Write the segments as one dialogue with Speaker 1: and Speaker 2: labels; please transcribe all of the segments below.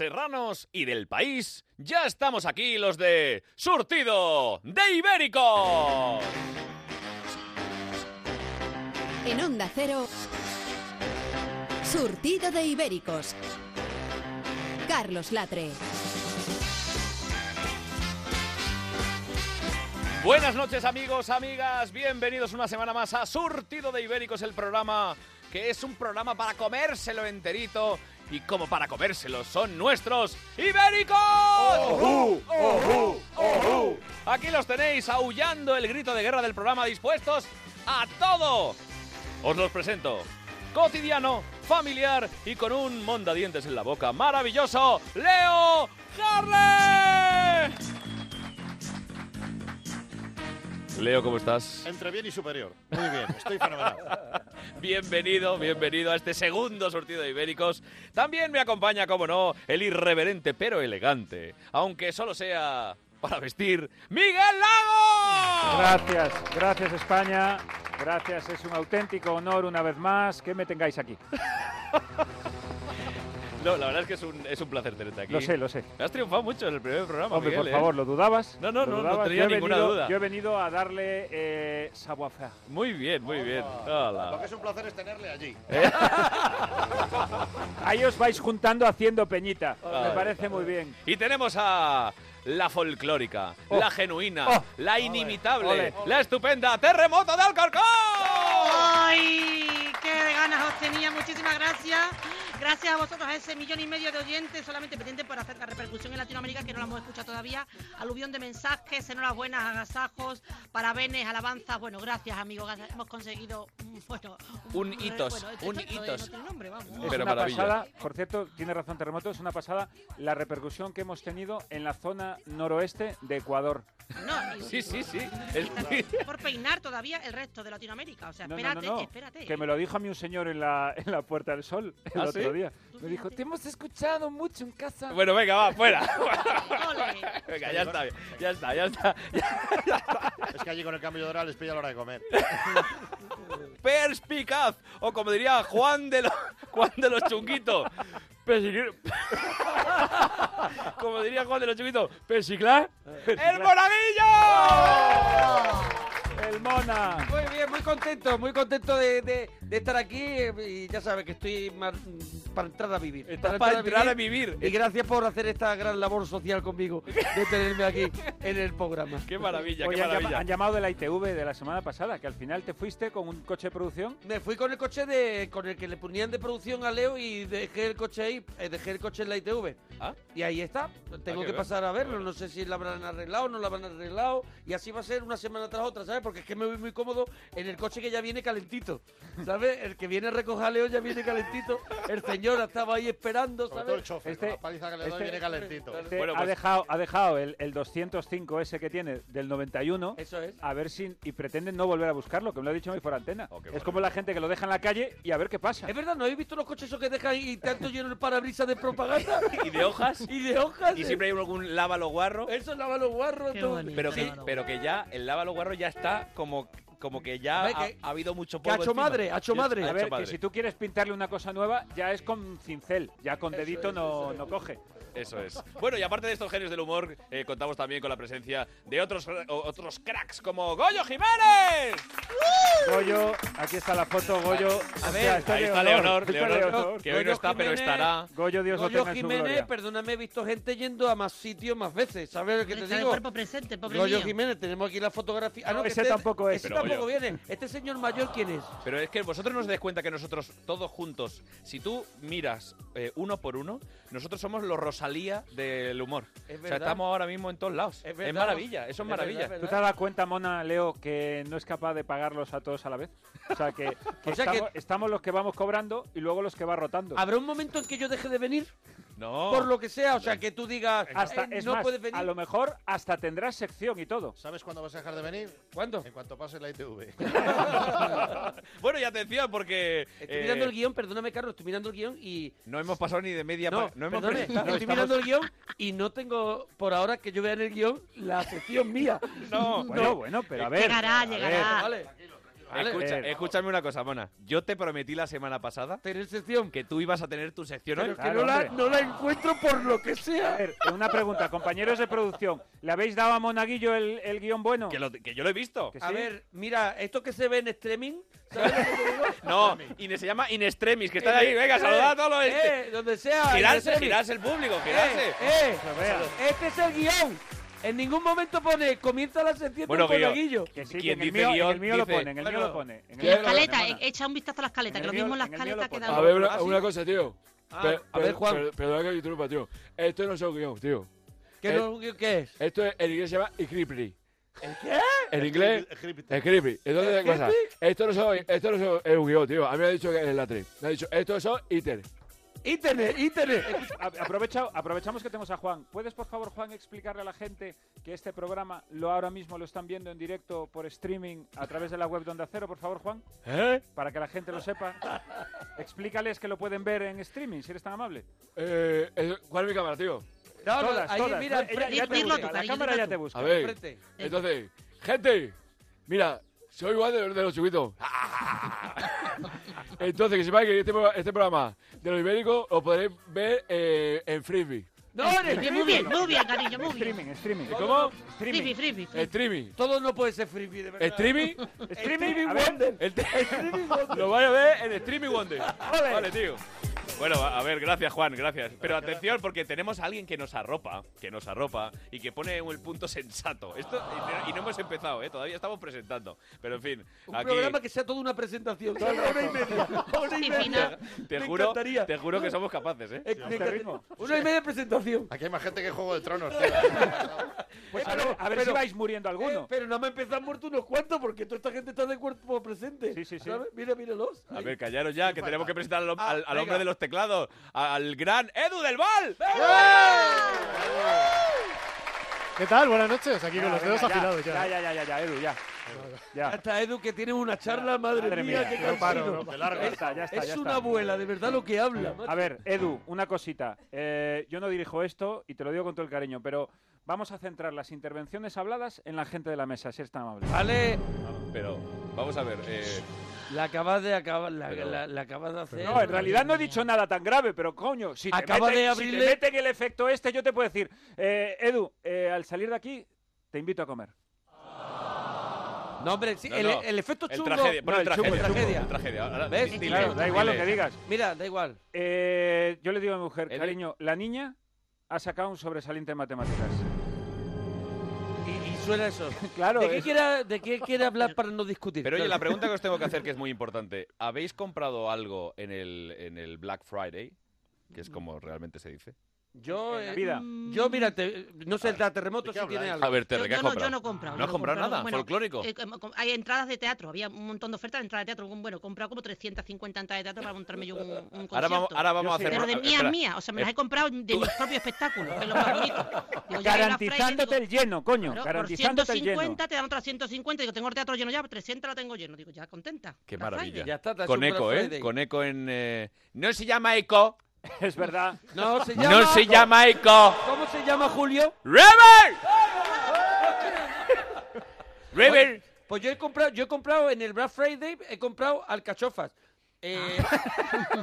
Speaker 1: serranos y del país, ya estamos aquí los de Surtido de Ibérico.
Speaker 2: En Onda Cero, Surtido de Ibéricos. Carlos Latre.
Speaker 1: Buenas noches amigos, amigas, bienvenidos una semana más a Surtido de Ibéricos, el programa que es un programa para comérselo enterito y como para comérselo son nuestros ibéricos. Aquí los tenéis aullando el grito de guerra del programa, dispuestos a todo. Os los presento. Cotidiano, familiar y con un mondadientes en la boca. Maravilloso, Leo Harley. Leo, ¿cómo estás?
Speaker 3: Entre bien y superior. Muy bien, estoy fenomenal.
Speaker 1: Bienvenido, bienvenido a este segundo sortido de ibéricos. También me acompaña, como no, el irreverente pero elegante, aunque solo sea para vestir, Miguel Lago.
Speaker 4: Gracias, gracias España, gracias, es un auténtico honor una vez más que me tengáis aquí.
Speaker 1: No, la verdad es que es un, es un placer tenerte aquí.
Speaker 4: Lo sé, lo sé.
Speaker 1: Has triunfado mucho en el primer programa,
Speaker 4: Hombre,
Speaker 1: Miguel,
Speaker 4: por
Speaker 1: ¿eh?
Speaker 4: favor, ¿lo dudabas?
Speaker 1: No,
Speaker 4: ¿Lo
Speaker 1: no, no, no
Speaker 4: dudabas?
Speaker 1: tenía
Speaker 4: Yo he
Speaker 1: ninguna
Speaker 4: venido-
Speaker 1: duda.
Speaker 4: Yo he venido a darle eh, savoir-faire.
Speaker 1: Muy bien, muy bien.
Speaker 3: Lo que
Speaker 1: Hola. ¿Eh?
Speaker 3: es un placer es tenerle allí.
Speaker 4: Ahí os vais juntando haciendo peñita. Me
Speaker 1: Hola.
Speaker 4: parece muy bien.
Speaker 1: Y tenemos a la folclórica,
Speaker 4: Oh.
Speaker 1: la genuina,
Speaker 4: Oh.
Speaker 1: la inimitable,
Speaker 4: Ole.
Speaker 1: la estupenda Terremoto de Alcorcón.
Speaker 5: ¡Ay! ¡Qué ganas os tenía! Muchísimas gracias. Gracias a vosotros, a ese millón y medio de oyentes solamente pendientes para hacer la repercusión en Latinoamérica, que no la hemos escuchado todavía. Aluvión de mensajes, enhorabuenas, agasajos, parabenes, alabanzas. Bueno, gracias, amigos. Hemos conseguido mm, bueno,
Speaker 1: Un
Speaker 5: re-
Speaker 1: hitos,
Speaker 5: bueno, esto-
Speaker 1: un
Speaker 5: esto no
Speaker 1: hitos.
Speaker 5: tiene nombre, vamos.
Speaker 4: Es una
Speaker 1: Pero maravilla.
Speaker 4: pasada, por cierto, tiene razón Terremoto, es una pasada la repercusión que hemos tenido en la zona noroeste de Ecuador.
Speaker 5: No, y-
Speaker 1: Sí, sí, sí.
Speaker 5: y
Speaker 1: Es-
Speaker 5: está por peinar todavía el resto de Latinoamérica. O sea,
Speaker 4: No, no, no,
Speaker 5: espérate,
Speaker 4: no,
Speaker 5: espérate.
Speaker 4: Que me lo dijo a mí un señor en la, en la Puerta del Sol el
Speaker 1: ¿Ah,
Speaker 4: otro
Speaker 1: sí?
Speaker 4: día.
Speaker 5: Tú
Speaker 4: Me dijo,
Speaker 5: Pues fíjate.
Speaker 4: te hemos escuchado mucho en casa.
Speaker 1: Bueno, venga, va, fuera.
Speaker 5: Ole.
Speaker 1: Venga, ya está bien. Ya está, ya está.
Speaker 3: Es que allí con el cambio de hora les pilla la hora de comer.
Speaker 1: perspicaz. O como diría Juan de los, Juan de los Chunguitos. Persigui- como diría Juan de los Chunguitos. Persiclar. ¡El moradillo!
Speaker 4: El Mona.
Speaker 6: Muy bien, muy contento, muy contento de, de- de estar aquí eh, y ya sabes que estoy mar- para entrar a vivir.
Speaker 1: Estás para entrar a vivir.
Speaker 6: Y gracias por hacer esta gran labor social conmigo, de tenerme aquí en el programa.
Speaker 1: Qué maravilla,
Speaker 4: Oye,
Speaker 1: qué
Speaker 4: han, llama-
Speaker 1: maravilla.
Speaker 4: han llamado de la ITV de la semana pasada, que al final te fuiste con un coche de producción.
Speaker 6: Me fui con el coche de, con el que le ponían de producción a Leo y dejé el coche ahí, eh, dejé el coche en la ITV.
Speaker 1: Ah.
Speaker 6: Y ahí está,
Speaker 1: Ah,
Speaker 6: tengo
Speaker 1: qué
Speaker 6: que
Speaker 1: bien.
Speaker 6: pasar a verlo,
Speaker 1: Bueno.
Speaker 6: no sé si la habrán arreglado, no la habrán arreglado, y así va a ser una semana tras otra, ¿sabes? Porque es que me voy muy cómodo en el coche que ya viene calentito, ¿sabes? El que viene a recoger a Leo ya viene calentito, el señor estaba ahí esperando,
Speaker 3: Sobre todo el
Speaker 6: ¿sabes?
Speaker 3: chofer,
Speaker 4: Este-
Speaker 3: con la paliza que le doy
Speaker 4: este-
Speaker 3: viene calentito.
Speaker 4: Este
Speaker 1: Bueno,
Speaker 4: ha,
Speaker 1: pues-
Speaker 4: dejado, ha dejado el, el 205 ese que tiene del 91.
Speaker 6: Eso es.
Speaker 4: A ver si. Y pretenden no volver a buscarlo, que me lo ha dicho mi forantena.
Speaker 1: Oh, qué
Speaker 4: es como la gente que lo deja en la calle y a ver qué pasa.
Speaker 6: Es verdad, ¿no habéis visto los coches esos que dejan y tanto lleno el parabrisas de propaganda
Speaker 1: Y de hojas.
Speaker 6: y de hojas? eh.
Speaker 1: Y siempre hay algún lábalo guarro.
Speaker 6: Eso lava los guarros.
Speaker 5: Qué
Speaker 6: todo.
Speaker 5: bonito.
Speaker 1: Pero que,
Speaker 5: Lábalo
Speaker 1: pero que ya, el lábalo guarro ya está como, como que ya
Speaker 6: Ve
Speaker 1: ha,
Speaker 6: que-
Speaker 1: ha habido mucho
Speaker 6: que ha
Speaker 1: polvo.
Speaker 6: hecho
Speaker 1: encima.
Speaker 6: madre, ha hecho madre.
Speaker 4: A
Speaker 1: hecho
Speaker 4: ver,
Speaker 1: madre.
Speaker 4: que si tú quieres pintarle una cosa nueva, ya es con cincel, ya con
Speaker 6: Eso
Speaker 4: dedito
Speaker 6: es,
Speaker 4: no,
Speaker 6: eso es.
Speaker 4: no coge.
Speaker 1: Eso es. Bueno, y aparte de estos genios del humor, eh, contamos también con la presencia de otros, eh, o- otros cracks como Goyo Jiménez.
Speaker 4: Goyo, aquí está la foto, Goyo.
Speaker 6: A
Speaker 4: Hostia,
Speaker 6: ver,
Speaker 4: esto es
Speaker 1: Ahí está Leonor,
Speaker 4: esto es
Speaker 1: Leonor,
Speaker 4: Leonor.
Speaker 1: que hoy no
Speaker 6: Goyo
Speaker 1: está, pero
Speaker 6: Jiménez.
Speaker 1: estará.
Speaker 4: Goyo, Dios lo
Speaker 6: Goyo
Speaker 4: tenga en su
Speaker 6: Jiménez,
Speaker 4: gloria.
Speaker 6: perdóname, he visto gente yendo a más sitios más veces. ¿Sabes lo que te
Speaker 5: Está de
Speaker 6: digo?
Speaker 5: cuerpo presente, pobre
Speaker 6: Goyo
Speaker 5: mío.
Speaker 6: Jiménez, tenemos aquí la fotografía. Ah,
Speaker 4: No,
Speaker 6: que
Speaker 4: ese tampoco es.
Speaker 6: Ese
Speaker 1: Pero,
Speaker 6: tampoco
Speaker 1: Goyo.
Speaker 6: viene. Este señor mayor, ¿quién es?
Speaker 1: Pero es que vosotros nos dais cuenta que nosotros, todos juntos, si tú miras eh, uno por uno, nosotros somos los Rosalía del humor.
Speaker 6: Es
Speaker 1: O sea,
Speaker 6: verdad.
Speaker 1: estamos ahora mismo en todos lados.
Speaker 6: Es
Speaker 1: Es,
Speaker 6: verdad.
Speaker 1: maravilla, eso es
Speaker 6: Es
Speaker 1: maravilla.
Speaker 6: verdad, es
Speaker 4: ¿Tú te has dado cuenta, Mona, Leo, que no es capaz de pagarlos a todos a la vez? O sea, que, que
Speaker 6: O sea que-
Speaker 4: estamos, estamos los que vamos cobrando y luego los que va rotando.
Speaker 6: ¿Habrá un momento en que yo deje de venir?
Speaker 1: No. Eh,
Speaker 6: Por lo que sea, o sea, que tú digas,
Speaker 4: Hasta,
Speaker 6: eh,
Speaker 4: es
Speaker 6: no
Speaker 4: más,
Speaker 6: puedes venir.
Speaker 4: a lo mejor hasta tendrás sección y todo.
Speaker 3: ¿Sabes cuándo vas a dejar de venir?
Speaker 6: ¿Cuándo?
Speaker 3: En cuanto pase la ITV.
Speaker 1: Bueno, y atención, porque.
Speaker 6: Estoy
Speaker 1: eh,
Speaker 6: mirando el guión, perdóname, Carlos, estoy mirando el guión y...
Speaker 1: No hemos pasado ni de media.
Speaker 6: No,
Speaker 1: pa- no hemos
Speaker 6: perdóname,
Speaker 1: presentado.
Speaker 6: estoy mirando el guión y no tengo, por ahora que yo vea en el guión, la sección mía.
Speaker 1: No,
Speaker 4: Bueno, bueno, pero a ver.
Speaker 5: Llegará,
Speaker 4: a ver.
Speaker 5: llegará.
Speaker 6: Eh, Vale. Vale.
Speaker 1: Escucha-
Speaker 4: Eh,
Speaker 1: escúchame una cosa, Mona. Yo te prometí la semana pasada
Speaker 6: Tener sección.
Speaker 1: que tú ibas a tener tu sección
Speaker 6: Pero
Speaker 1: hoy.
Speaker 6: que
Speaker 4: Claro,
Speaker 6: no, la,
Speaker 4: hombre.
Speaker 6: no la encuentro por lo que
Speaker 4: A
Speaker 6: sea.
Speaker 4: ver, una pregunta, compañeros de producción. ¿Le habéis dado a Monaguillo el, el guión bueno?
Speaker 1: Que, lo- que yo lo he visto.
Speaker 4: Que sí.
Speaker 6: A ver, mira, esto que se ve en streaming, ¿sabes lo que te digo?
Speaker 1: No, Ines se llama Inestremis, que está
Speaker 6: En
Speaker 1: ahí. Venga,
Speaker 6: el-
Speaker 1: saludad a todos los. este-
Speaker 6: Eh, donde sea. en el
Speaker 1: Girarse,
Speaker 6: streaming.
Speaker 1: girarse el público, girarse.
Speaker 6: Eh, eh,
Speaker 4: Eso, vea.
Speaker 6: este es el guión. En ningún momento pone comienza la sección
Speaker 1: Bueno,
Speaker 6: con
Speaker 1: guión.
Speaker 6: Monaguillo.
Speaker 4: Que sí, que
Speaker 1: quien
Speaker 4: en el
Speaker 1: dice
Speaker 4: mío, en
Speaker 1: guión
Speaker 4: el mío lo
Speaker 1: dice-
Speaker 4: pone, en el mío
Speaker 6: Claro.
Speaker 4: lo pone. en el
Speaker 5: Y
Speaker 4: mío lo pone,
Speaker 5: escaleta,
Speaker 4: Mona.
Speaker 5: e- echa un vistazo a la escaleta,
Speaker 4: En
Speaker 5: que
Speaker 4: el
Speaker 5: lo mismo
Speaker 4: mío-
Speaker 5: la
Speaker 4: en el mío lo
Speaker 5: escaleta que
Speaker 4: pone.
Speaker 5: da.
Speaker 7: A ver,
Speaker 6: Ah,
Speaker 7: una,
Speaker 6: sí.
Speaker 7: una cosa, tío.
Speaker 6: Ah,
Speaker 7: Pero-
Speaker 6: a ver,
Speaker 7: pero-
Speaker 6: Juan,
Speaker 7: pero- Perdona que interrumpa, tío. Esto no es un guión, tío.
Speaker 6: ¿qué,
Speaker 7: eh,
Speaker 6: no- qué- qué es?
Speaker 7: Esto es, en inglés se llama Scriptly.
Speaker 6: ¿El qué?
Speaker 7: En inglés,
Speaker 3: Egipto.
Speaker 7: Scriptly. Entonces, ¿qué pasa?
Speaker 6: ¿Scriptly?
Speaker 7: Esto no, son, esto no son- es un guión, tío. A mí me ha dicho que es la 3. Me ha dicho, esto son ítems.
Speaker 6: Internet, internet.
Speaker 4: A- aprovecha- aprovechamos que tenemos a Juan. ¿Puedes, por favor, Juan, explicarle a la gente que este programa lo ahora mismo lo están viendo en directo por streaming a través de la web de Onda Cero, por favor, Juan?
Speaker 7: ¿Eh?
Speaker 4: Para que la gente lo sepa. Explícales que lo pueden ver en streaming, si eres tan amable.
Speaker 7: Eh, eso- ¿Cuál es mi cámara, tío?
Speaker 6: No, no,
Speaker 4: Todas,
Speaker 6: ahí
Speaker 4: todas.
Speaker 6: mira,
Speaker 4: Ella- ella
Speaker 6: enfrente,
Speaker 4: te
Speaker 5: Dilo tú,
Speaker 4: busca, la
Speaker 5: cariño,
Speaker 4: cámara
Speaker 5: dilo
Speaker 4: ya
Speaker 5: tú.
Speaker 4: te busca.
Speaker 7: A ver.
Speaker 6: enfrente.
Speaker 7: Entonces, gente, mira, soy igual de, los- de los chiquitos. Entonces, que sepáis que este, pro- este programa de los ibéricos lo podréis ver eh, en Frisbee.
Speaker 6: No, en el
Speaker 5: Muy bien,
Speaker 6: streaming.
Speaker 5: muy bien, cariño, muy bien.
Speaker 4: Streaming, streaming.
Speaker 7: ¿Cómo?
Speaker 5: Fripi,
Speaker 4: Streaming.
Speaker 5: fripi.
Speaker 7: Streaming.
Speaker 6: Todo no puede ser freebie, de verdad.
Speaker 7: Streaming.
Speaker 4: Streaming, a ver.
Speaker 6: Wonder.
Speaker 1: El te-
Speaker 6: Streaming Wonder.
Speaker 1: Lo vaya a ver en Streaming Wonder. Vale, tío. Bueno, a a ver, gracias Juan, gracias. Pero atención, porque tenemos a alguien que nos arropa, que nos arropa y que pone el punto sensato. Esto y no hemos empezado, ¿eh? todavía estamos presentando. Pero en fin,
Speaker 6: Un
Speaker 1: aquí
Speaker 6: programa que sea toda una presentación. Una hora y media. Una y
Speaker 5: Y
Speaker 6: media.
Speaker 5: final.
Speaker 1: te
Speaker 6: Me
Speaker 1: juro,
Speaker 6: encantaría.
Speaker 1: te juro que somos capaces, ¿eh?
Speaker 6: Eh,
Speaker 4: A
Speaker 6: me
Speaker 4: este
Speaker 6: encantaría.
Speaker 4: ritmo.
Speaker 6: Una y media de presentación.
Speaker 3: Aquí hay más gente que Juego de Tronos, tío.
Speaker 4: Pues, A ver, a ver si vais muriendo alguno.
Speaker 6: Eh, pero nada más empezar muerto unos cuantos porque toda esta gente está de cuerpo presente.
Speaker 4: Sí, sí, sí.
Speaker 6: ¿sabes? Mira, míralos.
Speaker 1: A ver, callaros ya, que tenemos que presentar al, al- al
Speaker 6: venga.
Speaker 1: hombre de los teclados, al gran Edu del
Speaker 6: ¡Eh!
Speaker 1: Val.
Speaker 8: ¿Qué tal? Buenas noches, aquí con
Speaker 4: Ya,
Speaker 8: los dedos
Speaker 4: venga,
Speaker 8: afilados ya.
Speaker 4: Ya, ya, ya, ya, ya, Edu, ya. Ya.
Speaker 6: Hasta Edu que tiene una charla, madre,
Speaker 4: Madre
Speaker 6: mía,
Speaker 4: mía.
Speaker 6: qué
Speaker 8: No paro,
Speaker 6: cansino.
Speaker 8: no
Speaker 3: De
Speaker 4: Ya
Speaker 3: largo.
Speaker 4: está, ya está,
Speaker 6: es
Speaker 4: ya
Speaker 6: una
Speaker 4: está.
Speaker 6: abuela, de verdad, lo que habla. macho.
Speaker 4: A ver, Edu, una cosita. Eh, yo no dirijo esto y te lo digo con todo el cariño, pero vamos a centrar las intervenciones habladas en la gente de la mesa, si eres tan amable.
Speaker 6: Vale,
Speaker 1: Pero vamos a ver, eh,
Speaker 6: la acabas de acabar, la,
Speaker 1: Pero-
Speaker 6: la- la acabas de hacer.
Speaker 4: No, en realidad no he dicho nada tan grave, pero coño, si te,
Speaker 6: Acaba
Speaker 4: meten,
Speaker 6: de
Speaker 4: si te
Speaker 6: abrirle-
Speaker 4: meten el efecto este, yo te puedo decir, eh, Edu, eh, al salir de aquí, te invito a comer.
Speaker 6: No, hombre, sí,
Speaker 1: No,
Speaker 6: el,
Speaker 1: no.
Speaker 6: el efecto
Speaker 1: el
Speaker 6: chungo.
Speaker 1: tragedia, pon
Speaker 4: No,
Speaker 1: el
Speaker 4: el chungo,
Speaker 1: tragedia,
Speaker 6: el tragedia.
Speaker 1: el tragedia. Ahora,
Speaker 6: ¿Ves?
Speaker 1: dile,
Speaker 4: claro, da igual lo
Speaker 1: dile.
Speaker 4: que digas.
Speaker 6: Mira, da igual.
Speaker 4: Eh, yo le digo a mi mujer,
Speaker 1: Edu-
Speaker 4: cariño, la niña ha sacado un sobresaliente en matemáticas.
Speaker 6: Y, y suena eso.
Speaker 4: Claro,
Speaker 6: ¿De qué,
Speaker 4: es-
Speaker 6: quiera, ¿De qué quiere hablar para no discutir?
Speaker 1: Pero oye, la
Speaker 6: Claro.
Speaker 1: pregunta que os tengo que hacer, que es muy importante. ¿Habéis comprado algo en el, en el Black Friday? Que es como realmente se dice.
Speaker 6: Yo, eh,
Speaker 4: vida.
Speaker 6: yo mira, te- no sé, el
Speaker 3: ¿de
Speaker 6: terremoto
Speaker 3: qué
Speaker 6: si tiene
Speaker 3: habláis?
Speaker 6: algo.
Speaker 1: A ver, te
Speaker 5: Yo,
Speaker 1: ¿qué
Speaker 5: yo
Speaker 1: has
Speaker 5: no, yo
Speaker 1: comprado?
Speaker 5: no he comprado.
Speaker 1: ¿No has
Speaker 5: he
Speaker 1: comprado nada?
Speaker 5: Bueno,
Speaker 1: ¿Folclórico?
Speaker 5: eh, com- com- hay entradas de teatro, había un montón de ofertas de entradas de teatro. Bueno, he comprado como 350 entradas de teatro para montarme yo un, un concierto.
Speaker 1: Ahora vamos, ahora vamos a
Speaker 4: Yo sí.
Speaker 1: hacer...
Speaker 5: Pero
Speaker 1: una-
Speaker 5: de mía,
Speaker 1: espera.
Speaker 5: mía. O sea, me las
Speaker 1: Eh,
Speaker 5: he comprado de mis propios espectáculos, que es lo más bonito. Digo, ya era Friday,
Speaker 4: garantizándote el
Speaker 5: digo,
Speaker 4: lleno, coño,
Speaker 5: claro,
Speaker 4: garantizándote
Speaker 5: por
Speaker 4: el lleno.
Speaker 5: 150 te dan otras 150. Digo, tengo el teatro lleno ya, 300 la tengo lleno. Digo, ya contenta.
Speaker 1: Qué
Speaker 5: Black
Speaker 1: maravilla.
Speaker 5: Friday.
Speaker 6: Ya está, te has
Speaker 1: Con
Speaker 6: hecho un
Speaker 1: eco,
Speaker 6: Black
Speaker 1: ¿eh?
Speaker 6: Friday.
Speaker 1: Con eco en... eh, No se llama eco.
Speaker 4: Es verdad.
Speaker 6: No se llama.
Speaker 1: No se llama eco.
Speaker 6: ¿Cómo se llama Julio?
Speaker 1: ¡River! ¡River!
Speaker 6: Pues yo he comprado, yo he comprado en el Black Friday, he comprado alcachofas. Eh,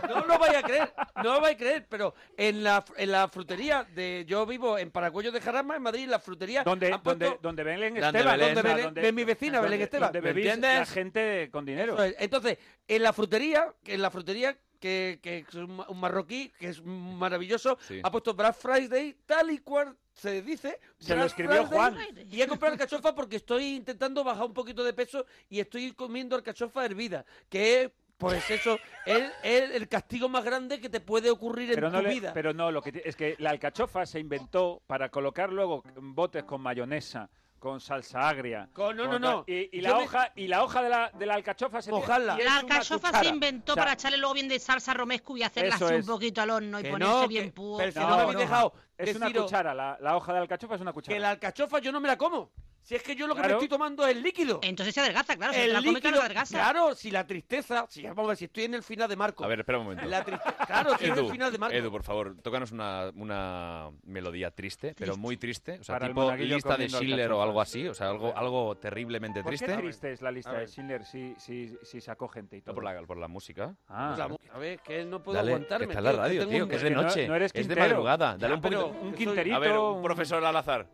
Speaker 6: no lo vais a creer, no lo vais a creer, pero en la, en la frutería de yo vivo en Paracuello de Jarama, en Madrid, en la frutería
Speaker 4: Donde,
Speaker 6: han
Speaker 4: donde,
Speaker 6: puesto-
Speaker 4: donde Belén
Speaker 1: Donde
Speaker 4: Esteban,
Speaker 1: Belén-
Speaker 4: o sea,
Speaker 6: Belén- de mi vecina, Belén
Speaker 4: donde-
Speaker 6: Esteban.
Speaker 4: donde
Speaker 1: ¿Me
Speaker 4: bebís
Speaker 1: entiendes?
Speaker 4: la gente con dinero.
Speaker 6: Eso es. Entonces, en la frutería, que en la frutería que, que es un, ma- un marroquí, que es maravilloso,
Speaker 1: Sí.
Speaker 6: ha puesto Black Friday tal y cual se dice.
Speaker 4: Se lo
Speaker 6: Black
Speaker 4: escribió Juan.
Speaker 6: Y he comprado alcachofa porque estoy intentando bajar un poquito de peso y estoy comiendo alcachofa hervida, que es, pues eso, es, es el castigo más grande que te puede ocurrir
Speaker 4: Pero
Speaker 6: en
Speaker 4: no,
Speaker 6: tu
Speaker 4: le-
Speaker 6: vida.
Speaker 4: pero no, lo que ti- es que la alcachofa se inventó para colocar luego botes con mayonesa, con salsa agria.
Speaker 6: Con- no,
Speaker 4: con
Speaker 6: no,
Speaker 4: tal-
Speaker 6: no.
Speaker 4: Y, y
Speaker 6: Yo
Speaker 4: la
Speaker 6: me-
Speaker 4: hoja y la hoja de la, de la alcachofa se
Speaker 6: Mojarla.
Speaker 4: y es
Speaker 5: La
Speaker 4: una
Speaker 5: alcachofa se
Speaker 4: cuchara.
Speaker 5: inventó
Speaker 4: O sea,
Speaker 5: para echarle luego bien de salsa romescu y hacerla
Speaker 4: Eso
Speaker 5: así
Speaker 4: es.
Speaker 5: un poquito al horno y
Speaker 6: Que
Speaker 5: ponerse
Speaker 6: no,
Speaker 5: bien
Speaker 6: que-
Speaker 5: puro.
Speaker 6: pero si
Speaker 4: no,
Speaker 6: no, me habéis
Speaker 4: no.
Speaker 6: dejado
Speaker 4: Es una
Speaker 6: deciros
Speaker 4: cuchara, la, la hoja de alcachofa es una
Speaker 6: que
Speaker 4: cuchara.
Speaker 6: la alcachofa yo no me la como. Si es que yo lo que
Speaker 4: Claro.
Speaker 6: me estoy tomando es el líquido.
Speaker 5: Entonces se adelgaza, claro. se
Speaker 6: el
Speaker 5: la come, claro,
Speaker 6: líquido.
Speaker 5: adelgaza.
Speaker 6: Claro, si la tristeza. Si, vamos a ver, si estoy en el final de Marco.
Speaker 1: A ver, espera un momento.
Speaker 6: La triste- Claro, estoy en el
Speaker 1: Edu,
Speaker 6: final de Marco.
Speaker 1: Edu, por favor, tócanos una, una melodía triste, pero muy triste. O sea,
Speaker 4: Para el
Speaker 1: tipo
Speaker 4: monaguillo
Speaker 1: lista de
Speaker 4: comiendo
Speaker 1: Schiller o
Speaker 4: alcachofas.
Speaker 1: algo así. O sea, algo, algo terriblemente
Speaker 4: ¿Por
Speaker 1: triste.
Speaker 4: qué triste es la
Speaker 6: A
Speaker 4: lista
Speaker 6: ver.
Speaker 4: de Schindler si, si, si sacó gente y
Speaker 1: No
Speaker 4: todo?
Speaker 1: por la, por la música.
Speaker 4: Ah,
Speaker 6: Pues La mu- a ver, que no puedo
Speaker 1: Dale,
Speaker 6: aguantarme.
Speaker 1: que está en la
Speaker 6: tío,
Speaker 1: radio,
Speaker 6: tengo
Speaker 1: tío,
Speaker 6: un-
Speaker 1: que es
Speaker 4: que
Speaker 1: de
Speaker 4: no-
Speaker 1: noche.
Speaker 4: no eres
Speaker 1: es de
Speaker 4: Quintero.
Speaker 1: madrugada. Dale
Speaker 6: Ya,
Speaker 1: un poquito.
Speaker 6: pero-
Speaker 4: un
Speaker 6: Estoy-
Speaker 4: quinterito.
Speaker 1: A ver, un
Speaker 4: un-
Speaker 1: profesor al azar.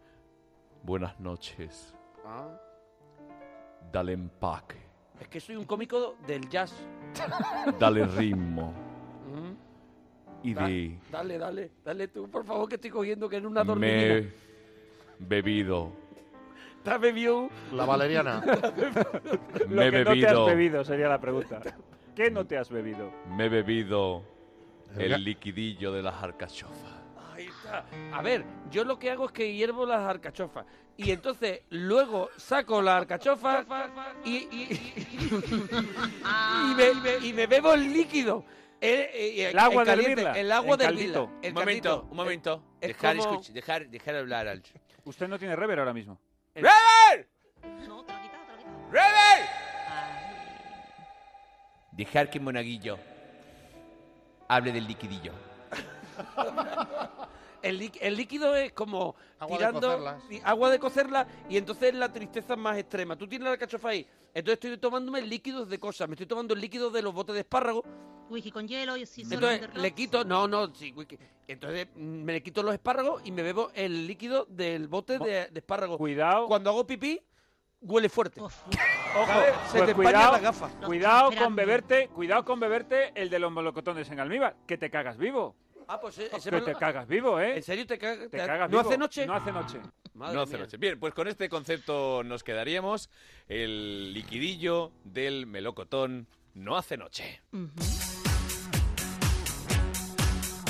Speaker 1: Buenas noches.
Speaker 6: Ah,
Speaker 1: Dale empaque.
Speaker 6: es que soy un cómico del jazz.
Speaker 1: Dale ritmo.
Speaker 6: Mm.
Speaker 1: Y
Speaker 6: Da-
Speaker 1: di.
Speaker 6: Dale, dale, dale tú, por favor, que estoy cogiendo que en una dormida.
Speaker 1: Me bebido.
Speaker 6: Está bebido.
Speaker 3: La valeriana.
Speaker 4: Lo
Speaker 1: Me he
Speaker 4: que no te has
Speaker 1: bebido.
Speaker 4: bebido sería la pregunta. ¿Qué no te has bebido?
Speaker 1: Me he bebido el liquidillo de las arcachofas.
Speaker 6: Ahí está. A ver, yo lo que hago es que hiervo las arcachofas. Y entonces luego saco las arcachofas y, y, y, me, y me- y me bebo el líquido. Eh, El, el-
Speaker 4: El agua de
Speaker 6: caliente,
Speaker 4: hervirla,
Speaker 6: El agua
Speaker 4: el
Speaker 6: de
Speaker 4: caldito.
Speaker 6: hervirla, el
Speaker 9: un momento,
Speaker 6: caldito.
Speaker 9: un momento.
Speaker 6: es
Speaker 9: Dejar,
Speaker 6: como-
Speaker 9: escuch- dejar, dejar hablar al.
Speaker 4: Usted no tiene rever ahora mismo.
Speaker 5: No, te lo quita, te lo quita. Ah,
Speaker 9: Dejar que Monaguillo hable del liquidillo.
Speaker 6: El, liqui- el líquido es como
Speaker 3: Agua de
Speaker 6: tirando
Speaker 3: cocerlas.
Speaker 6: ti- agua de cocerla y entonces la tristeza es más extrema. Tú tienes la cachofa ahí. Entonces estoy tomándome líquidos de cosas. Me estoy tomando el líquido de los botes de espárragos.
Speaker 5: Whisky con hielo y si solo
Speaker 6: Entonces
Speaker 5: Interlock.
Speaker 6: le quito, no, no, sí, wiki. Entonces mm, me le quito los espárragos y me bebo el líquido del bote de, de espárragos.
Speaker 4: Cuidado.
Speaker 6: Cuando hago pipí, huele fuerte.
Speaker 5: Uf,
Speaker 6: ¿sabes? Se
Speaker 4: pues
Speaker 6: te empaña
Speaker 4: cuidado.
Speaker 6: la gafa.
Speaker 4: Cuidado
Speaker 5: esperando.
Speaker 4: con beberte, cuidado con beberte el de los molocotones en almíbar, que te cagas vivo.
Speaker 6: Ah, pues eh, ese
Speaker 4: Que
Speaker 6: me
Speaker 4: te
Speaker 6: lo-
Speaker 4: cagas vivo, ¿eh?
Speaker 6: ¿En serio te,
Speaker 4: Te
Speaker 6: caga- te-
Speaker 4: cagas
Speaker 6: ¿No
Speaker 4: vivo.
Speaker 6: hace noche?
Speaker 4: No hace noche.
Speaker 6: Madre
Speaker 1: no,
Speaker 6: mía.
Speaker 1: cero ocho. Bien, pues con este concepto nos quedaríamos. El liquidillo del melocotón no hace noche.
Speaker 5: ujú.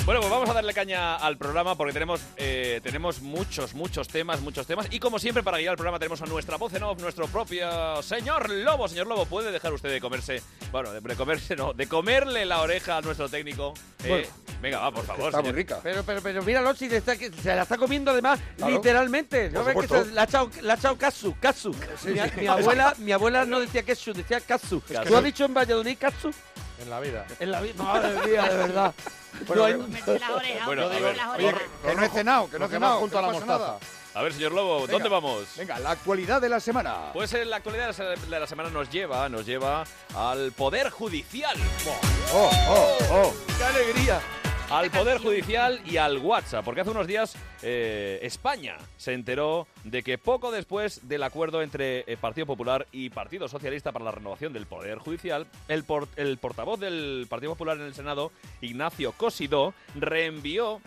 Speaker 1: Bueno, pues vamos a darle caña al programa porque tenemos, eh, tenemos muchos, muchos temas, muchos temas. Y como siempre, para guiar el programa tenemos a nuestra voz en off, nuestro propio señor Lobo. Señor Lobo, ¿puede dejar usted de comerse, bueno, de, de comerse no, de comerle la oreja a nuestro técnico? Eh,
Speaker 10: Bueno,
Speaker 1: venga, va, por favor.
Speaker 10: Está muy
Speaker 1: señor.
Speaker 10: rica.
Speaker 6: Pero, pero, pero míralo, si le está- que se la está comiendo además,
Speaker 10: Claro.
Speaker 6: literalmente. ¿No
Speaker 10: Por
Speaker 6: ves que
Speaker 10: supuesto.
Speaker 6: se la ha echado- la ha echado Katsu? Katsu. mi, mi abuela, mi abuela no decía Ketsu, decía Katsu. ¿Tú
Speaker 1: Katsu.
Speaker 6: has dicho en Valladolid Katsu?
Speaker 3: En la vida.
Speaker 6: En la vida. Madre mía, de verdad. No hay-
Speaker 5: Mete las orejas,
Speaker 1: Bueno,
Speaker 5: hombre,
Speaker 1: a ver,
Speaker 5: las
Speaker 1: oye,
Speaker 5: orejas.
Speaker 10: Que no he cenado, que no he
Speaker 3: Lo que más
Speaker 10: cenado.
Speaker 3: junto
Speaker 10: que
Speaker 3: a la
Speaker 10: no pasa
Speaker 3: mostaza.
Speaker 10: nada.
Speaker 1: A ver, señor Lobo,
Speaker 10: Venga.
Speaker 1: ¿dónde vamos?
Speaker 10: Venga, la actualidad de la semana.
Speaker 1: Pues en la actualidad de la- de la semana nos lleva, nos lleva al Poder Judicial.
Speaker 10: Oh, oh, oh.
Speaker 6: ¡Qué alegría!
Speaker 1: Al Poder Judicial y al WhatsApp, porque hace unos días eh, España se enteró de que poco después del acuerdo entre eh, Partido Popular y Partido Socialista para la renovación del Poder Judicial, el, por- el portavoz del Partido Popular en el Senado, Ignacio Cosidó, reenvió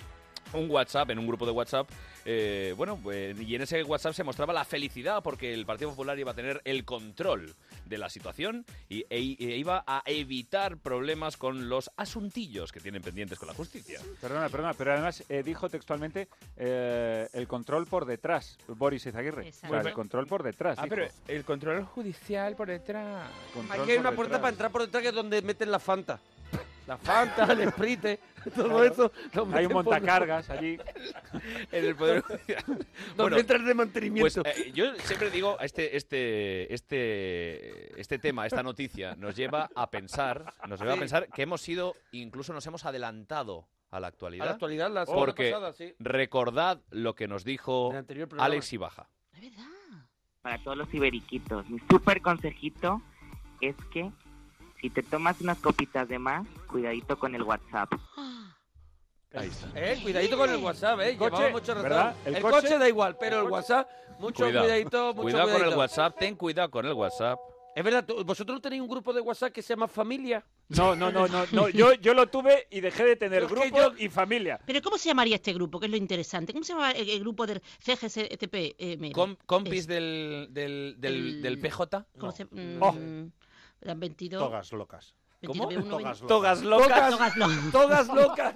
Speaker 1: un WhatsApp, en un grupo de WhatsApp. eh, bueno, pues, y en ese WhatsApp se mostraba la felicidad porque el Partido Popular iba a tener el control de la situación y, e- e iba a evitar problemas con los asuntillos que tienen pendientes con la justicia.
Speaker 4: Perdona, perdona, pero además eh, dijo textualmente eh, el control por detrás, Boris Izaguirre. O sea,
Speaker 5: Exacto.
Speaker 4: el control por detrás. dijo.
Speaker 9: Ah, el control judicial por detrás.
Speaker 4: Control
Speaker 6: Aquí hay
Speaker 4: por
Speaker 6: una puerta
Speaker 4: detrás.
Speaker 6: para entrar por detrás que es donde meten la Fanta. La Fanta, el Sprite, todo eso. lo
Speaker 4: Hay
Speaker 6: meten
Speaker 4: un
Speaker 6: por-
Speaker 4: montacargas allí.
Speaker 1: En el Poder Judicial.
Speaker 6: Donde
Speaker 1: Bueno,
Speaker 6: entra el de
Speaker 1: Pues
Speaker 6: mantenimiento.
Speaker 1: eh, yo siempre digo, este, este, este, este tema, esta noticia, nos lleva a pensar, nos lleva a
Speaker 6: Sí.
Speaker 1: pensar que hemos sido, incluso nos hemos adelantado a la
Speaker 6: a la
Speaker 1: actualidad.
Speaker 6: actualidad, la semana
Speaker 1: Porque-
Speaker 6: pasada, sí.
Speaker 1: Recordad lo que nos dijo
Speaker 6: del anterior programa.
Speaker 1: Alex Ibaja.
Speaker 5: Es verdad.
Speaker 11: para todos los iberiquitos. Mi súper consejito es que si te tomas unas copitas de más, cuidadito con el WhatsApp.
Speaker 5: Ah,
Speaker 1: Ahí está.
Speaker 6: Eh, cuidadito con el WhatsApp, eh.
Speaker 4: El coche,
Speaker 6: Llevamos mucho retraso.
Speaker 4: ¿verdad? El
Speaker 6: El,
Speaker 4: coche-
Speaker 6: coche, da igual, pero el WhatsApp, mucho
Speaker 1: Cuidado.
Speaker 6: cuidadito, mucho
Speaker 1: Cuidado con el
Speaker 6: cuidadito.
Speaker 1: WhatsApp, ten cuidado con el WhatsApp.
Speaker 6: Es verdad, tú- vosotros tenéis un grupo de WhatsApp que se llama Familia.
Speaker 4: No, no, no, no. no. Yo, yo lo tuve y dejé de tener
Speaker 6: Yo es que
Speaker 4: grupo
Speaker 6: yo-
Speaker 4: y familia.
Speaker 5: Pero ¿cómo se llamaría este grupo? Que es lo interesante. ¿Cómo se llama el, el grupo del CGCTP?
Speaker 9: Com-
Speaker 5: Es-
Speaker 9: compis del, del, del, del
Speaker 5: el-
Speaker 9: PJ.
Speaker 5: ¿Cómo se
Speaker 6: Oh.
Speaker 5: mm, eran 22.
Speaker 3: Togas locas.
Speaker 5: 22, 21,
Speaker 3: Togas locas.
Speaker 6: Togas locas.
Speaker 5: Togas locas.
Speaker 6: Togas locas.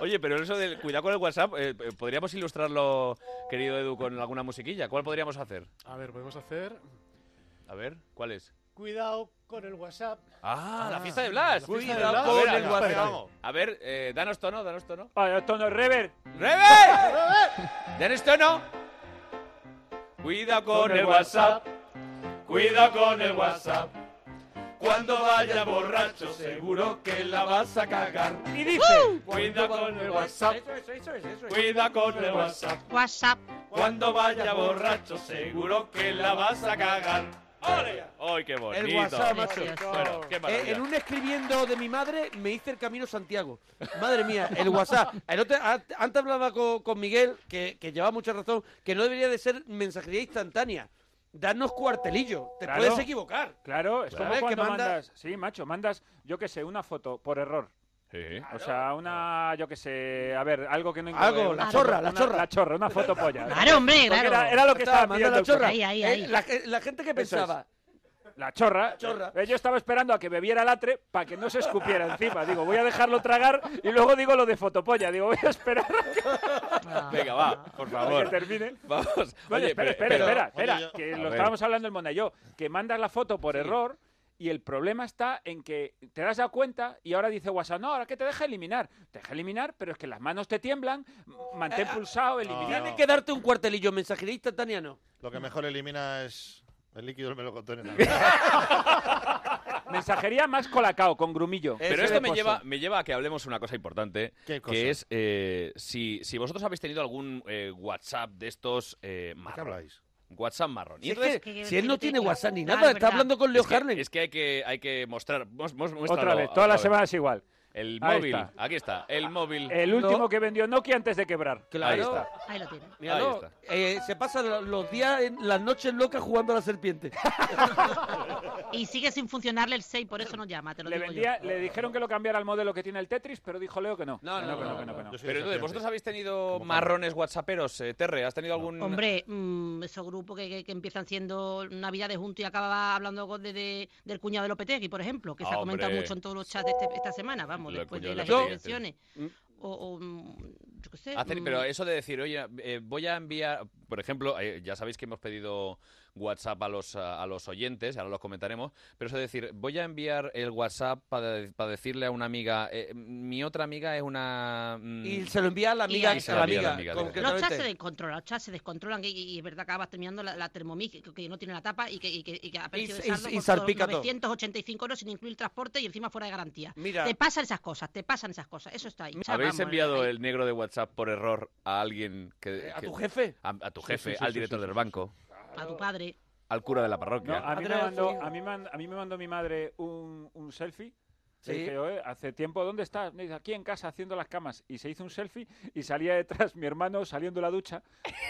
Speaker 1: Oye, pero eso del cuidado con el WhatsApp, eh, eh, podríamos ilustrarlo, querido Edu, con alguna musiquilla. ¿Cuál podríamos hacer?
Speaker 8: A ver, podemos hacer.
Speaker 1: A ver, ¿cuál es?
Speaker 8: Cuidado con el WhatsApp.
Speaker 1: Ah, la
Speaker 8: Ah,
Speaker 1: fiesta de Blas.
Speaker 8: la fiesta
Speaker 1: Cuidado
Speaker 8: de Blas.
Speaker 1: con
Speaker 8: A ver,
Speaker 1: el
Speaker 8: a ver,
Speaker 1: WhatsApp.
Speaker 8: espérate.
Speaker 1: A ver, eh, danos tono, danos tono.
Speaker 4: Vale, tono rever.
Speaker 1: ¡Rebe! ¿Danos tono? Cuida con el WhatsApp. Cuida con el WhatsApp. Cuando vaya borracho, seguro que la vas a cagar.
Speaker 6: Y dice,
Speaker 1: Cuida con el WhatsApp.
Speaker 6: Eso es, eso es, eso es.
Speaker 1: Cuida con el WhatsApp.
Speaker 5: WhatsApp.
Speaker 1: Cuando vaya borracho, seguro que la vas a cagar. ¡Ay, qué bonito!
Speaker 6: El WhatsApp, macho.
Speaker 1: Bueno, qué maravilla.
Speaker 6: Eh, en un escribiendo de mi madre me hice el camino Santiago. Madre mía, el WhatsApp. El otro- a- antes hablaba con, con Miguel, que, que lleva mucha razón, que no debería de ser mensajería instantánea. Darnos cuartelillo. Te
Speaker 4: Claro.
Speaker 6: puedes equivocar.
Speaker 4: Claro, es como
Speaker 6: ¿Sabes?
Speaker 4: cuando
Speaker 6: Que manda-
Speaker 4: mandas, sí, macho, mandas, yo qué sé, una foto por error. O sea, una, yo qué sé, a ver, algo que no
Speaker 6: Algo,
Speaker 4: incluye,
Speaker 6: la
Speaker 4: una-
Speaker 6: chorra, la
Speaker 4: una-
Speaker 6: chorra.
Speaker 4: La chorra, una foto polla.
Speaker 6: Claro, Ah, hombre,
Speaker 4: Porque
Speaker 6: claro.
Speaker 4: Era, era lo que
Speaker 6: Está,
Speaker 4: estaba
Speaker 6: manda
Speaker 4: pidiendo
Speaker 6: la
Speaker 4: el
Speaker 6: chorra.
Speaker 4: cuerpo.
Speaker 6: Ahí, ahí, Eh, ahí. la ge- la gente que
Speaker 4: Eso es.
Speaker 6: pensaba.
Speaker 4: La chorra.
Speaker 6: La chorra.
Speaker 4: Eh, Yo estaba esperando a que bebiera latre para que no se escupiera encima. Digo, voy a dejarlo tragar y luego digo lo de fotopolla. Digo, voy a esperar a que-
Speaker 1: Ah. Venga, va, por
Speaker 4: a
Speaker 1: favor.
Speaker 4: que termine.
Speaker 1: Vamos.
Speaker 4: Oye,
Speaker 1: Oye,
Speaker 4: espera,
Speaker 1: pero-
Speaker 4: espera,
Speaker 1: pero-
Speaker 4: espera, espera,
Speaker 1: Oye, yo-
Speaker 4: que
Speaker 1: A
Speaker 4: lo
Speaker 1: ver.
Speaker 4: estábamos hablando el Mona y yo, que mandas la foto por
Speaker 1: Sí.
Speaker 4: error y el problema está en que te das la cuenta y ahora dice WhatsApp, no, ahora que te deja eliminar. Te deja eliminar, pero es que las manos te tiemblan, m- mantén pulsado, eliminar.
Speaker 6: Tiene que darte un cuartelillo, mensajería instantánea no.
Speaker 3: Lo que mejor elimina es el líquido del melocotón.
Speaker 4: Mensajería más colacao, con grumillo.
Speaker 1: Pero esto me lleva, me lleva a que hablemos una cosa importante,
Speaker 4: cosa?
Speaker 1: que es eh, si, si vosotros habéis tenido algún eh, WhatsApp de estos eh, marrón.
Speaker 3: habláis?
Speaker 1: WhatsApp marrón.
Speaker 6: Si es que- si él no tiene WhatsApp ni nada, está hablando con Leo
Speaker 1: Es que-
Speaker 6: Harley.
Speaker 1: Es que hay que, hay que mostrar. mos- mos- muéstralo,
Speaker 4: Otra vez, todas las
Speaker 1: otra vez.
Speaker 4: semanas igual.
Speaker 1: El
Speaker 4: Ahí
Speaker 1: móvil,
Speaker 4: está.
Speaker 1: aquí está, el móvil.
Speaker 4: El último que vendió Nokia antes de quebrar.
Speaker 1: Ahí
Speaker 6: Claro.
Speaker 1: está.
Speaker 5: Ahí lo tiene.
Speaker 1: Ahí
Speaker 6: Míralo,
Speaker 1: está.
Speaker 6: eh, se pasan lo- los días, en- las noches locas jugando a la serpiente.
Speaker 5: Y sigue sin funcionarle el 6, por eso no llama, te lo
Speaker 4: Le,
Speaker 5: digo
Speaker 4: vendía-
Speaker 5: yo.
Speaker 4: le dijeron que lo cambiara al modelo que tiene el Tetris, pero dijo Leo que no.
Speaker 6: No,
Speaker 4: Que
Speaker 6: no,
Speaker 4: que
Speaker 6: no,
Speaker 4: que
Speaker 6: no,
Speaker 4: que
Speaker 6: no.
Speaker 4: no.
Speaker 6: Yo
Speaker 1: Pero entonces, ¿vosotros habéis tenido marrones whatsapperos, eh, Terre? ¿Has tenido algún...?
Speaker 5: Hombre, mm, esos grupos que, que- que empiezan siendo Navidades juntos y acaba hablando con- de, de- del cuñado de Lopetegui, por ejemplo, que se ha
Speaker 1: Hombre.
Speaker 5: comentado mucho en todos los chats de este- esta semana, vamos,
Speaker 1: Lo del
Speaker 5: después de
Speaker 1: cuñado
Speaker 5: las
Speaker 1: de Lopetegui,
Speaker 5: elecciones. O, o, mm, yo qué sé.
Speaker 1: Ha teni-
Speaker 5: mm,
Speaker 1: pero eso de decir, oye, eh, voy a enviar, por ejemplo, eh, ya sabéis que hemos pedido WhatsApp a los, a, a los oyentes, ahora los comentaremos, pero eso de decir, voy a enviar el WhatsApp para decirle a una amiga, eh, mi otra amiga es una... mm,
Speaker 6: Y se lo envía a la amiga,
Speaker 1: Y se
Speaker 6: a
Speaker 1: lo
Speaker 6: la
Speaker 1: envía a la
Speaker 6: amiga,
Speaker 1: amiga,
Speaker 5: Los chats se
Speaker 6: concretamente.
Speaker 5: descontrolan, los chats se descontrolan y, y es verdad que acabas terminando la, la Thermomix, que, que no tiene la tapa y que, y que, y que a precio de
Speaker 6: y-
Speaker 5: saldo
Speaker 6: y
Speaker 5: costó
Speaker 6: salpica todo.
Speaker 5: 985 euros sin incluir el transporte y encima fuera de garantía.
Speaker 6: Mira.
Speaker 5: Te pasan esas cosas, te pasan esas cosas, eso está ahí. O sea,
Speaker 1: ¿Habéis
Speaker 5: vamos,
Speaker 1: enviado el negro de WhatsApp por error a alguien que...
Speaker 6: Eh, ¿A
Speaker 1: que-
Speaker 6: tu jefe?
Speaker 1: A, a tu
Speaker 6: Sí,
Speaker 1: jefe,
Speaker 6: sí, sí,
Speaker 1: al
Speaker 6: sí,
Speaker 1: director
Speaker 6: sí,
Speaker 1: del banco,
Speaker 5: A tu padre.
Speaker 1: al cura de la
Speaker 4: No,
Speaker 1: parroquia.
Speaker 4: a, mí me
Speaker 6: Atrás,
Speaker 4: mandó,
Speaker 6: tío.
Speaker 4: a, mí man- a mí me mandó mi madre un, un selfie. Le
Speaker 6: Sí.
Speaker 4: dije, "Oe, hace tiempo, ¿dónde estás? Me dice, aquí en casa haciendo las camas. Y se hizo un selfie y salía detrás mi hermano saliendo de la ducha.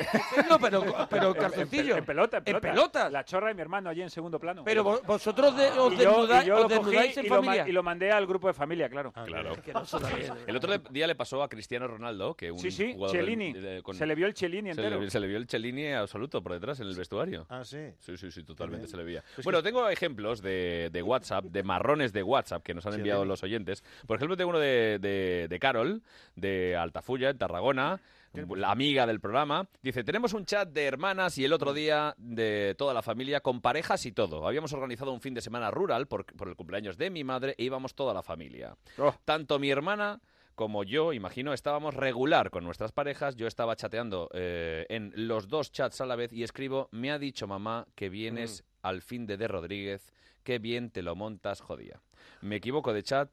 Speaker 6: No, pero, pero
Speaker 4: En- en-
Speaker 6: calzoncillo.
Speaker 4: En, pelota, en
Speaker 6: En
Speaker 4: pelota.
Speaker 6: pelotas.
Speaker 4: La chorra de mi hermano allí en segundo plano.
Speaker 6: Pero vo- vosotros de-
Speaker 4: Y
Speaker 6: os
Speaker 4: yo-
Speaker 6: desnudáis,
Speaker 4: y yo
Speaker 6: os
Speaker 4: lo cogí
Speaker 6: desnudáis en
Speaker 4: y lo ma-
Speaker 6: familia.
Speaker 4: y lo mandé al grupo de familia, claro.
Speaker 1: Ah, Claro.
Speaker 6: Que no se da bien.
Speaker 1: El otro le- día le pasó a Cristiano Ronaldo, que un
Speaker 4: Sí, sí,
Speaker 1: jugador del-
Speaker 4: Cellini.
Speaker 1: de- con-
Speaker 4: Se le vio el Cellini
Speaker 1: Se le,
Speaker 4: entero.
Speaker 1: vi- se le vio el Cellini absoluto por detrás en el vestuario.
Speaker 3: Ah, sí.
Speaker 1: Sí, sí, sí,
Speaker 3: Tremendo.
Speaker 1: totalmente se le veía.
Speaker 3: Pues
Speaker 1: bueno,
Speaker 3: que-
Speaker 1: tengo ejemplos de, de WhatsApp, de marrones de WhatsApp que nos han
Speaker 3: Sí,
Speaker 1: enviado
Speaker 3: dime.
Speaker 1: los oyentes. Por ejemplo, tengo uno de, de, de Carol, de Altafulla, en Tarragona, la amiga del programa. Dice, tenemos un chat de hermanas y el otro día de toda la familia, con parejas y todo. Habíamos organizado un fin de semana rural por, por el cumpleaños de mi madre e íbamos toda la familia.
Speaker 4: Oh.
Speaker 1: Tanto mi hermana como yo, imagino, estábamos regular con nuestras parejas. Yo estaba chateando eh, en los dos chats a la vez y escribo, me ha dicho mamá que vienes
Speaker 6: Mm.
Speaker 1: al fin de De Rodríguez, qué bien te lo montas, jodía. Me equivoco de chat,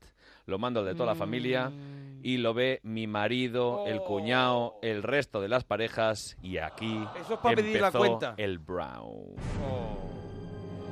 Speaker 1: lo mando al de toda la familia
Speaker 6: Mm.
Speaker 1: y lo ve mi marido, el
Speaker 6: Oh.
Speaker 1: cuñado, el resto de las parejas y aquí
Speaker 6: Eso es para pedir la
Speaker 1: empezó
Speaker 6: cuenta. Oh.
Speaker 1: el brown.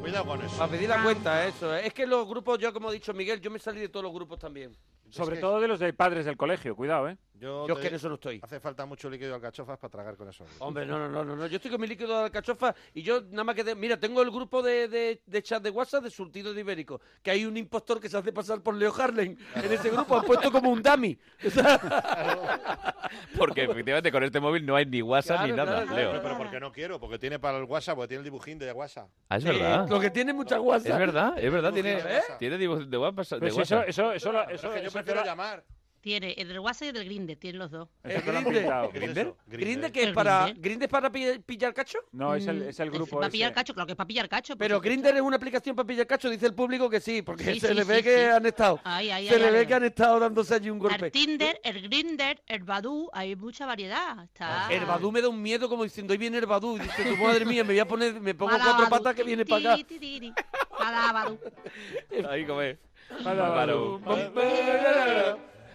Speaker 3: Cuidado con eso.
Speaker 6: Para pedir la cuenta, eh, eso. Es que los grupos, yo como ha dicho Miguel, yo me salí de todos los grupos también.
Speaker 4: Sobre
Speaker 3: que-
Speaker 4: todo de los de padres del colegio, cuidado, ¿eh?
Speaker 3: Yo,
Speaker 6: Yo
Speaker 3: te-
Speaker 6: es que en eso no estoy.
Speaker 3: Hace falta mucho líquido de alcachofas para tragar con eso.
Speaker 6: Hombre, no, no, no, no, no. Yo estoy con mi líquido de alcachofa y yo nada más que... te- Mira, tengo el grupo de, de- de chat de WhatsApp de surtido de ibérico, que hay un impostor que se hace pasar por Leo Harlem. En ese grupo han puesto como un dummy. O sea,
Speaker 1: Porque efectivamente con este móvil no hay ni WhatsApp ni
Speaker 6: Claro,
Speaker 1: nada,
Speaker 6: claro,
Speaker 1: Leo.
Speaker 3: Pero, pero porque no quiero, porque tiene para el WhatsApp, porque tiene el dibujín de WhatsApp.
Speaker 1: Ah, es
Speaker 6: eh,
Speaker 1: verdad.
Speaker 6: Lo que tiene mucha WhatsApp.
Speaker 1: Es verdad, es verdad,
Speaker 3: Dibujín de
Speaker 1: tiene,
Speaker 3: WhatsApp.
Speaker 1: tiene dibuj- de WhatsApp. de
Speaker 4: ¿eh? Pues eso,
Speaker 1: WhatsApp.
Speaker 4: eso,
Speaker 3: Pero
Speaker 4: eso, eso,
Speaker 3: es que yo
Speaker 4: eso
Speaker 3: prefiero
Speaker 4: era-
Speaker 3: llamar.
Speaker 5: Tiene el del WhatsApp y el del Grindr, tiene los dos.
Speaker 4: Eso te lo han pintado.
Speaker 6: ¿Grinder? ¿Grinder que
Speaker 5: El
Speaker 6: es para,
Speaker 5: Grindr.
Speaker 6: ¿Grinder para pi- pillar cacho?
Speaker 4: No, es el- es el grupo
Speaker 5: Para pillar cacho, claro que es para pillar cacho. por
Speaker 6: Pero
Speaker 5: supuesto.
Speaker 6: Grinder es una aplicación para pillar cacho, dice el público que sí, porque
Speaker 5: Sí,
Speaker 6: se
Speaker 5: sí,
Speaker 6: le ve
Speaker 5: sí,
Speaker 6: que
Speaker 5: sí.
Speaker 6: han estado.
Speaker 5: Ay, ay,
Speaker 6: se
Speaker 5: ay,
Speaker 6: le
Speaker 5: ay,
Speaker 6: ve
Speaker 5: ay.
Speaker 6: que han estado dándose allí un golpe.
Speaker 5: El Tinder, el Grinder, el Badoo, hay mucha variedad. Está...
Speaker 6: Ah, El Badú me da un miedo como diciendo, hoy viene el Badú. Dice, tu madre mía, me voy a poner, me pongo
Speaker 5: Badá,
Speaker 6: cuatro
Speaker 5: Badú,
Speaker 6: patas que
Speaker 5: ti,
Speaker 6: viene
Speaker 5: ti,
Speaker 6: para acá.
Speaker 5: ti, ti, ti. Badá, Badú.
Speaker 1: Ahí come.
Speaker 6: Para
Speaker 1: Badú.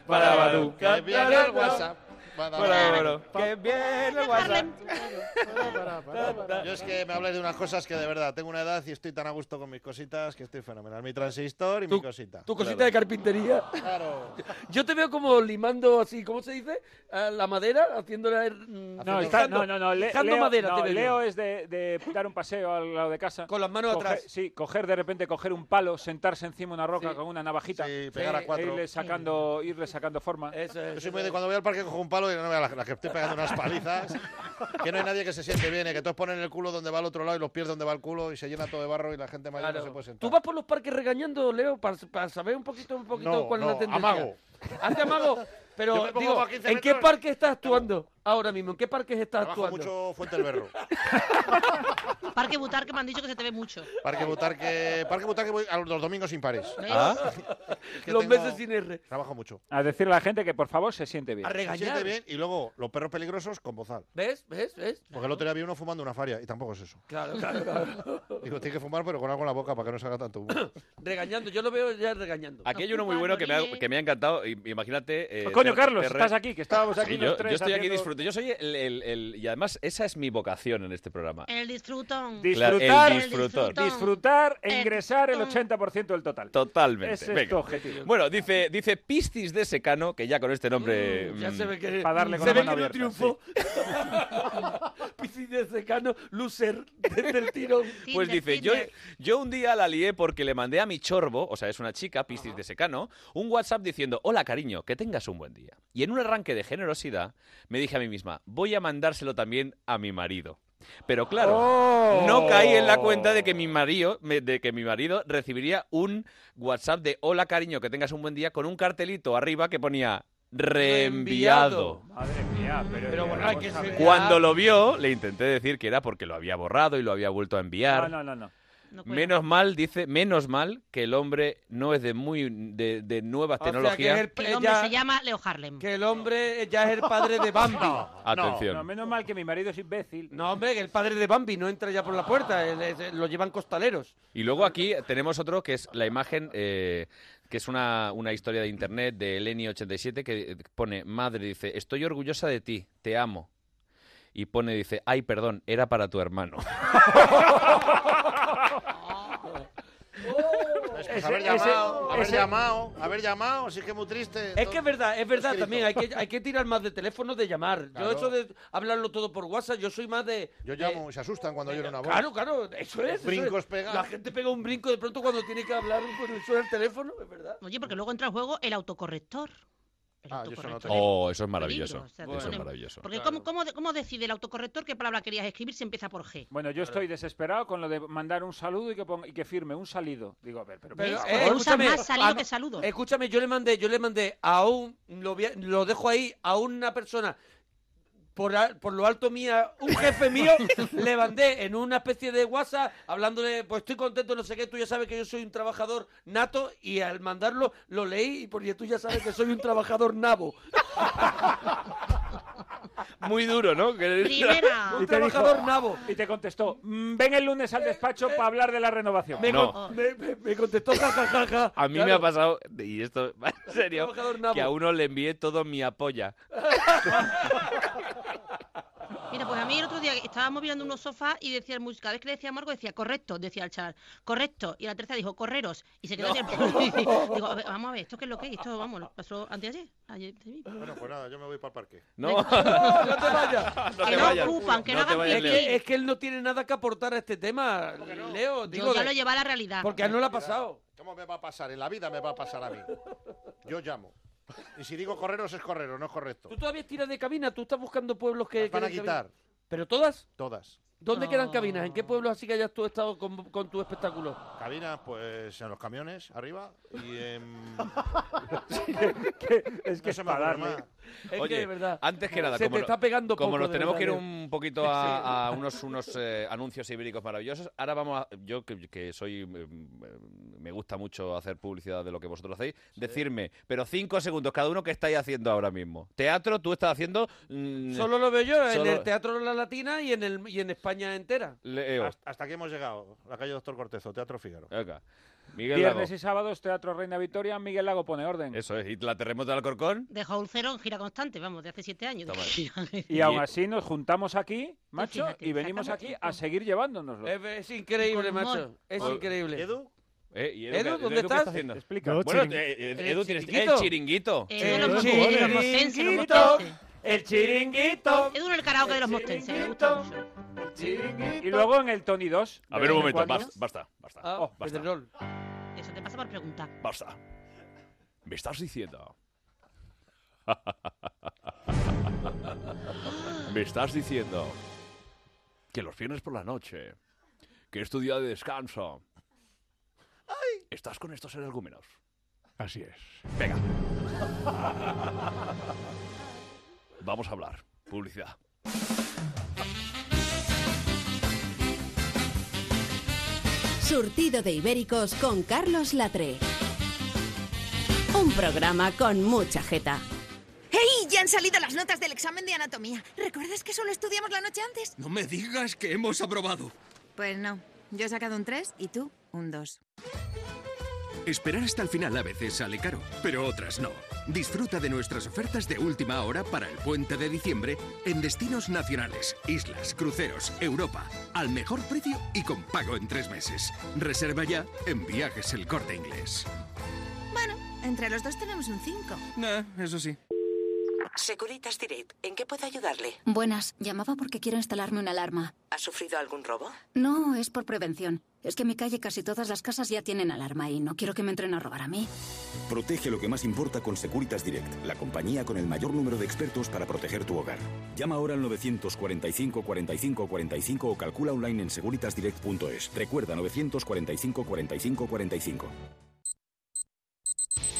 Speaker 6: Para
Speaker 1: Badú.
Speaker 10: Que viene el WhatsApp.
Speaker 1: Que viene el
Speaker 3: Yo es que me habláis de unas cosas que de verdad tengo una edad y estoy tan a gusto con mis cositas que estoy fenomenal. Mi transistor y mi cosita.
Speaker 6: Tu cosita de carpintería.
Speaker 3: Claro.
Speaker 6: Yo te veo como limando así, ¿cómo se dice? A la madera, haciéndola. mm,
Speaker 4: No, está- no,
Speaker 6: picando-
Speaker 4: no, no, Le-
Speaker 6: picando
Speaker 4: Leo,
Speaker 6: madera,
Speaker 4: no,
Speaker 6: te veo yo.
Speaker 4: Leo es de, de dar un paseo al lado de casa. Con
Speaker 6: las manos atrás.
Speaker 4: Sí, coger de repente, coger un palo, sentarse encima de una roca con una navajita.
Speaker 3: pegar a
Speaker 4: e
Speaker 3: cuatro.
Speaker 4: Irle sacando, irle sacando forma.
Speaker 3: Yo soy muy de cuando voy al parque cojo un palo y no veo las que estoy pegando unas palizas. que no hay nadie que se siente bien, eh, que todos ponen el culo donde va al otro lado y los pies donde va el culo y se llena todo de barro y la gente mayor
Speaker 6: Claro.
Speaker 3: no se puede sentar.
Speaker 6: Tú vas por los parques regañando, Leo, para, para saber un poquito, un poquito
Speaker 3: No,
Speaker 6: cuál es la
Speaker 3: no,
Speaker 6: tendencia.
Speaker 3: amago.
Speaker 6: Hace amago.
Speaker 3: Yo
Speaker 6: Pero,
Speaker 3: me pongo
Speaker 6: digo,
Speaker 3: a 15
Speaker 6: ¿en qué
Speaker 3: metros.
Speaker 6: parque estás actuando ahora mismo? ¿En qué parques estás
Speaker 3: Trabajo
Speaker 6: actuando?
Speaker 3: mucho Fuente del Berro.
Speaker 5: Parque Butar, que me han dicho que se te ve mucho.
Speaker 3: Parque Butarque, Parque Butarque voy a los domingos sin pares.
Speaker 5: Ah.
Speaker 6: Los
Speaker 3: meses
Speaker 6: sin R.
Speaker 3: Trabajo mucho.
Speaker 4: A decirle a la gente que por favor se siente bien.
Speaker 3: Se siente bien y luego los perros peligrosos con bozal.
Speaker 6: ¿Ves? ¿Ves? ¿Ves?
Speaker 3: Porque el otro día vi uno fumando una faria y tampoco es eso.
Speaker 6: Claro, claro, claro.
Speaker 3: Digo, tiene que fumar pero con algo en la boca para que no salga tanto humo.
Speaker 6: Regañando, yo lo veo ya regañando.
Speaker 1: Aquí hay uno muy bueno que me ha, que me ha encantado. i- Imagínate. eh,
Speaker 4: Pues Coño,
Speaker 1: Ter-
Speaker 4: Carlos,
Speaker 1: Terre-
Speaker 4: estás aquí, que estábamos aquí
Speaker 1: Sí,
Speaker 4: los
Speaker 1: yo,
Speaker 4: tres
Speaker 1: yo estoy aquí
Speaker 4: haciendo-
Speaker 1: disfruto. Yo soy el, el- el- Y además, esa es mi vocación en este programa.
Speaker 5: El disfrutón.
Speaker 1: Claro,
Speaker 4: Disfrutar,
Speaker 1: el disfrutor.
Speaker 4: disfrutar e ingresar el 80% del total.
Speaker 1: Totalmente.
Speaker 4: Ese es
Speaker 1: Venga.
Speaker 4: tu objetivo.
Speaker 1: Bueno, dice, dice Piscis de Secano, que ya con este nombre.
Speaker 6: Ya
Speaker 1: mm,
Speaker 6: se ve que,
Speaker 4: Pa' darle con
Speaker 6: se
Speaker 4: la
Speaker 6: ve
Speaker 4: mano
Speaker 6: que no
Speaker 4: abierta,
Speaker 6: triunfó. Piscina secano, loser desde el tirón.
Speaker 1: Pues dice, yo, yo un día la lié porque le mandé a mi chorbo, o sea, es una chica, Piscis de Secano, un WhatsApp diciendo, hola cariño, que tengas un buen día. Y en un arranque de generosidad, me dije a mí misma, voy a mandárselo también a mi marido. Pero claro,
Speaker 9: Oh.
Speaker 1: no caí en la cuenta de que mi marido, me- de que mi marido recibiría un WhatsApp de hola cariño, que tengas un buen día, con un cartelito arriba que ponía reenviado.
Speaker 4: Madre mía, pero.
Speaker 6: Pero bueno, hay que ser-
Speaker 1: Cuando lo vio, le intenté decir que era porque lo había borrado y lo había vuelto a enviar.
Speaker 4: No, no, no, no.
Speaker 1: Menos mal, dice, menos mal que el hombre no es de muy de, de nuevas tecnologías.
Speaker 5: Que el hombre se llama Leo Harlem.
Speaker 6: Que el hombre ya es el padre de Bambi.
Speaker 1: Atención.
Speaker 4: No, menos mal que mi marido es imbécil.
Speaker 6: No, hombre, que el padre de Bambi no entra ya por la puerta, él es- lo llevan costaleros.
Speaker 1: Y luego aquí tenemos otro que es la imagen, eh, que es una, una historia de internet de Eleni87 que pone, madre, dice, estoy orgullosa de ti, te amo. Y pone, dice, ay, perdón, era para tu hermano.
Speaker 3: Pues,
Speaker 6: Ese-
Speaker 3: haber
Speaker 6: ese-
Speaker 3: llamado, haber
Speaker 6: ese-
Speaker 3: llamado, haber llamado, sí que es muy triste.
Speaker 6: Es que es verdad, es verdad
Speaker 3: Escrito.
Speaker 6: también, hay que, hay que tirar más de teléfono de llamar.
Speaker 3: Claro.
Speaker 6: Yo eso de hablarlo todo por WhatsApp, yo soy más de...
Speaker 3: Yo
Speaker 6: de-
Speaker 3: llamo, se asustan cuando yo una voz.
Speaker 6: Eh, Claro, claro, eso es. eso es.
Speaker 3: Brincos pegados.
Speaker 6: La gente pega un brinco de pronto cuando tiene que hablar cuando suena el teléfono, es verdad.
Speaker 5: Oye, porque luego entra en juego el autocorrector. El
Speaker 3: Ah, yo eso no
Speaker 5: autocorrector
Speaker 1: tengo. Oh,
Speaker 5: es
Speaker 1: eso es maravilloso.
Speaker 5: peligro, o sea, te
Speaker 1: Eso es
Speaker 5: pone-
Speaker 1: maravilloso.
Speaker 5: Porque
Speaker 1: Claro.
Speaker 5: ¿cómo, cómo, de- ¿cómo decide el autocorrector qué palabra querías escribir si empieza por G?
Speaker 4: Bueno, yo estoy desesperado con lo de mandar un saludo y que, ponga- y que firme un salido. Digo, a ver, pero.
Speaker 6: Pero,
Speaker 4: por
Speaker 6: eh,
Speaker 4: favor.
Speaker 5: usa más salido
Speaker 6: a-
Speaker 5: que saludo.
Speaker 6: Escúchame, yo le mandé, yo le mandé a un, lo, voy a- lo dejo ahí, a una persona, por, a- por lo alto mía, un jefe mío, le mandé en una especie de WhatsApp, hablándole, pues estoy contento, no sé qué, tú ya sabes que yo soy un trabajador nato, y al mandarlo lo leí, y porque tú ya sabes que soy un trabajador nabo.
Speaker 1: Muy duro, ¿no? Que-
Speaker 5: Primera.
Speaker 6: un
Speaker 4: te dijo-
Speaker 6: trabajador nabo.
Speaker 4: Y te contestó, "Mm, ven el lunes al despacho para hablar de la renovación.
Speaker 6: Me,
Speaker 1: No.
Speaker 6: con- me- me- me contestó jajajaja.
Speaker 1: A mí me ha pasado, y esto va en serio,
Speaker 6: Trabajador nabo.
Speaker 1: que a uno le envié todo mi apoya.
Speaker 5: Mira, pues a mí el otro día estábamos mirando unos sofás y decía el músico, cada vez que le decíamos algo decía correcto, decía el chaval, correcto. Y la tercera dijo, correros. Y se quedó así el pobre. Digo, a ver, vamos a ver, ¿esto qué es lo que es? Esto, vamos, lo pasó antes de ayer. ayer
Speaker 3: Bueno, pues nada, yo me voy para el parque.
Speaker 1: No,
Speaker 6: No, no te vayas.
Speaker 1: no
Speaker 5: que
Speaker 1: te
Speaker 5: no
Speaker 1: vayas.
Speaker 5: ocupan, que no,
Speaker 1: No te
Speaker 5: hagan
Speaker 1: vayas,
Speaker 6: Es
Speaker 1: Leo.
Speaker 5: pipí.
Speaker 6: que, es que él no tiene nada que aportar a este tema, Leo. Digo,
Speaker 5: Yo ya
Speaker 6: de-
Speaker 5: lo lleva a la realidad.
Speaker 6: porque a él no le ha pasado.
Speaker 3: ¿Cómo me va a pasar? En la vida me va a pasar a mí. Yo llamo. Y si digo correros es correro, no es correcto.
Speaker 6: Tú todavía tiras de cabina, tú estás buscando pueblos que.
Speaker 3: Las van
Speaker 6: que
Speaker 3: a
Speaker 6: de
Speaker 3: quitar
Speaker 6: cabina. ¿Pero todas?
Speaker 3: todas.
Speaker 6: ¿Dónde quedan cabinas? ¿En qué pueblos así que hayas tú estado con, con tu espectáculo?
Speaker 3: Cabinas, pues en los camiones, arriba. Y en.
Speaker 6: es
Speaker 3: que se me ocurre más.
Speaker 6: Es
Speaker 1: Oye,
Speaker 6: que de verdad. eh,
Speaker 1: antes que nada,
Speaker 6: se
Speaker 1: como,
Speaker 6: te
Speaker 1: no-
Speaker 6: está pegando
Speaker 1: como
Speaker 6: poco,
Speaker 1: nos
Speaker 6: de
Speaker 1: tenemos que ir
Speaker 6: verdad,
Speaker 1: un poquito a, a unos, unos eh, anuncios ibéricos maravillosos, ahora vamos a. Yo, que, que soy. eh, mm, Me gusta mucho hacer publicidad de lo que vosotros hacéis, decirme, pero cinco segundos cada uno, ¿qué estáis haciendo ahora mismo? Teatro, tú estás haciendo. mm,
Speaker 6: Solo lo veo yo
Speaker 1: solo-
Speaker 6: en el Teatro de la Latina y en, el, y en España entera.
Speaker 1: Leo.
Speaker 3: Hasta, hasta aquí hemos llegado. La calle Doctor Cortezo, Teatro Fígaro.
Speaker 1: Venga. Miguel Lago.
Speaker 4: Viernes y sábados, Teatro Reina Victoria, Miguel Lago pone orden.
Speaker 1: Eso es, y la terremoto de Alcorcón.
Speaker 5: De Howl Zero en gira constante, vamos, de hace siete años.
Speaker 1: Toma.
Speaker 4: Y aún así nos juntamos aquí, macho,
Speaker 5: fíjate,
Speaker 4: y venimos
Speaker 5: sacamos
Speaker 4: aquí a seguir llevándonoslo.
Speaker 6: Es, es increíble,
Speaker 4: Con humor.
Speaker 6: macho. Es
Speaker 1: Oye,
Speaker 6: increíble.
Speaker 3: ¿Edu?
Speaker 1: Eh, ¿y
Speaker 6: Edu,
Speaker 1: ¿qué-
Speaker 6: ¿dónde
Speaker 1: qué
Speaker 6: estás?
Speaker 1: haciendo?
Speaker 4: Explica.
Speaker 1: Bueno,
Speaker 6: Chiringui-
Speaker 1: eh, eh,
Speaker 6: ¿El
Speaker 1: Edu, tienes-
Speaker 6: chiringuito?
Speaker 1: el chiringuito.
Speaker 5: Edu, los
Speaker 6: chiringuito.
Speaker 5: mostenses, los mostenses.
Speaker 6: El chiringuito.
Speaker 5: Edu en el karaoke de los mostenses, me gusta mucho.
Speaker 4: Y luego en el Tony 2.
Speaker 1: A ver, un momento, bas- basta, basta.
Speaker 6: Ah,
Speaker 1: basta,
Speaker 6: Pedrerol.
Speaker 5: Eso te pasa por preguntar.
Speaker 1: basta. Me estás diciendo. Me estás diciendo que los viernes por la noche, que es tu día de descanso, estás con estos energúmenos.
Speaker 11: Así es.
Speaker 1: Venga. Vamos a hablar. Publicidad.
Speaker 12: Surtido de Ibéricos con Carlos Latre. Un programa con mucha jeta.
Speaker 13: ¡Hey! Ya han salido las notas del examen de anatomía. ¿Recuerdas que solo estudiamos la noche antes?
Speaker 14: No me digas que hemos aprobado.
Speaker 13: Pues no. Yo he sacado un 3 y tú un 2.
Speaker 14: Esperar hasta el final a veces sale caro, pero otras no. Disfruta de nuestras ofertas de última hora para el puente de diciembre en destinos nacionales, islas, cruceros, Europa, al mejor precio y con pago en tres meses. Reserva ya en Viajes El Corte Inglés.
Speaker 13: Bueno, entre los dos Pues tenemos un 5.
Speaker 14: Nah, eso sí.
Speaker 15: Securitas Direct, ¿en qué puedo ayudarle?
Speaker 16: Buenas, llamaba porque quiero instalarme una alarma.
Speaker 15: ¿Ha sufrido algún robo?
Speaker 16: No, es por prevención. Es que en mi calle casi todas las casas ya tienen alarma y no quiero que me entren a robar a mí.
Speaker 17: Protege lo que más importa con Securitas Direct, la compañía con el mayor número de expertos para proteger tu hogar. Llama ahora al 945 45 45 o calcula online en securitasdirect.es. Recuerda 945 45 45.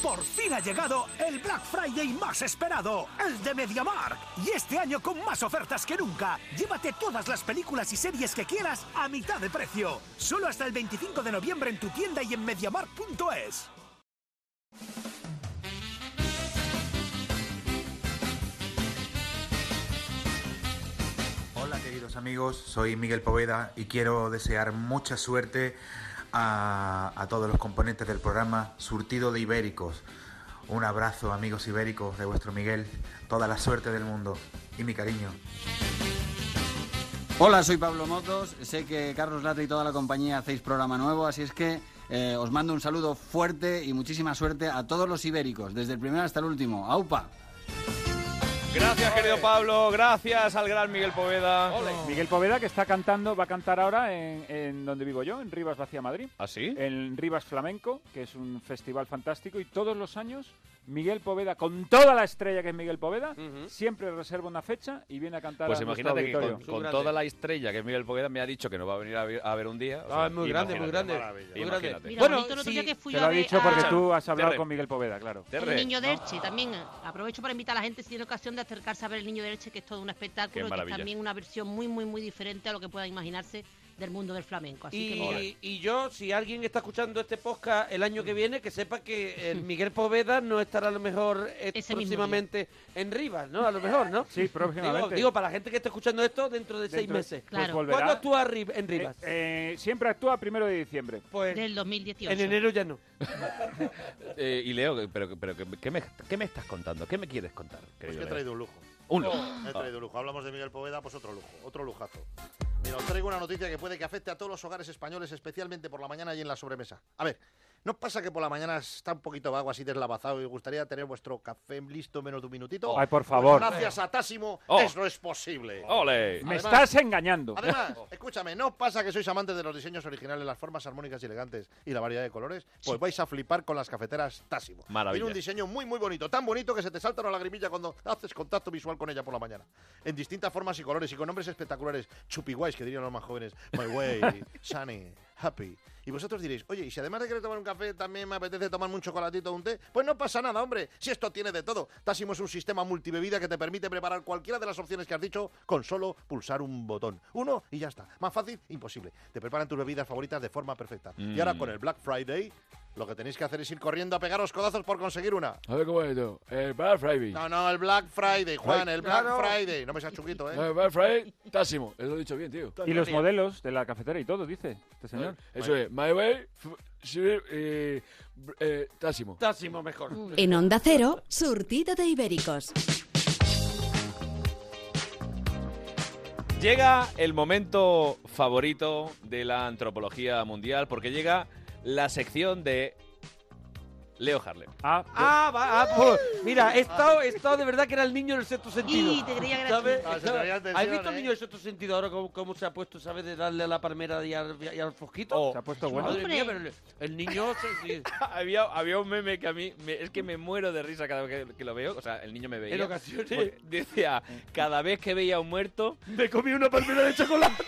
Speaker 18: Por fin ha llegado el Black Friday más esperado, el de MediaMark. Y este año con más ofertas que nunca. Llévate todas las películas y series que quieras a mitad de precio. Solo hasta el 25 de noviembre en tu tienda y en MediaMark.es.
Speaker 19: Hola queridos amigos, soy Miguel Poveda y quiero desear mucha suerte a, a todos los componentes del programa Surtido de Ibéricos. Un abrazo amigos ibéricos de vuestro Miguel, toda la suerte del mundo y mi cariño.
Speaker 20: Hola, soy Pablo Motos. Sé que Carlos Latre y toda la compañía hacéis programa nuevo, así es que eh, os mando un saludo fuerte y muchísima suerte a todos los ibéricos, Pues desde el primero hasta el último. ¡Aupa!
Speaker 1: Gracias, querido Pablo. Gracias al gran Miguel Poveda.
Speaker 4: Miguel Poveda, que está cantando, va a cantar ahora en, en donde vivo yo, en Rivas Vacía Madrid.
Speaker 1: ¿Ah, sí?
Speaker 4: En Rivas Flamenco, que es un festival fantástico. Y todos los años, Miguel Poveda, con toda la estrella que es Miguel Poveda, siempre reserva una fecha y viene a cantar
Speaker 1: Pues
Speaker 4: a nuestro
Speaker 1: imagínate que con,
Speaker 4: auditorio.
Speaker 1: con toda la estrella que es Miguel Poveda me ha dicho que nos va a venir a ver, a ver un día. o
Speaker 6: Ah, es muy grande,
Speaker 1: imagínate.
Speaker 6: muy grande,
Speaker 1: Maravilla.
Speaker 6: muy grande.
Speaker 1: Imagínate.
Speaker 5: Mira, bonito el otro día que fui
Speaker 4: Te
Speaker 5: yo
Speaker 4: lo
Speaker 5: a
Speaker 4: ha
Speaker 5: ver
Speaker 4: dicho
Speaker 5: a-
Speaker 4: porque tú has hablado
Speaker 1: Terre.
Speaker 4: con Miguel Poveda, claro.
Speaker 5: El niño de Elche también. eh, Aprovecho para invitar a la gente si tiene ocasión de acercarse a ver el niño de Elche, que es todo un
Speaker 1: Qué
Speaker 5: espectáculo y que es
Speaker 1: maravilla.
Speaker 5: también una versión muy, muy, muy diferente a lo que puedan imaginarse del mundo del flamenco. Así que mira,
Speaker 6: Y, y yo, si alguien está escuchando este podcast el año que viene, que sepa que el Miguel Poveda no estará a lo mejor eh,
Speaker 5: mismo
Speaker 6: próximamente en Rivas, ¿no? A lo mejor, ¿no?
Speaker 4: Sí, próximamente.
Speaker 6: Digo, digo, para la gente que está escuchando esto dentro de seis
Speaker 4: Dentro-
Speaker 6: meses.
Speaker 4: pues Claro. volverá.
Speaker 6: ¿Cuándo actúa Ri- en Rivas?
Speaker 4: Eh, eh, siempre actúa primero de diciembre.
Speaker 6: Pues
Speaker 5: del 2018.
Speaker 6: en enero ya no.
Speaker 1: Eh, y Leo, pero, pero ¿qué, qué me, qué me estás contando? ¿Qué me quieres contar?
Speaker 6: Pues
Speaker 3: Es Pues que
Speaker 1: querido
Speaker 3: he
Speaker 1: Leo?
Speaker 3: traído un lujo. Oh,
Speaker 1: Un lujo.
Speaker 3: He traído un lujo. Hablamos de Miguel Poveda, pues otro lujo, otro lujazo. Mira, os traigo una noticia que puede que afecte a todos los hogares españoles, especialmente por la mañana y en la sobremesa. A ver, ¿No os pasa que por la mañana está un poquito vago, así deslavazado, y os gustaría tener vuestro café listo en menos de un minutito?
Speaker 4: Ay, por
Speaker 3: Pues
Speaker 4: favor.
Speaker 3: gracias a Tásimo,
Speaker 4: Oh.
Speaker 3: eso es posible.
Speaker 1: ¡Ole!
Speaker 4: Me
Speaker 3: Además-
Speaker 4: estás engañando.
Speaker 3: Además, escúchame, ¿no os pasa que sois amantes de los diseños originales, las formas armónicas y elegantes y la variedad de colores? Pues vais a flipar con las cafeteras Tásimo.
Speaker 1: Maravilla.
Speaker 3: Tiene un diseño muy, muy bonito, tan bonito que se te salta una lagrimilla cuando haces contacto visual con ella por la mañana. En distintas formas y colores y con nombres espectaculares, chupiguays, que dirían los más jóvenes, My Way, Sunny, Happy. Y vosotros diréis, oye, y si además de querer tomar un café también me apetece tomarme un chocolatito o un té, pues no pasa nada, hombre, si esto tiene de todo. Tásimo es un sistema multibebida que te permite preparar cualquiera de las opciones que has dicho con solo pulsar un botón. Uno y ya está. Más fácil, imposible. Te preparan tus bebidas favoritas de forma perfecta. Y ahora
Speaker 7: Mm.
Speaker 3: con el Black Friday, lo que tenéis que hacer es ir corriendo a pegaros codazos por conseguir una.
Speaker 7: A ver cómo es esto. El Black Friday.
Speaker 3: No, no, el Black Friday, Juan,
Speaker 7: Ay,
Speaker 3: el Black
Speaker 7: claro.
Speaker 3: Friday. No me seas chunguito,
Speaker 7: No,
Speaker 3: ¿eh?
Speaker 7: el Black Friday, Tásimo. Eso lo he dicho bien, tío. Eh,
Speaker 4: Y los modelos de la cafetera y todo, dice este señor.
Speaker 7: Eso es. My way, f- Shibir, eh, br- eh, Tásimo.
Speaker 6: Tásimo mejor.
Speaker 2: En Onda Cero, surtido de ibéricos.
Speaker 1: Llega el momento favorito de la antropología mundial porque llega la sección de Leo Harlem.
Speaker 4: Ah,
Speaker 6: Ah, va, ah, por- mira, he estado, he estado de verdad que era el niño del sexto sentido.
Speaker 5: Y te creía que era
Speaker 6: ¿Sabes?
Speaker 5: chico. Ah, se te
Speaker 6: Estaba-
Speaker 5: veía
Speaker 6: ¿Has
Speaker 5: atención,
Speaker 6: visto el
Speaker 5: ¿eh?
Speaker 6: niño del sexto sentido ahora cómo, cómo se ha puesto, sabes, de darle a la palmera y al, y al fosquito?
Speaker 4: Se ha puesto bueno.
Speaker 6: Madre mía,
Speaker 1: Hombre.
Speaker 6: pero el, el niño... se- se-
Speaker 1: había, había un meme que a mí me- es que me muero de risa cada vez que, que lo veo. O sea, el niño me veía.
Speaker 6: En ocasiones.
Speaker 1: Porque Decía, cada vez que veía a un muerto.
Speaker 6: Me comí una palmera de chocolate.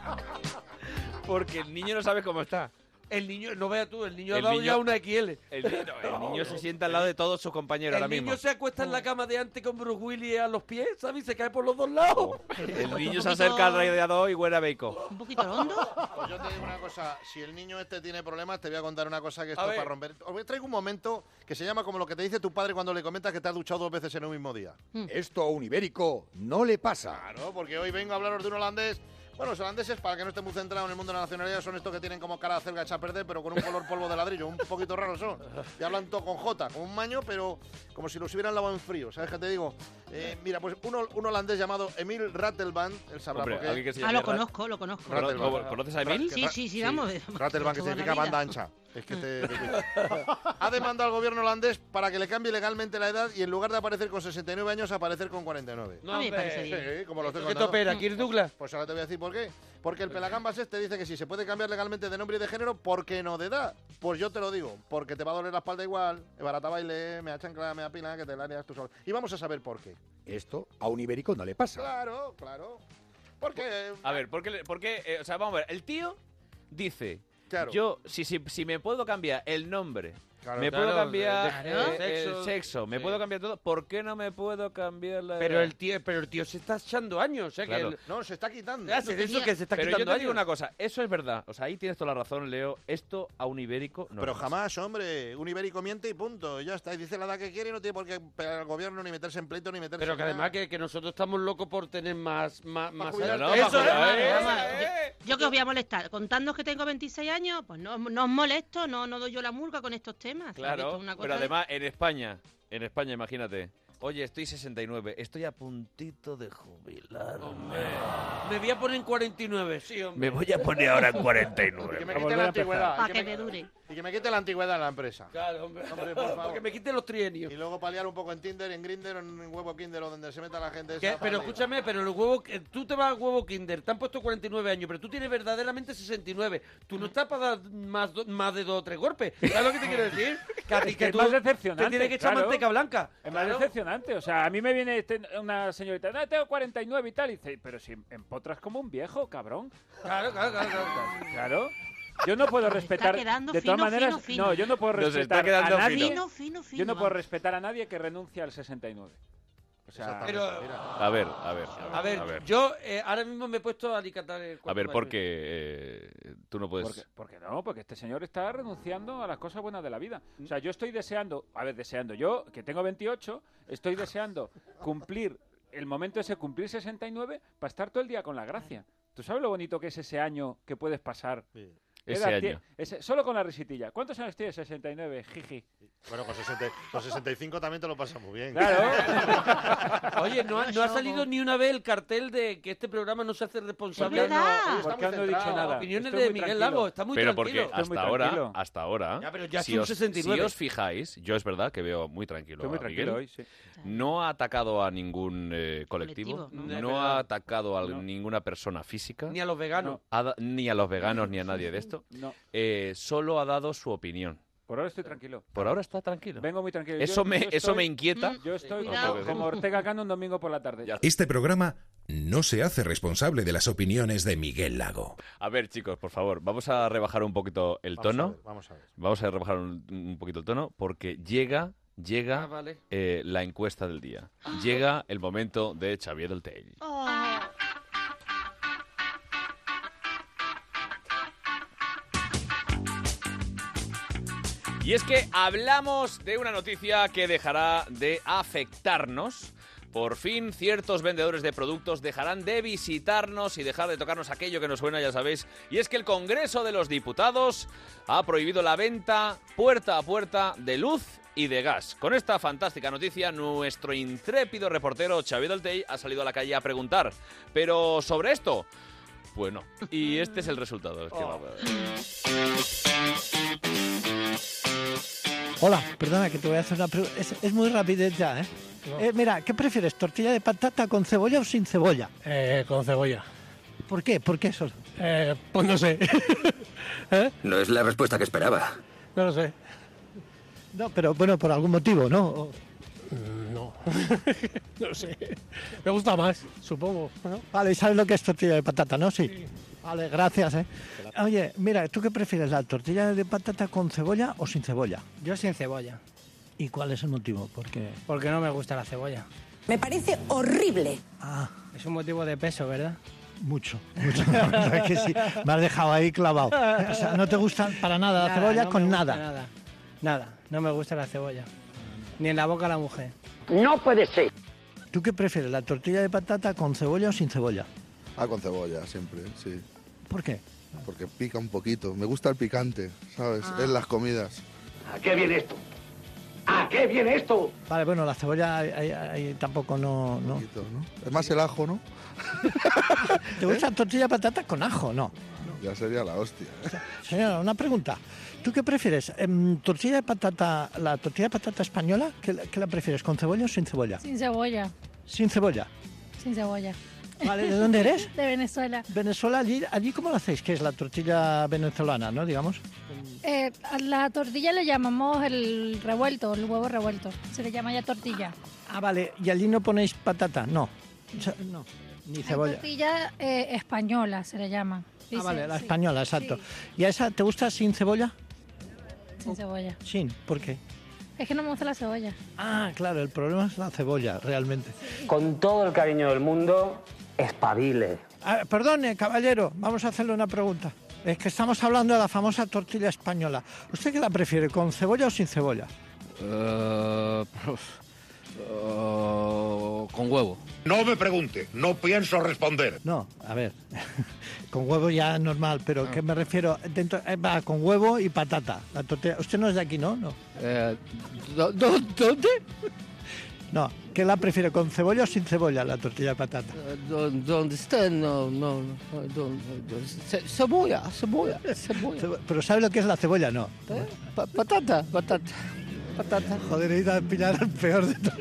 Speaker 1: porque el niño no sabe cómo está.
Speaker 6: el niño, no veas tú, el niño
Speaker 1: El
Speaker 6: ha dado
Speaker 1: niño-
Speaker 6: ya una XL.
Speaker 1: El, niño- el niño se sienta al lado de todos sus compañeros
Speaker 6: El
Speaker 1: ahora
Speaker 6: niño
Speaker 1: mismo.
Speaker 6: se acuesta
Speaker 5: Oh.
Speaker 6: en la cama de antes con Bruce Willis a los pies, ¿sabes? Y se cae por los dos lados.
Speaker 1: El niño se acerca al radiador y huele a bacon.
Speaker 5: Un poquito hondo.
Speaker 3: Pues yo te digo una cosa, si el niño este tiene problemas, te voy a contar una cosa que esto
Speaker 6: A
Speaker 3: es
Speaker 6: ver.
Speaker 3: para romper. Os voy- traigo un momento que se llama como lo que te dice tu padre cuando le comentas que te has duchado dos veces en un mismo día.
Speaker 7: Mm.
Speaker 10: Esto a un ibérico no le pasa.
Speaker 3: Claro, porque hoy vengo a hablaros de un holandés. Bueno, los holandeses, para el que no esté muy centrado en el mundo de la nacionalidad, son estos que tienen como cara de celga hecha a perder, pero con un color polvo de ladrillo. Un poquito raros son. Y hablan todo con J, con un maño, pero como si los hubieran lavado en frío. ¿Sabes qué te digo? Eh, mira, pues un, hol- un holandés llamado Emil Rattelband, él sabrá
Speaker 1: Hombre,
Speaker 3: por qué.
Speaker 1: alguien que se
Speaker 5: Ah,
Speaker 1: llame
Speaker 5: lo
Speaker 1: Rat-
Speaker 5: conozco, lo conozco.
Speaker 1: Rat- ¿Lo- ¿Conoces a Emil?
Speaker 5: Sí, sí, sí, vamos.
Speaker 3: Rattelband, que
Speaker 5: Toda la
Speaker 3: significa
Speaker 5: vida.
Speaker 3: banda ancha. Es que te... ha demandado al gobierno holandés para que le cambie legalmente la edad y en lugar de aparecer con 69 años, aparecer con 49.
Speaker 6: No, A mí me hombre. parece bien.
Speaker 3: Sí, como lo estoy
Speaker 6: ¿Qué
Speaker 3: contando.
Speaker 6: topera, Kirk Douglas?
Speaker 3: Pues ahora te voy a decir por qué. Porque el Pelagambas este dice que si se puede cambiar legalmente de nombre y de género, ¿por qué no de edad? Pues yo te lo digo, porque te va a doler la espalda igual, me barata baile, me achancla, me apila, que te la harías tú solo. Y vamos a saber por qué.
Speaker 10: Esto a un ibérico no le pasa.
Speaker 3: Claro, claro. Porque
Speaker 1: A ver, ¿por qué? le- por qué, eh, o sea, vamos a ver. El tío dice,
Speaker 3: Claro.
Speaker 1: yo, si, si, si me puedo cambiar el nombre,
Speaker 3: Claro.
Speaker 1: me puedo
Speaker 6: Claro,
Speaker 1: cambiar
Speaker 6: de- de-
Speaker 1: eh,
Speaker 6: de-
Speaker 1: el
Speaker 6: sexo,
Speaker 1: sexo, me
Speaker 6: sí.
Speaker 1: puedo cambiar todo, ¿por qué no me puedo cambiar la
Speaker 6: Pero
Speaker 1: edad?
Speaker 6: el tío, pero el tío se está echando años, o sea que
Speaker 1: Claro.
Speaker 6: el-
Speaker 3: No, se está quitando.
Speaker 6: Hace de eso que se está
Speaker 1: Pero yo
Speaker 6: quitando
Speaker 1: te digo
Speaker 6: años.
Speaker 1: una cosa, eso es verdad. O sea, ahí tienes toda la razón, Leo. Esto a un ibérico no.
Speaker 3: Pero
Speaker 1: le
Speaker 3: jamás, hombre, un ibérico miente y punto. y Ya está, y dice la edad que quiere y no tiene por qué pegar al gobierno, ni meterse en pleito, ni meterse
Speaker 6: Pero
Speaker 3: en
Speaker 6: que
Speaker 3: nada.
Speaker 6: además que, que nosotros estamos locos por tener más más, más
Speaker 3: jubilar.
Speaker 6: edad.
Speaker 3: No, para
Speaker 6: Eso es.
Speaker 3: jubilar,
Speaker 6: Eh,
Speaker 3: vamos,
Speaker 6: eh,
Speaker 5: Yo que os voy a molestar. Contadnos que tengo 26 años, pues no, no os molesto, no, no doy yo la murga con estos temas. ¿sabes? Esto
Speaker 1: Claro,
Speaker 5: es una
Speaker 1: pero
Speaker 5: cosa de-
Speaker 1: además en España, en España, imagínate. Oye, estoy 69, estoy a puntito de jubilarme.
Speaker 6: Oh,
Speaker 4: Eh.
Speaker 6: Me voy a poner en 49, sí, hombre.
Speaker 1: Me voy a poner ahora en 49.
Speaker 3: Que me
Speaker 1: Para
Speaker 3: quite
Speaker 1: volver
Speaker 3: la
Speaker 1: a empezar.
Speaker 3: antigüedad.
Speaker 5: Para
Speaker 3: y
Speaker 5: que
Speaker 3: me-
Speaker 5: me dure.
Speaker 3: Y que me quite la antigüedad en la empresa.
Speaker 6: Claro, hombre.
Speaker 3: Hombre, por favor.
Speaker 6: Que me quiten los trienios.
Speaker 3: Y luego paliar un poco en Tinder, en Grindr, en Huevo Kinder o donde se meta la gente.
Speaker 6: Que-
Speaker 3: esa
Speaker 6: pero
Speaker 3: para arriba.
Speaker 6: escúchame, pero el huevo, eh, tú te vas al huevo Kinder, te han puesto 49 años, pero tú tienes verdaderamente 69. Tú no estás para dar más, do- más de dos o tres golpes. ¿Sabes lo que te quiero decir? Que a ti-
Speaker 4: Es que es
Speaker 6: tú
Speaker 4: más decepcionante.
Speaker 6: Te tienes que echar
Speaker 4: claro.
Speaker 6: manteca blanca.
Speaker 4: Es más
Speaker 6: Claro.
Speaker 4: decepcionante. O sea, a mí me viene este- una señorita, no, tengo 49 y tal. Y dice, pero si empotras como un viejo, cabrón.
Speaker 6: Claro, claro, claro, claro, claro.
Speaker 4: Claro. Yo no puedo respetar.
Speaker 5: quedando
Speaker 4: de todas
Speaker 5: fino,
Speaker 4: maneras,
Speaker 5: fino, fino.
Speaker 4: no, yo no puedo
Speaker 1: Nos está
Speaker 4: respetar
Speaker 1: quedando
Speaker 4: a nadie.
Speaker 1: fino.
Speaker 5: Fino, fino,
Speaker 4: yo no puedo
Speaker 5: vamos.
Speaker 4: respetar a nadie que renuncia al 69. O sea,
Speaker 3: Exactamente,
Speaker 6: pero-
Speaker 3: mira.
Speaker 1: A ver, a ver. A
Speaker 6: A ver,
Speaker 1: ver, a ver,
Speaker 6: yo eh, ahora mismo me he puesto a alicatar el cuerpo de
Speaker 1: porque eh, tú no puedes.
Speaker 4: Porque, porque no, porque este señor está renunciando a las cosas buenas de la vida. O sea, yo estoy deseando, a ver, deseando, yo que tengo 28, estoy deseando cumplir el momento ese, cumplir 69, para estar todo el día con la gracia. ¿Tú sabes lo bonito que es ese año que puedes pasar?
Speaker 3: Sí.
Speaker 4: ¿Qué
Speaker 1: Ese
Speaker 4: edad
Speaker 1: año.
Speaker 4: tie- ese- solo con la risitilla. ¿Cuántos años tienes? 69, jiji.
Speaker 3: Bueno, con, 60 con 65 también te lo pasas muy bien.
Speaker 4: ¿eh?
Speaker 6: Claro. Oye, no ha, no ha salido ni una vez el cartel de que este programa no se hace responsable.
Speaker 4: Es verdad.
Speaker 6: No,
Speaker 4: Porque
Speaker 6: está muy
Speaker 4: no he dicho
Speaker 6: centrado.
Speaker 4: nada.
Speaker 6: Opiniones
Speaker 4: Estoy
Speaker 6: de
Speaker 4: muy
Speaker 6: Miguel
Speaker 4: tranquilo.
Speaker 6: Lago, está muy
Speaker 1: Pero
Speaker 6: tranquilo.
Speaker 1: porque hasta ahora, hasta ahora,
Speaker 6: Ya, pero ya es
Speaker 1: si,
Speaker 6: un
Speaker 1: os,
Speaker 6: 69.
Speaker 1: si os fijáis, yo es verdad que veo muy tranquilo.
Speaker 4: Estoy muy
Speaker 1: a
Speaker 4: tranquilo
Speaker 1: Miguel.
Speaker 4: hoy,
Speaker 1: No ha atacado a ningún eh, colectivo,
Speaker 6: Colectivo,
Speaker 1: no,
Speaker 6: ¿no?
Speaker 1: ha atacado a ninguna persona física,
Speaker 6: Ni a los veganos.
Speaker 1: ha da- ni a los veganos, ni a nadie de esto.
Speaker 4: No.
Speaker 1: Eh, solo ha dado su opinión.
Speaker 4: Por ahora estoy tranquilo.
Speaker 1: Por ahora está tranquilo.
Speaker 4: Vengo muy tranquilo.
Speaker 1: Eso me- eso me inquieta.
Speaker 4: Yo estoy
Speaker 1: Cuidado.
Speaker 4: como, como Ortega Cano un domingo por la tarde.
Speaker 21: Este programa no se hace responsable de las opiniones de Miguel Lago.
Speaker 1: A ver, chicos, por favor, vamos a rebajar un poquito el
Speaker 3: Vamos a
Speaker 1: tono.
Speaker 3: ver, vamos a ver.
Speaker 1: Vamos a rebajar un, un poquito el tono porque llega, llega
Speaker 6: Ah, vale. Ah.
Speaker 1: eh, la encuesta del día. Llega el momento de Xavier del Tell. Y es que hablamos de una noticia que dejará de afectarnos. Por fin ciertos vendedores de productos dejarán de visitarnos y dejar de tocarnos aquello que nos suena, ya sabéis. Y es que el Congreso de los Diputados ha prohibido la venta puerta a puerta de luz y de gas. Con esta fantástica noticia, nuestro intrépido reportero Xavier Doltey ha salido a la calle a preguntar. Pero sobre esto, pues no. Y este es el resultado. Es que vamos a ver.
Speaker 20: Hola, perdona que te voy a hacer una pregunta. Es, es muy rápido ya, ¿eh? Eh, Mira, ¿qué prefieres? ¿Tortilla de patata con cebolla o sin cebolla?
Speaker 8: Eh, con cebolla.
Speaker 20: ¿Por qué? ¿Por qué eso?
Speaker 8: Eh, pues no sé. ¿Eh?
Speaker 16: No es la respuesta que esperaba.
Speaker 8: No lo sé.
Speaker 20: No, pero bueno, por algún motivo, ¿no? O-
Speaker 8: No. no lo sé. Me gusta más, supongo. ¿no?
Speaker 20: Vale, ¿sabes lo que es tortilla de patata, no? Sí. Vale, gracias, ¿eh? Oye, mira, ¿tú qué prefieres, la tortilla de patata con cebolla o sin cebolla?
Speaker 22: Yo sin cebolla,
Speaker 20: ¿Y cuál es el motivo? Porque...
Speaker 22: porque no me gusta la cebolla.
Speaker 16: Me parece horrible.
Speaker 20: Ah,
Speaker 22: Es un motivo de peso, ¿verdad?
Speaker 20: mucho, mucho. La verdad es que sí, me has dejado ahí clavado. O sea, no te gusta para nada la
Speaker 22: Nada,
Speaker 20: cebolla
Speaker 22: no me
Speaker 20: con
Speaker 22: gusta
Speaker 20: nada.
Speaker 22: Nada, nada, no me gusta la cebolla. Ni en la boca a la mujer.
Speaker 20: No puede ser. ¿Tú qué prefieres, la tortilla de patata con cebolla o sin cebolla?
Speaker 23: Ah, con cebolla, siempre, sí.
Speaker 20: ¿Por qué?
Speaker 23: Porque pica un poquito. Me gusta el picante, ¿sabes?
Speaker 20: Ah.
Speaker 23: En las comidas.
Speaker 22: ¿A qué viene esto?
Speaker 23: ¿A qué viene esto?
Speaker 20: Vale, bueno, la cebolla ahí- ahí- ahí tampoco no, no.
Speaker 23: Es más el ajo, ¿no?
Speaker 20: ¿Te gusta tortilla de patata con ajo? No.
Speaker 23: Ya sería la hostia. ¿eh?
Speaker 20: Señora, una pregunta. ¿Tú qué prefieres? em, ¿Tortilla de patata, la tortilla de patata española, qué, la- qué la prefieres? ¿Con cebolla o sin cebolla?
Speaker 24: Sin cebolla,
Speaker 20: Sin cebolla.
Speaker 24: sin cebolla.
Speaker 20: Vale, ¿de dónde eres?
Speaker 24: De Venezuela.
Speaker 20: Venezuela, allí, allí ¿cómo la hacéis? ¿Qué es la tortilla venezolana, no? Digamos.
Speaker 24: Eh, a la tortilla le llamamos el revuelto, el huevo revuelto. Se le llama ya tortilla.
Speaker 20: Ah, vale. ¿Y allí no ponéis patata? No. O sea, No. Ni
Speaker 24: Hay
Speaker 20: cebolla.
Speaker 24: tortilla eh, española se le llama.
Speaker 20: Ah,
Speaker 24: Dice,
Speaker 20: vale, la
Speaker 24: sí,
Speaker 20: española, exacto.
Speaker 24: sí,
Speaker 20: ¿Y a esa te gusta sin cebolla?
Speaker 24: sin cebolla.
Speaker 20: Sin, ¿por qué?
Speaker 24: Es que no me gusta la cebolla.
Speaker 20: Ah, claro, el problema es la cebolla, realmente.
Speaker 25: Con todo el cariño del mundo, espabile.
Speaker 20: Ah, perdone, caballero, vamos a hacerle una pregunta. Es que estamos hablando de la famosa tortilla española. ¿Usted qué la prefiere, con cebolla o sin cebolla?
Speaker 26: Eh, con huevo. No me pregunte, no pienso responder.
Speaker 20: No, a ver, con huevo ya normal, pero ¿qué me refiero? Dentro, eh, va con huevo y patata. La tortilla. Usted no es de aquí, ¿no? No.
Speaker 26: Eh,
Speaker 20: ¿Dónde? No, ¿qué la prefiere, con cebolla o sin cebolla, la tortilla de patata?
Speaker 26: Eh, ¿Dónde está? No, no, no. Ce- Cebolla, cebolla, cebolla. ¿Eh?
Speaker 20: Cebo- Pero ¿sabe lo que es la cebolla? No.
Speaker 26: Pa- patata, patata, patata.
Speaker 20: Joder, he ido a pillar al peor de todo.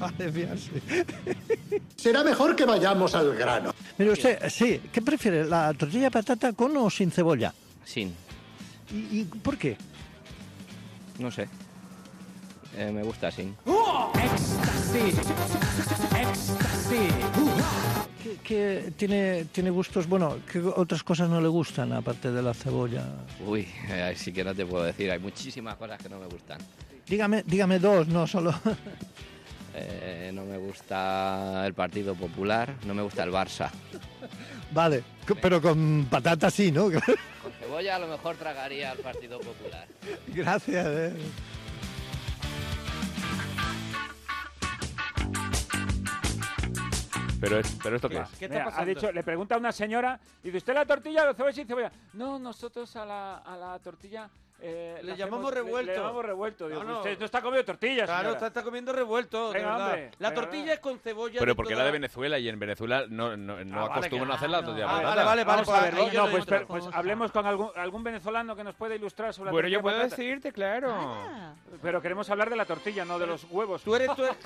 Speaker 20: Madre mía, sí.
Speaker 18: Será mejor que vayamos al grano.
Speaker 20: Mire usted, sí, ¿qué prefiere, la tortilla de patata con o sin cebolla?
Speaker 26: Sin,
Speaker 20: ¿Y, y por qué?
Speaker 26: no sé. Eh, me gusta sin.
Speaker 20: Éxtasis, éxtasis. ¿Qué, qué tiene, tiene gustos? Bueno, ¿qué otras cosas no le gustan aparte de la cebolla?
Speaker 26: Uy, eh, ahí sí que no te puedo decir. Hay muchísimas cosas que no me gustan.
Speaker 20: Dígame, dígame dos, no solo.
Speaker 26: Eh, no me gusta el Partido Popular, no me gusta el Barça.
Speaker 20: vale, co- pero con patata sí, ¿no?
Speaker 26: Con cebolla a lo mejor tragaría al Partido Popular.
Speaker 20: Gracias. eh.
Speaker 1: Pero, es- pero esto qué es.
Speaker 6: ¿Qué está
Speaker 4: Mira, ha
Speaker 6: pasando?
Speaker 4: dicho, le pregunta a una señora, dice, ¿usted la tortilla o la cebolla sin cebolla? No, nosotros a la, a la tortilla eh,
Speaker 6: Le
Speaker 4: hacemos-
Speaker 6: llamamos revuelto.
Speaker 4: Le, llamamos revuelto. Digo,
Speaker 6: No, no.
Speaker 4: Usted no está comiendo tortillas.
Speaker 6: Claro,
Speaker 4: señora.
Speaker 6: está, está comiendo revuelto. de
Speaker 4: Venga,
Speaker 6: verdad.
Speaker 4: hombre,
Speaker 6: la
Speaker 4: venga,
Speaker 6: tortilla
Speaker 4: venga.
Speaker 6: es con cebolla.
Speaker 27: Pero porque la de
Speaker 6: toda-
Speaker 27: Venezuela y en Venezuela no, no,
Speaker 4: Ah,
Speaker 27: no acostumbran a hacer la tortilla
Speaker 6: Ah, vale,
Speaker 27: patata.
Speaker 6: vale, vale.
Speaker 4: Vamos a ver,
Speaker 6: Ahí yo
Speaker 4: no,
Speaker 6: le
Speaker 4: pues,
Speaker 6: doy otra
Speaker 4: pero- pues hablemos con algún, algún venezolano que nos pueda ilustrar sobre
Speaker 1: Bueno,
Speaker 4: la tortilla
Speaker 1: yo puedo
Speaker 4: patata.
Speaker 1: decirte, claro.
Speaker 4: Ah. Pero queremos hablar de la tortilla, no de los huevos.
Speaker 6: Tú eres, tú eres...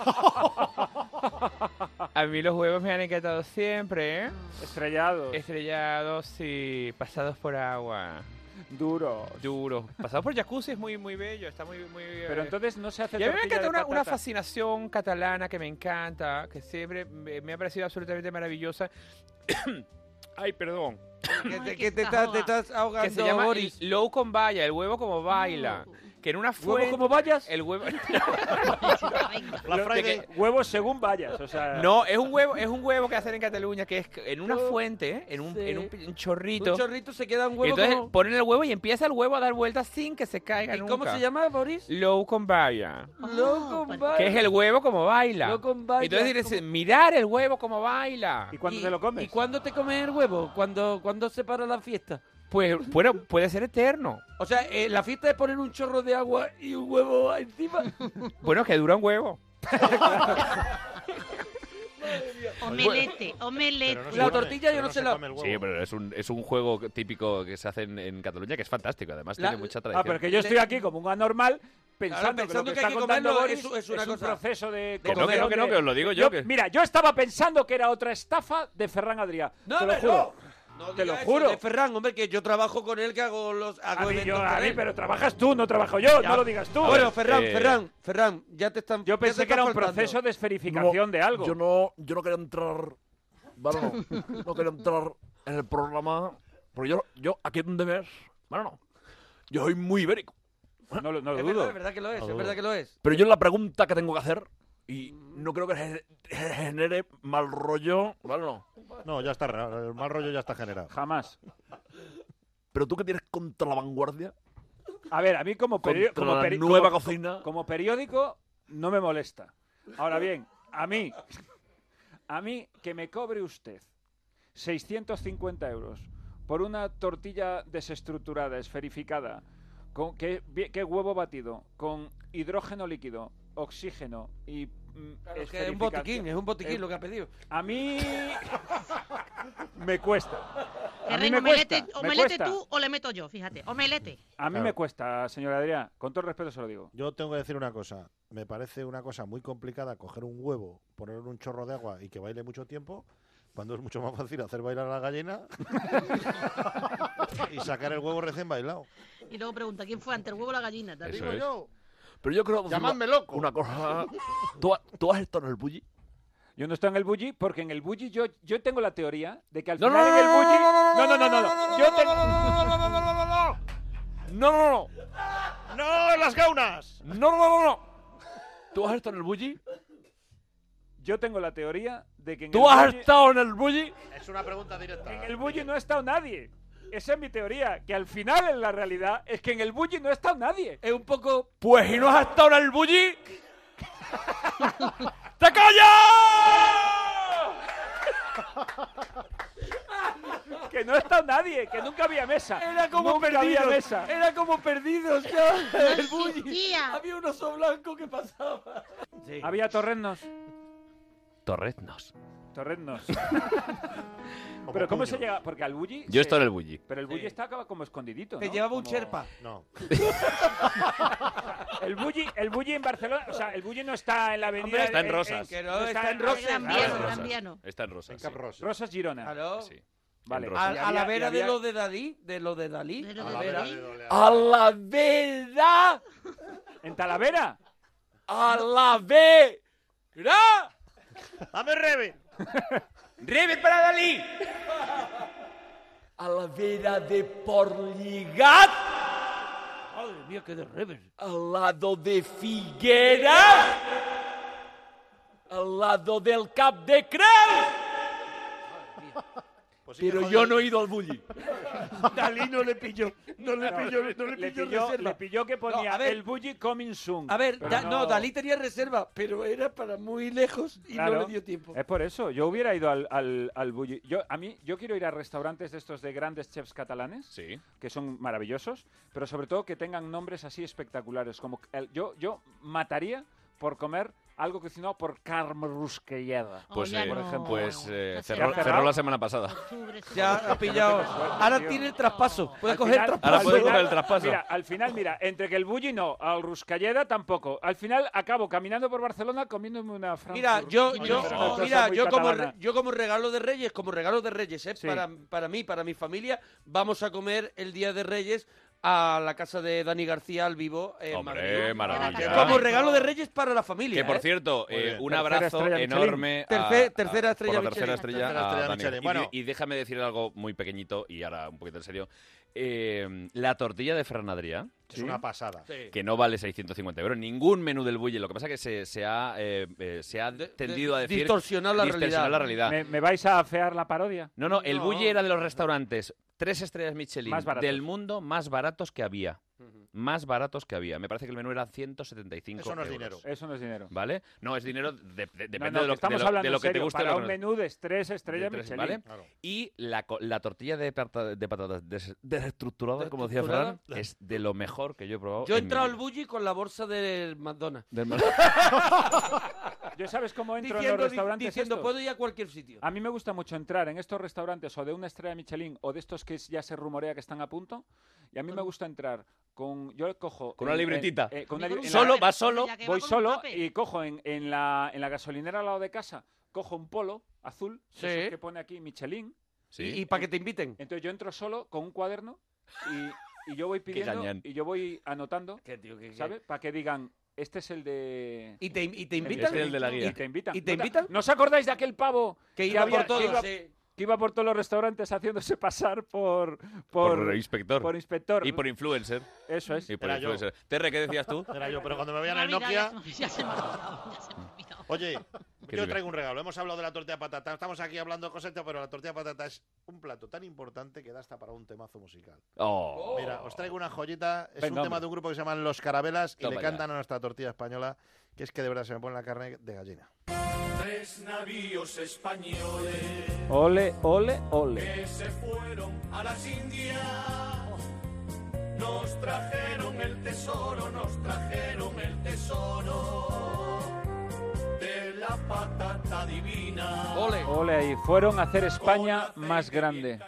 Speaker 1: A mí los huevos me han encantado siempre. ¿eh?
Speaker 4: Estrellados.
Speaker 1: Estrellados, y Pasados por agua.
Speaker 4: Duros.
Speaker 1: Duros. Pasados por jacuzzi es muy, muy bello. Está muy, muy bien.
Speaker 4: Pero entonces no se hace
Speaker 1: Y a mí me
Speaker 4: tortilla
Speaker 1: encanta
Speaker 4: de
Speaker 1: una, una
Speaker 4: patata.
Speaker 1: fascinación catalana que me encanta, que siempre me, me ha parecido absolutamente maravillosa. Ay, perdón.
Speaker 6: Que te, que te estás, te estás ahogando,
Speaker 1: Que se llama
Speaker 6: Boris.
Speaker 1: el low con valla, el huevo como baila. Que en una fuente...
Speaker 4: como vallas?
Speaker 1: El huevo...
Speaker 4: La
Speaker 1: Lo-
Speaker 4: Friday-
Speaker 1: de
Speaker 4: Huevos según vallas. O sea,
Speaker 1: No, es un huevo, es un huevo que hacen en Cataluña que es en una fuente, ¿eh? en un,
Speaker 6: Sí.
Speaker 1: en un, pi- un chorrito.
Speaker 6: Un chorrito se queda un
Speaker 1: Y
Speaker 6: huevo
Speaker 1: entonces
Speaker 6: como-
Speaker 1: ponen el huevo y empieza el huevo a dar vueltas sin que se caiga
Speaker 6: ¿Y
Speaker 1: nunca.
Speaker 6: cómo se llama, Boris?
Speaker 1: Low con valla.
Speaker 6: Loco, vaya.
Speaker 1: Que es el huevo como baila.
Speaker 6: Low con valla,
Speaker 1: Entonces dices, mirar el huevo como baila.
Speaker 4: ¿Y
Speaker 6: ¿Y- ¿Y cuándo te comes el huevo? ¿Cuándo, cuándo se para la fiesta?
Speaker 1: Pues bueno, puede ser eterno.
Speaker 6: O sea, eh, la fiesta es poner un chorro de agua y un huevo encima.
Speaker 1: Bueno, que dura un huevo.
Speaker 5: Omelete, omelete.
Speaker 27: Pero no se
Speaker 6: la
Speaker 27: come,
Speaker 6: tortilla yo
Speaker 27: pero
Speaker 6: no,
Speaker 27: no
Speaker 6: se
Speaker 27: se
Speaker 6: la...
Speaker 27: come Sí, pero es un, es un juego típico que se hace en, en Cataluña que es fantástico. Además,
Speaker 6: La-
Speaker 27: tiene mucha tradición.
Speaker 4: Ah, pero que yo estoy aquí como un anormal pensando,
Speaker 6: Ahora
Speaker 4: que lo que,
Speaker 6: pensando que
Speaker 4: está
Speaker 6: hay que
Speaker 4: contando
Speaker 6: comerlo
Speaker 4: Boris
Speaker 6: es un- es una
Speaker 4: un
Speaker 6: cosa.
Speaker 4: proceso de...
Speaker 27: Que no, que no, que no, que os lo digo yo, que-
Speaker 4: Mira, yo estaba pensando que era otra estafa de Ferran Adrià.
Speaker 6: No,
Speaker 4: te lo
Speaker 6: hombre,
Speaker 4: juro.
Speaker 6: No
Speaker 4: te lo
Speaker 6: digas eso
Speaker 4: juro.
Speaker 6: de Ferran, hombre, que yo trabajo con él, que hago los... hago
Speaker 4: A mí, yo-
Speaker 6: eventos
Speaker 4: a
Speaker 6: con
Speaker 4: mí,
Speaker 6: él.
Speaker 4: pero trabajas tú, no trabajo yo,
Speaker 6: Ya.
Speaker 4: no lo digas tú.
Speaker 6: Ah, Bueno, Ferran,
Speaker 4: Eh,
Speaker 6: Ferran, Ferran, ya te están...
Speaker 4: Yo pensé que era un proceso de esferificación de algo.
Speaker 28: Yo no, yo no quería entrar. Bueno, no, no quería entrar en el programa. Porque yo, yo aquí donde ves, bueno, no. Yo soy muy ibérico.
Speaker 4: No, lo- no lo
Speaker 6: Es
Speaker 4: dudo.
Speaker 6: verdad, es verdad que lo es,
Speaker 28: No
Speaker 6: es
Speaker 28: dudo.
Speaker 6: verdad que lo es.
Speaker 28: Pero yo la pregunta que tengo que hacer, y no creo que ge- ge- genere mal rollo, ¿vale? No.
Speaker 3: No, ya está, re- el mal rollo ya está generado.
Speaker 4: Jamás.
Speaker 28: Pero tú que tienes contra la vanguardia,
Speaker 4: A ver, a mí como,
Speaker 28: Contra
Speaker 4: peri- como
Speaker 28: la
Speaker 4: peri-
Speaker 28: nueva
Speaker 4: como-
Speaker 28: cocina.
Speaker 4: como periódico no me molesta. Ahora bien, a mí, a mí que me cobre usted 650 euros por una tortilla desestructurada, esferificada, con que, vi- que huevo batido, con hidrógeno líquido, oxígeno y mm,
Speaker 6: Es que es un
Speaker 4: esferificación-
Speaker 6: botiquín, es un botiquín
Speaker 4: Eh,
Speaker 6: lo que ha pedido.
Speaker 4: A mí me cuesta. A mí
Speaker 5: Ferran,
Speaker 4: me
Speaker 5: omelete,
Speaker 4: cuesta. me
Speaker 5: omelete
Speaker 4: cuesta.
Speaker 5: tú o le meto yo, fíjate. Omelete.
Speaker 4: A mí
Speaker 3: Claro.
Speaker 4: me cuesta, señora Adrián. Con todo el respeto se lo digo.
Speaker 3: Yo tengo que decir una cosa. Me parece una cosa muy complicada coger un huevo, ponerle un chorro de agua y que baile mucho tiempo, cuando es mucho más fácil hacer bailar a la gallina y sacar el huevo recién bailado.
Speaker 5: Y luego pregunta, ¿quién fue ante el huevo o la gallina? Te digo yo.
Speaker 28: pero yo creo que...
Speaker 3: Llamadme loco.
Speaker 28: Una cosa... ¿Tú, ha- tú has estado en el bulli?
Speaker 4: Yo no estoy en el bully porque en el bully yo, yo tengo la teoría de que al
Speaker 28: No,
Speaker 4: final
Speaker 28: no,
Speaker 4: en el
Speaker 28: no, no,
Speaker 4: bully...
Speaker 28: no, no, no,
Speaker 4: no, no,
Speaker 28: no, no,
Speaker 4: Yo
Speaker 28: no,
Speaker 4: te-
Speaker 28: no, No, no, no.
Speaker 3: ¡No, las gaunas!
Speaker 28: No, no, no, no, no. ¿Tú has estado en el bulli?
Speaker 4: Yo tengo la teoría de que en
Speaker 28: ¿Tú
Speaker 4: el
Speaker 28: has
Speaker 4: bully-
Speaker 28: estado en el bulli?
Speaker 3: Es una pregunta directa.
Speaker 4: En el bully no ha estado nadie. Esa es mi teoría, que al final en la realidad es que en el bully no ha estado nadie.
Speaker 6: Es un poco...
Speaker 28: Pues y no has estado en el bulli. ¡Te callas!
Speaker 4: Que no ha estado nadie, que nunca había mesa.
Speaker 6: Era como
Speaker 4: nunca había
Speaker 6: perdidos,
Speaker 4: mesa.
Speaker 6: era como perdidos ya, el bully.
Speaker 5: existía.
Speaker 6: Había un oso blanco que pasaba.
Speaker 4: Había torrenos.
Speaker 27: Torretnos.
Speaker 4: Torrenos. Pero ¿cómo se llega? Porque al bully...
Speaker 27: Yo he
Speaker 4: se-
Speaker 27: estado en el bully.
Speaker 4: Pero el bully
Speaker 6: Sí.
Speaker 4: estaba como escondidito,
Speaker 6: Te
Speaker 4: ¿no?
Speaker 6: llevaba un
Speaker 4: Como-
Speaker 6: cherpa.
Speaker 3: No.
Speaker 4: El bully, el bully en Barcelona, o sea, el bully no está en la avenida.
Speaker 6: Hombre, está en
Speaker 27: Rosas.
Speaker 6: que no, está en Rosas.
Speaker 5: Gran
Speaker 27: Está en
Speaker 5: Viano,
Speaker 27: Rosas.
Speaker 5: Gran Viano.
Speaker 27: Está en Rosas. sí.
Speaker 4: Rosas Girona.
Speaker 6: Claro.
Speaker 27: Sí.
Speaker 4: Vale.
Speaker 27: En
Speaker 6: A,
Speaker 27: Rosas.
Speaker 6: a la
Speaker 4: había-
Speaker 6: vera
Speaker 4: y había-
Speaker 6: de lo de Dalí, de lo de Dalí.
Speaker 5: De
Speaker 6: a
Speaker 5: lo
Speaker 6: la
Speaker 5: de
Speaker 6: vera.
Speaker 5: Dalí.
Speaker 28: ¡A la vera!
Speaker 4: ¿En Talavera?
Speaker 28: ¡A la vera!
Speaker 3: ¡Dame rebe!
Speaker 28: ¡Rebe para Dalí! ¡A la vera de Porligat!
Speaker 6: Madre mía, qué de rever.
Speaker 28: ¡Al lado de Figuera! ¡Al lado del Cap de Creu!
Speaker 3: Pues sí que
Speaker 11: pero
Speaker 3: jode-
Speaker 11: yo no he ido al bully.
Speaker 6: Dalí no le pilló. No
Speaker 28: Ah,
Speaker 6: le
Speaker 4: Claro,
Speaker 6: pilló, no le
Speaker 4: le
Speaker 6: pilló,
Speaker 4: pilló-
Speaker 6: reserva.
Speaker 4: le pilló que ponía
Speaker 6: a ver,
Speaker 4: el bully coming soon.
Speaker 6: A ver,
Speaker 4: Pero
Speaker 6: Da- no. Dalí tenía reserva, pero era para muy lejos y no
Speaker 4: Claro.
Speaker 6: le dio tiempo.
Speaker 4: Es por eso. Yo hubiera ido al, al, al bulli- Yo, a mí, yo quiero ir a restaurantes de estos de grandes chefs catalanes, que son maravillosos, pero sobre todo que tengan nombres así espectaculares. Como el- yo, yo mataría por comer algo cocinado por Carme Rusquelleda.
Speaker 1: Pues, eh,
Speaker 4: por ejemplo.
Speaker 1: pues eh,
Speaker 4: Se ha
Speaker 1: cerró,
Speaker 4: cerrado.
Speaker 1: cerró la semana pasada.
Speaker 6: Ya ha pillado. Ahora tiene el traspaso. Puede
Speaker 4: Al
Speaker 6: coger el
Speaker 4: final-
Speaker 6: traspaso.
Speaker 1: Ahora puede coger el traspaso.
Speaker 4: Mira, al final, mira, entre que el bulli no, al Ruscalleda tampoco. Al final acabo caminando por Barcelona comiéndome una franca.
Speaker 6: Mira, yo, yo, mira, yo como, re- yo como regalo de Reyes, como regalo de Reyes, ¿eh?
Speaker 4: Sí.
Speaker 6: para, para mí, para mi familia, vamos a comer el día de Reyes a la casa de Dani García al vivo. eh, en
Speaker 1: Hombre,
Speaker 6: Madrid.
Speaker 1: maravilla.
Speaker 6: Como regalo de Reyes para la familia.
Speaker 1: Que por
Speaker 6: ¿eh?
Speaker 1: cierto, eh,
Speaker 6: bien.
Speaker 1: un
Speaker 6: Tercera
Speaker 1: abrazo
Speaker 6: estrella Michelin.
Speaker 1: enorme. a-
Speaker 6: Terce-
Speaker 1: a-
Speaker 6: tercera estrella
Speaker 1: por la tercera
Speaker 6: Michelin.
Speaker 1: estrella.
Speaker 6: Tercera
Speaker 1: a
Speaker 6: estrella
Speaker 1: Dani.
Speaker 6: Michelin.
Speaker 1: Y-
Speaker 6: Bueno.
Speaker 1: Y, déjame decir algo muy pequeñito y ahora un poquito en serio. Eh, la tortilla de Fran Adrià,
Speaker 3: Es una pasada.
Speaker 1: que no vale 650 euros, ningún menú del bulle. Lo que pasa es que se, se ha, eh, eh, se ha tendido a decir.
Speaker 6: distorsionar la
Speaker 1: distorsionar la realidad.
Speaker 4: ¿Me, me vais a afear la parodia?
Speaker 1: No, no, el
Speaker 4: No.
Speaker 1: Bulli era de los restaurantes tres estrellas Michelin
Speaker 4: Más baratos.
Speaker 1: del mundo más baratos que había. Más baratos que había. Me parece que el menú era 175
Speaker 4: Eso no es
Speaker 1: euros.
Speaker 4: dinero. Eso no es dinero.
Speaker 1: ¿Ale? No, es dinero, de- de- depende
Speaker 4: no,
Speaker 1: de lo,
Speaker 4: que estamos
Speaker 1: de lo-
Speaker 4: hablando
Speaker 1: de lo
Speaker 4: en
Speaker 1: que te
Speaker 4: serio,
Speaker 1: guste.
Speaker 4: para
Speaker 1: lo que
Speaker 4: un
Speaker 1: no-
Speaker 4: menú de tres estrellas
Speaker 1: de tres,
Speaker 4: Michelin.
Speaker 1: ¿vale? Y la, co- la tortilla de, pata- de patatas des- desestructurada, como decía Fran,
Speaker 6: Desestructurada.
Speaker 1: es de lo mejor que yo he probado.
Speaker 6: Yo he
Speaker 1: en mi
Speaker 6: entrado al
Speaker 1: vida.
Speaker 6: Bulli con la bolsa del McDonald's.
Speaker 1: Del Mc-
Speaker 4: Yo sabes cómo entro en
Speaker 6: Diciendo-
Speaker 4: los restaurantes
Speaker 6: diciendo,
Speaker 4: estos?
Speaker 6: puedo ir a cualquier sitio.
Speaker 4: A mí me gusta mucho entrar en estos restaurantes o de una estrella Michelin o de estos que ya se rumorea que están a punto. Y a mí me gusta entrar con. Yo cojo.
Speaker 1: Con una
Speaker 4: en- en-
Speaker 1: libretita.
Speaker 4: eh, con una
Speaker 1: Ni con
Speaker 4: li- en
Speaker 1: un Solo, va solo.
Speaker 4: Voy solo y cojo en, en la, en la gasolinera al lado de casa, cojo un polo azul
Speaker 6: Sí.
Speaker 4: de esos que pone aquí Michelin.
Speaker 1: Sí.
Speaker 6: Y, para que te inviten.
Speaker 4: Entonces yo entro solo con un cuaderno y, y yo voy pidiendo
Speaker 1: gañán.
Speaker 4: y yo voy anotando,
Speaker 6: qué?
Speaker 4: ¿sabes? Para que digan, este es el de... Este
Speaker 6: Y te, y te
Speaker 4: el
Speaker 6: invitan.
Speaker 4: de- Y te invitan.
Speaker 6: ¿Y
Speaker 4: ¿No
Speaker 6: te
Speaker 4: te-
Speaker 6: invitan?
Speaker 4: ¿No os acordáis de aquel pavo
Speaker 6: Que iba
Speaker 4: había-
Speaker 6: por todos,
Speaker 4: que iba-
Speaker 6: sí.
Speaker 4: que iba por todos los restaurantes haciéndose pasar por... Por,
Speaker 1: Por inspector.
Speaker 4: Por inspector.
Speaker 1: Y por influencer.
Speaker 4: Eso es.
Speaker 1: Y por
Speaker 4: Era yo.
Speaker 1: influencer. Terre, ¿qué decías tú?
Speaker 3: Era yo, pero cuando me vean el
Speaker 5: Navidad,
Speaker 3: Nokia.
Speaker 5: ya se- ya se me ha olvidado, ya se me ha olvidado.
Speaker 3: Oye, yo
Speaker 1: Qué nivel.
Speaker 3: traigo un regalo. Hemos hablado de la tortilla de patata. Estamos aquí hablando de cosas, pero la tortilla de patata es un plato tan importante que da hasta para un temazo musical.
Speaker 1: Oh.
Speaker 3: Mira, os traigo una joyita. Es un tema
Speaker 1: Venga, hombre.
Speaker 3: de un grupo que se llaman Los Carabelas y le
Speaker 1: Toma ya.
Speaker 3: cantan a nuestra tortilla española, que es que de verdad se me pone la carne de gallina.
Speaker 28: Tres navíos españoles
Speaker 4: Ole, ole, ole.
Speaker 28: que se fueron a las Indias. Nos trajeron el tesoro, nos trajeron el tesoro de la patata divina.
Speaker 4: Ole ahí. Fueron a hacer España más grande.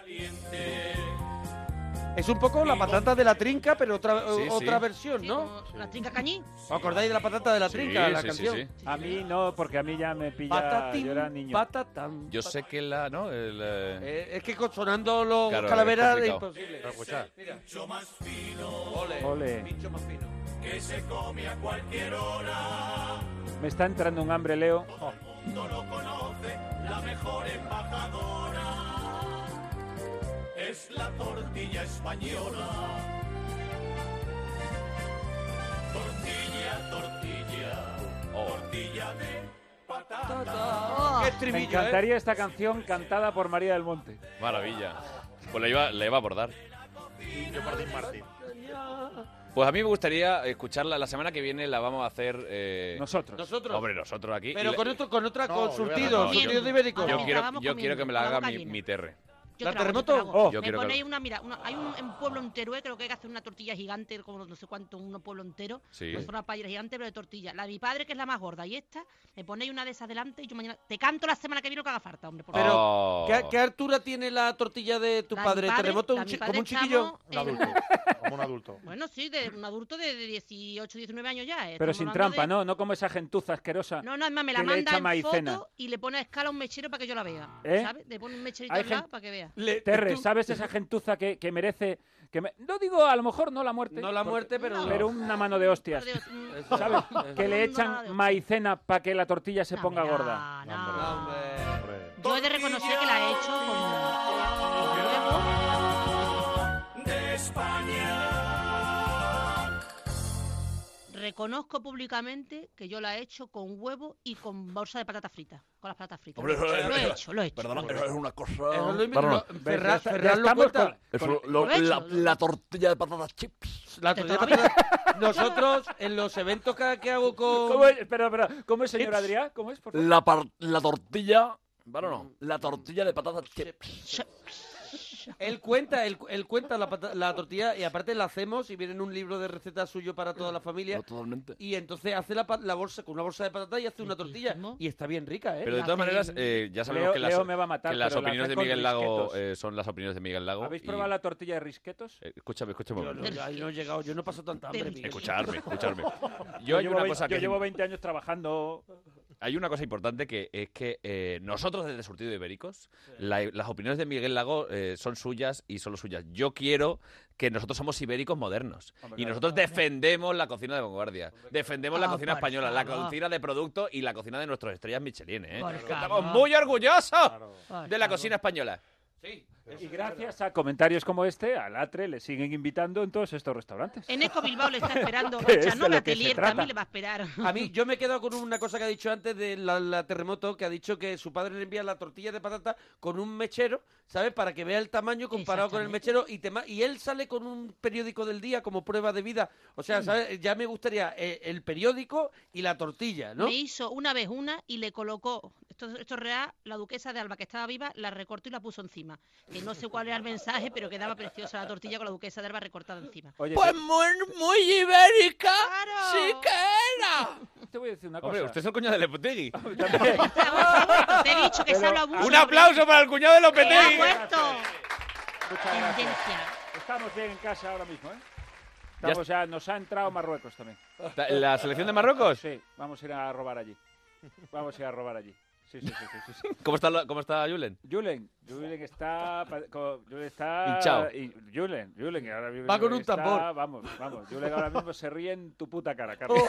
Speaker 6: Es un poco la patata de la trinca, pero otra,
Speaker 4: Sí,
Speaker 6: otra
Speaker 4: sí.
Speaker 6: versión, ¿no?
Speaker 5: La trinca cañí.
Speaker 6: ¿Os acordáis de la patata de la trinca, la canción?
Speaker 4: A mí no, porque a mí ya me pilla...
Speaker 6: Patatín,
Speaker 4: yo era niño.
Speaker 6: patatán.
Speaker 1: Yo sé que la, ¿no? El, eh,
Speaker 6: Eh, es que sonando los
Speaker 1: Claro, es
Speaker 6: calaveras es
Speaker 1: complicado.
Speaker 6: imposible.
Speaker 1: Pero escuchad.
Speaker 6: Mira.
Speaker 28: Ole.
Speaker 4: Ole.
Speaker 28: Pincho más fino. Que se come a cualquier hora.
Speaker 4: Me está entrando un hambre, Leo.
Speaker 28: No lo conoce la mejor embajadora. Es la tortilla española. Tortilla, tortilla. Tortilla de
Speaker 6: Oh.
Speaker 28: patata.
Speaker 4: Me encantaría
Speaker 6: ¿eh?
Speaker 4: esta canción cantada por María del Monte.
Speaker 5: Eh,
Speaker 1: Maravilla. Pues le iba, le iba a abordar.
Speaker 3: Yo por Dean Martin.
Speaker 1: Pues a mí me gustaría escucharla. La semana que viene la vamos a hacer. eh,
Speaker 4: Nosotros.
Speaker 6: Nosotros.
Speaker 1: Hombre, nosotros aquí.
Speaker 6: Pero
Speaker 1: Y
Speaker 6: con
Speaker 1: la-
Speaker 6: otro, con otra,
Speaker 1: No,
Speaker 6: con
Speaker 1: yo voy a
Speaker 6: surtido,
Speaker 1: hacer- no,
Speaker 6: surtido
Speaker 1: yo-
Speaker 6: de ibérico.
Speaker 1: Yo,
Speaker 5: Vamos,
Speaker 1: quiero,
Speaker 5: vamos
Speaker 1: yo
Speaker 5: comiendo,
Speaker 1: quiero que me la
Speaker 5: vamos
Speaker 1: haga mi,
Speaker 5: gallina.
Speaker 1: mi terre.
Speaker 5: Yo
Speaker 1: ¿La
Speaker 5: te la hago, yo
Speaker 1: terremoto?
Speaker 5: te la hago.
Speaker 1: Oh. Yo
Speaker 5: Me
Speaker 1: quiero que
Speaker 5: ponéis
Speaker 1: lo-
Speaker 5: una, mira, una- hay un, un pueblo en Teruel, creo que hay que hacer una tortilla gigante, como no sé cuánto, un pueblo entero.
Speaker 1: Sí.
Speaker 5: Pues una paella gigante, pero de tortilla. La de mi padre, que es la más gorda, y esta, me ponéis una de esas delante y yo mañana. Te canto la semana que viene lo que haga falta, hombre. por
Speaker 6: Pero,
Speaker 5: favor.
Speaker 4: Oh.
Speaker 6: ¿qué, qué altura tiene la tortilla de tu
Speaker 5: La de mi
Speaker 6: padre?
Speaker 5: padre-
Speaker 6: ¿Terremoto?
Speaker 5: la
Speaker 6: Un
Speaker 5: de
Speaker 6: chi-
Speaker 5: mi
Speaker 6: ¿Como
Speaker 5: padre
Speaker 6: un chiquillo?
Speaker 5: estamos en un-
Speaker 3: Como un
Speaker 1: Ah.
Speaker 3: adulto.
Speaker 5: Bueno, sí, de un adulto de de 18, 19 años ya. eh.
Speaker 4: Pero
Speaker 5: Estamos
Speaker 4: sin
Speaker 5: hablando
Speaker 4: trampa,
Speaker 5: de-
Speaker 4: ¿no? No como esa gentuza asquerosa.
Speaker 5: No, no, es más, me la
Speaker 4: que le
Speaker 5: manda
Speaker 4: echa
Speaker 5: en
Speaker 4: maicena.
Speaker 5: foto y le pone a escala un mechero para que yo la vea.
Speaker 4: ¿Eh?
Speaker 5: ¿Sabes? Le pone un mecherito
Speaker 4: Hay
Speaker 5: al lado
Speaker 4: gen-
Speaker 5: para que vea.
Speaker 4: Terre,
Speaker 5: Tú-
Speaker 4: ¿sabes esa gentuza que, que merece... Que me- No digo, a lo mejor no la muerte.
Speaker 6: No la
Speaker 4: porque-
Speaker 6: muerte, pero-
Speaker 4: Pero una mano de hostias.
Speaker 6: Eso.
Speaker 4: ¿Sabes?
Speaker 6: Eso.
Speaker 4: Que le
Speaker 6: Una mano
Speaker 4: echan maicena para que la tortilla se ponga gorda.
Speaker 5: Yo he de reconocer que la he hecho
Speaker 28: De España.
Speaker 5: con... reconozco públicamente que yo la he hecho con huevo y con bolsa de patatas fritas. Con las patatas fritas.
Speaker 11: Hombre, eso es-
Speaker 5: lo he
Speaker 11: eso-
Speaker 5: hecho, lo he hecho.
Speaker 11: Perdona,
Speaker 5: lo he
Speaker 11: eso es
Speaker 5: hecho.
Speaker 11: una cosa.
Speaker 5: Eso lo he inventado.
Speaker 11: Perdona.
Speaker 5: Ferraz-
Speaker 11: Ves, ya-
Speaker 5: Ferraz
Speaker 11: ya
Speaker 5: lo
Speaker 11: estamos
Speaker 5: cuenta.
Speaker 11: con- eso,
Speaker 5: Con-
Speaker 11: lo-
Speaker 5: lo he hecho,
Speaker 11: la,
Speaker 5: lo he
Speaker 11: la
Speaker 5: hecho.
Speaker 11: tortilla de patatas chips.
Speaker 6: La tortilla de patatas- Pues Nosotros, en los eventos cada que hago con.
Speaker 4: ¿Cómo es? Espera, espera. ¿Cómo es, señor
Speaker 6: Chips.
Speaker 4: Adrián? ¿Cómo es? Por favor.
Speaker 11: La, par- la tortilla. Bueno, no. La tortilla de patatas chips.
Speaker 6: Él cuenta, él, él cuenta la, pata- la tortilla y aparte la hacemos y viene en un libro de recetas suyo para toda la familia.
Speaker 11: Totalmente.
Speaker 6: Y entonces hace la, pa- la bolsa con una bolsa de patata y hace una tortilla. Y está bien rica, ¿eh?
Speaker 1: Pero de todas maneras, eh, ya sabemos
Speaker 4: Leo-
Speaker 1: que las,
Speaker 4: Leo me va a matar,
Speaker 1: que las
Speaker 4: pero la
Speaker 1: opiniones
Speaker 4: hace
Speaker 1: de
Speaker 4: con
Speaker 1: Miguel Lago
Speaker 4: risquetos.
Speaker 1: eh, son las opiniones de Miguel Lago.
Speaker 4: ¿Habéis
Speaker 1: y-
Speaker 4: probado la tortilla de risquetos?
Speaker 1: eh, Escúchame, escúchame. un
Speaker 6: Yo
Speaker 1: momento.
Speaker 6: no, ahí no he llegado, yo no paso tanta hambre. Miguel.
Speaker 1: Escucharme, escucharme. Yo, hay
Speaker 4: llevo
Speaker 1: una
Speaker 4: vein-
Speaker 1: cosa
Speaker 4: yo
Speaker 1: que
Speaker 4: llevo 20 años trabajando.
Speaker 1: Hay una cosa importante que es que eh, nosotros desde Surtido de Ibéricos, la- las opiniones de Miguel Lago eh, son suyas y solo suyas. Yo quiero que nosotros somos ibéricos modernos y nosotros defendemos la cocina de vanguardia, defendemos la
Speaker 11: Ah,
Speaker 1: cocina
Speaker 11: por
Speaker 1: española, la
Speaker 11: favor.
Speaker 1: cocina de producto y la cocina de nuestras estrellas Michelin. ¿eh?
Speaker 11: Por
Speaker 1: Estamos
Speaker 11: favor.
Speaker 1: muy orgullosos
Speaker 11: Por
Speaker 1: de la cocina española.
Speaker 4: Y gracias a comentarios como este, al Atre le siguen invitando en todos estos restaurantes.
Speaker 5: Eneco Bilbao le está esperando.
Speaker 4: ¿Qué es de lo
Speaker 5: Chanol
Speaker 4: que se
Speaker 5: Atelier
Speaker 4: trata?
Speaker 5: también le va a esperar.
Speaker 6: A mí, yo me he quedado con una cosa que ha dicho antes de la, la terremoto, que ha dicho que su padre le envía la tortilla de patata con un mechero, ¿sabes? Para que vea el tamaño comparado con el mechero y te ma- y él sale con un periódico del día como prueba de vida. O sea,
Speaker 5: Mm.
Speaker 6: ¿sabes? Ya me gustaría eh, el periódico y la tortilla, ¿no?
Speaker 5: Me hizo una vez una y le colocó, esto, esto es real, la duquesa de Alba que estaba viva, la recortó y la puso encima. Que no sé cuál era el mensaje, pero quedaba preciosa la tortilla con la duquesa de Alba recortada encima.
Speaker 4: Pues
Speaker 5: muy,
Speaker 6: muy ibérica
Speaker 5: sí que
Speaker 6: era.
Speaker 4: Te voy a decir una cosa.
Speaker 1: Hombre, usted es el cuñado de Lepetegui.
Speaker 5: Te he dicho que se
Speaker 4: Pero-
Speaker 5: habla abuso.
Speaker 1: Un aplauso para el cuñado de
Speaker 5: ¡Te
Speaker 1: Lepetegui.
Speaker 5: ha puesto!
Speaker 4: Muchas gracias.
Speaker 5: Tendencia.
Speaker 4: Estamos bien en casa ahora mismo, ¿eh? Estamos ya, nos ha entrado Marruecos también.
Speaker 1: Ta- ¿La selección de Marruecos?
Speaker 4: Sí, vamos a ir a robar allí. Vamos a ir a robar allí. Sí, sí, sí, sí, sí, sí.
Speaker 1: ¿Cómo está, lo- cómo está Julen?
Speaker 4: Julen, Julen está, pa- co- Julen está
Speaker 1: Hinchao.
Speaker 4: y Julen, Julen que ahora mismo
Speaker 6: Va con un
Speaker 4: está-
Speaker 6: tambor.
Speaker 4: vamos, vamos, Julen ahora mismo se ríe en tu puta cara, Carlos.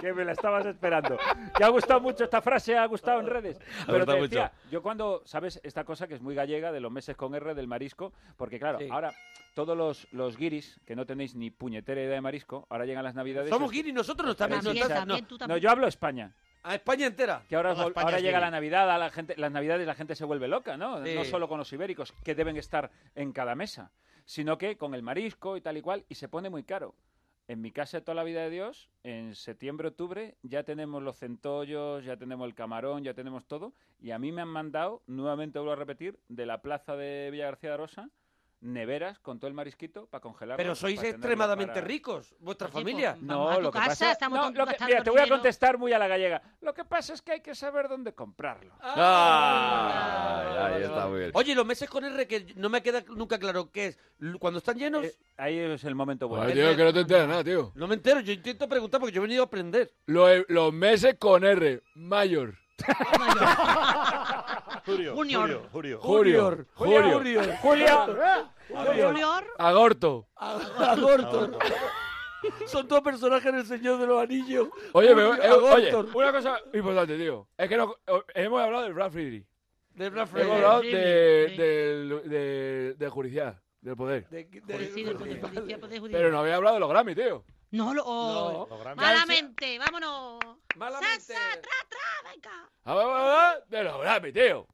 Speaker 4: que me la estabas esperando. Que ha gustado mucho esta frase, ha gustado en redes. Pero te
Speaker 1: gustado
Speaker 4: decía, yo cuando, ¿sabes? Esta cosa que es muy gallega de los meses con R del marisco, porque claro,
Speaker 6: Sí.
Speaker 4: ahora todos los, los guiris que no tenéis ni puñetera idea de marisco, ahora llegan las navidades.
Speaker 6: Somos
Speaker 4: os-
Speaker 6: guiris nosotros, no estamos.
Speaker 4: También,
Speaker 6: no estamos-
Speaker 4: también,
Speaker 6: no.
Speaker 4: tú también. No, yo hablo España.
Speaker 6: A España entera.
Speaker 4: Que ahora,
Speaker 6: Toda
Speaker 4: vol-
Speaker 6: España
Speaker 4: ahora
Speaker 6: es
Speaker 4: llega
Speaker 6: guiri.
Speaker 4: la Navidad, a la gente, las Navidades la gente se vuelve loca, ¿no?
Speaker 6: Sí.
Speaker 4: No solo con los ibéricos, que deben estar en cada mesa, sino que con el marisco y tal y cual, y se pone muy caro. En mi casa, toda la vida de Dios, en septiembre, octubre, ya tenemos los centollos, ya tenemos el camarón, ya tenemos todo, y a mí me han mandado, nuevamente vuelvo a repetir, de la plaza de Villa García de Rosa, neveras con todo el marisquito para congelar.
Speaker 6: Pero sois extremadamente ricos, vuestra
Speaker 4: pues,
Speaker 6: familia.
Speaker 4: No, lo que pasa no, lo que- mira, te voy a contestar muy a la gallega. Lo que pasa es que hay que saber dónde comprarlo.
Speaker 1: Ah, ahí está muy bien.
Speaker 6: Oye, los meses con R que no me queda nunca claro qué es. L- Cuando están llenos.
Speaker 4: ahí es el momento
Speaker 6: bueno.
Speaker 11: Ay, tío, que no te enteras nada, tío.
Speaker 6: No me entero, yo intento preguntar porque yo he venido a aprender.
Speaker 11: Los, los meses con R. Mayor.
Speaker 3: Jurio,
Speaker 6: Junior.
Speaker 3: Jurio, Jurio.
Speaker 11: Junior.
Speaker 6: Julio.
Speaker 11: Junior.
Speaker 6: Julio.
Speaker 5: Junior.
Speaker 11: Agorto.
Speaker 6: Agorto. Son dos personajes del Señor de los Anillos.
Speaker 11: Oye, me-
Speaker 6: Julio,
Speaker 11: eh, oye,
Speaker 6: Agorto.
Speaker 11: una cosa importante, tío. Es que no- hemos hablado del Brad Friedrich.
Speaker 6: De Black
Speaker 11: Hemos
Speaker 6: Friday.
Speaker 11: hablado de, del- de- de juridicidad, del poder.
Speaker 5: Sí, de judicial, de judicial.
Speaker 11: Pero no había hablado de los Grammy, tío.
Speaker 5: No, lo...
Speaker 11: No.
Speaker 5: Malamente, vámonos.
Speaker 6: Malamente.
Speaker 11: Ah, ah, ah, De los Grammy, tío.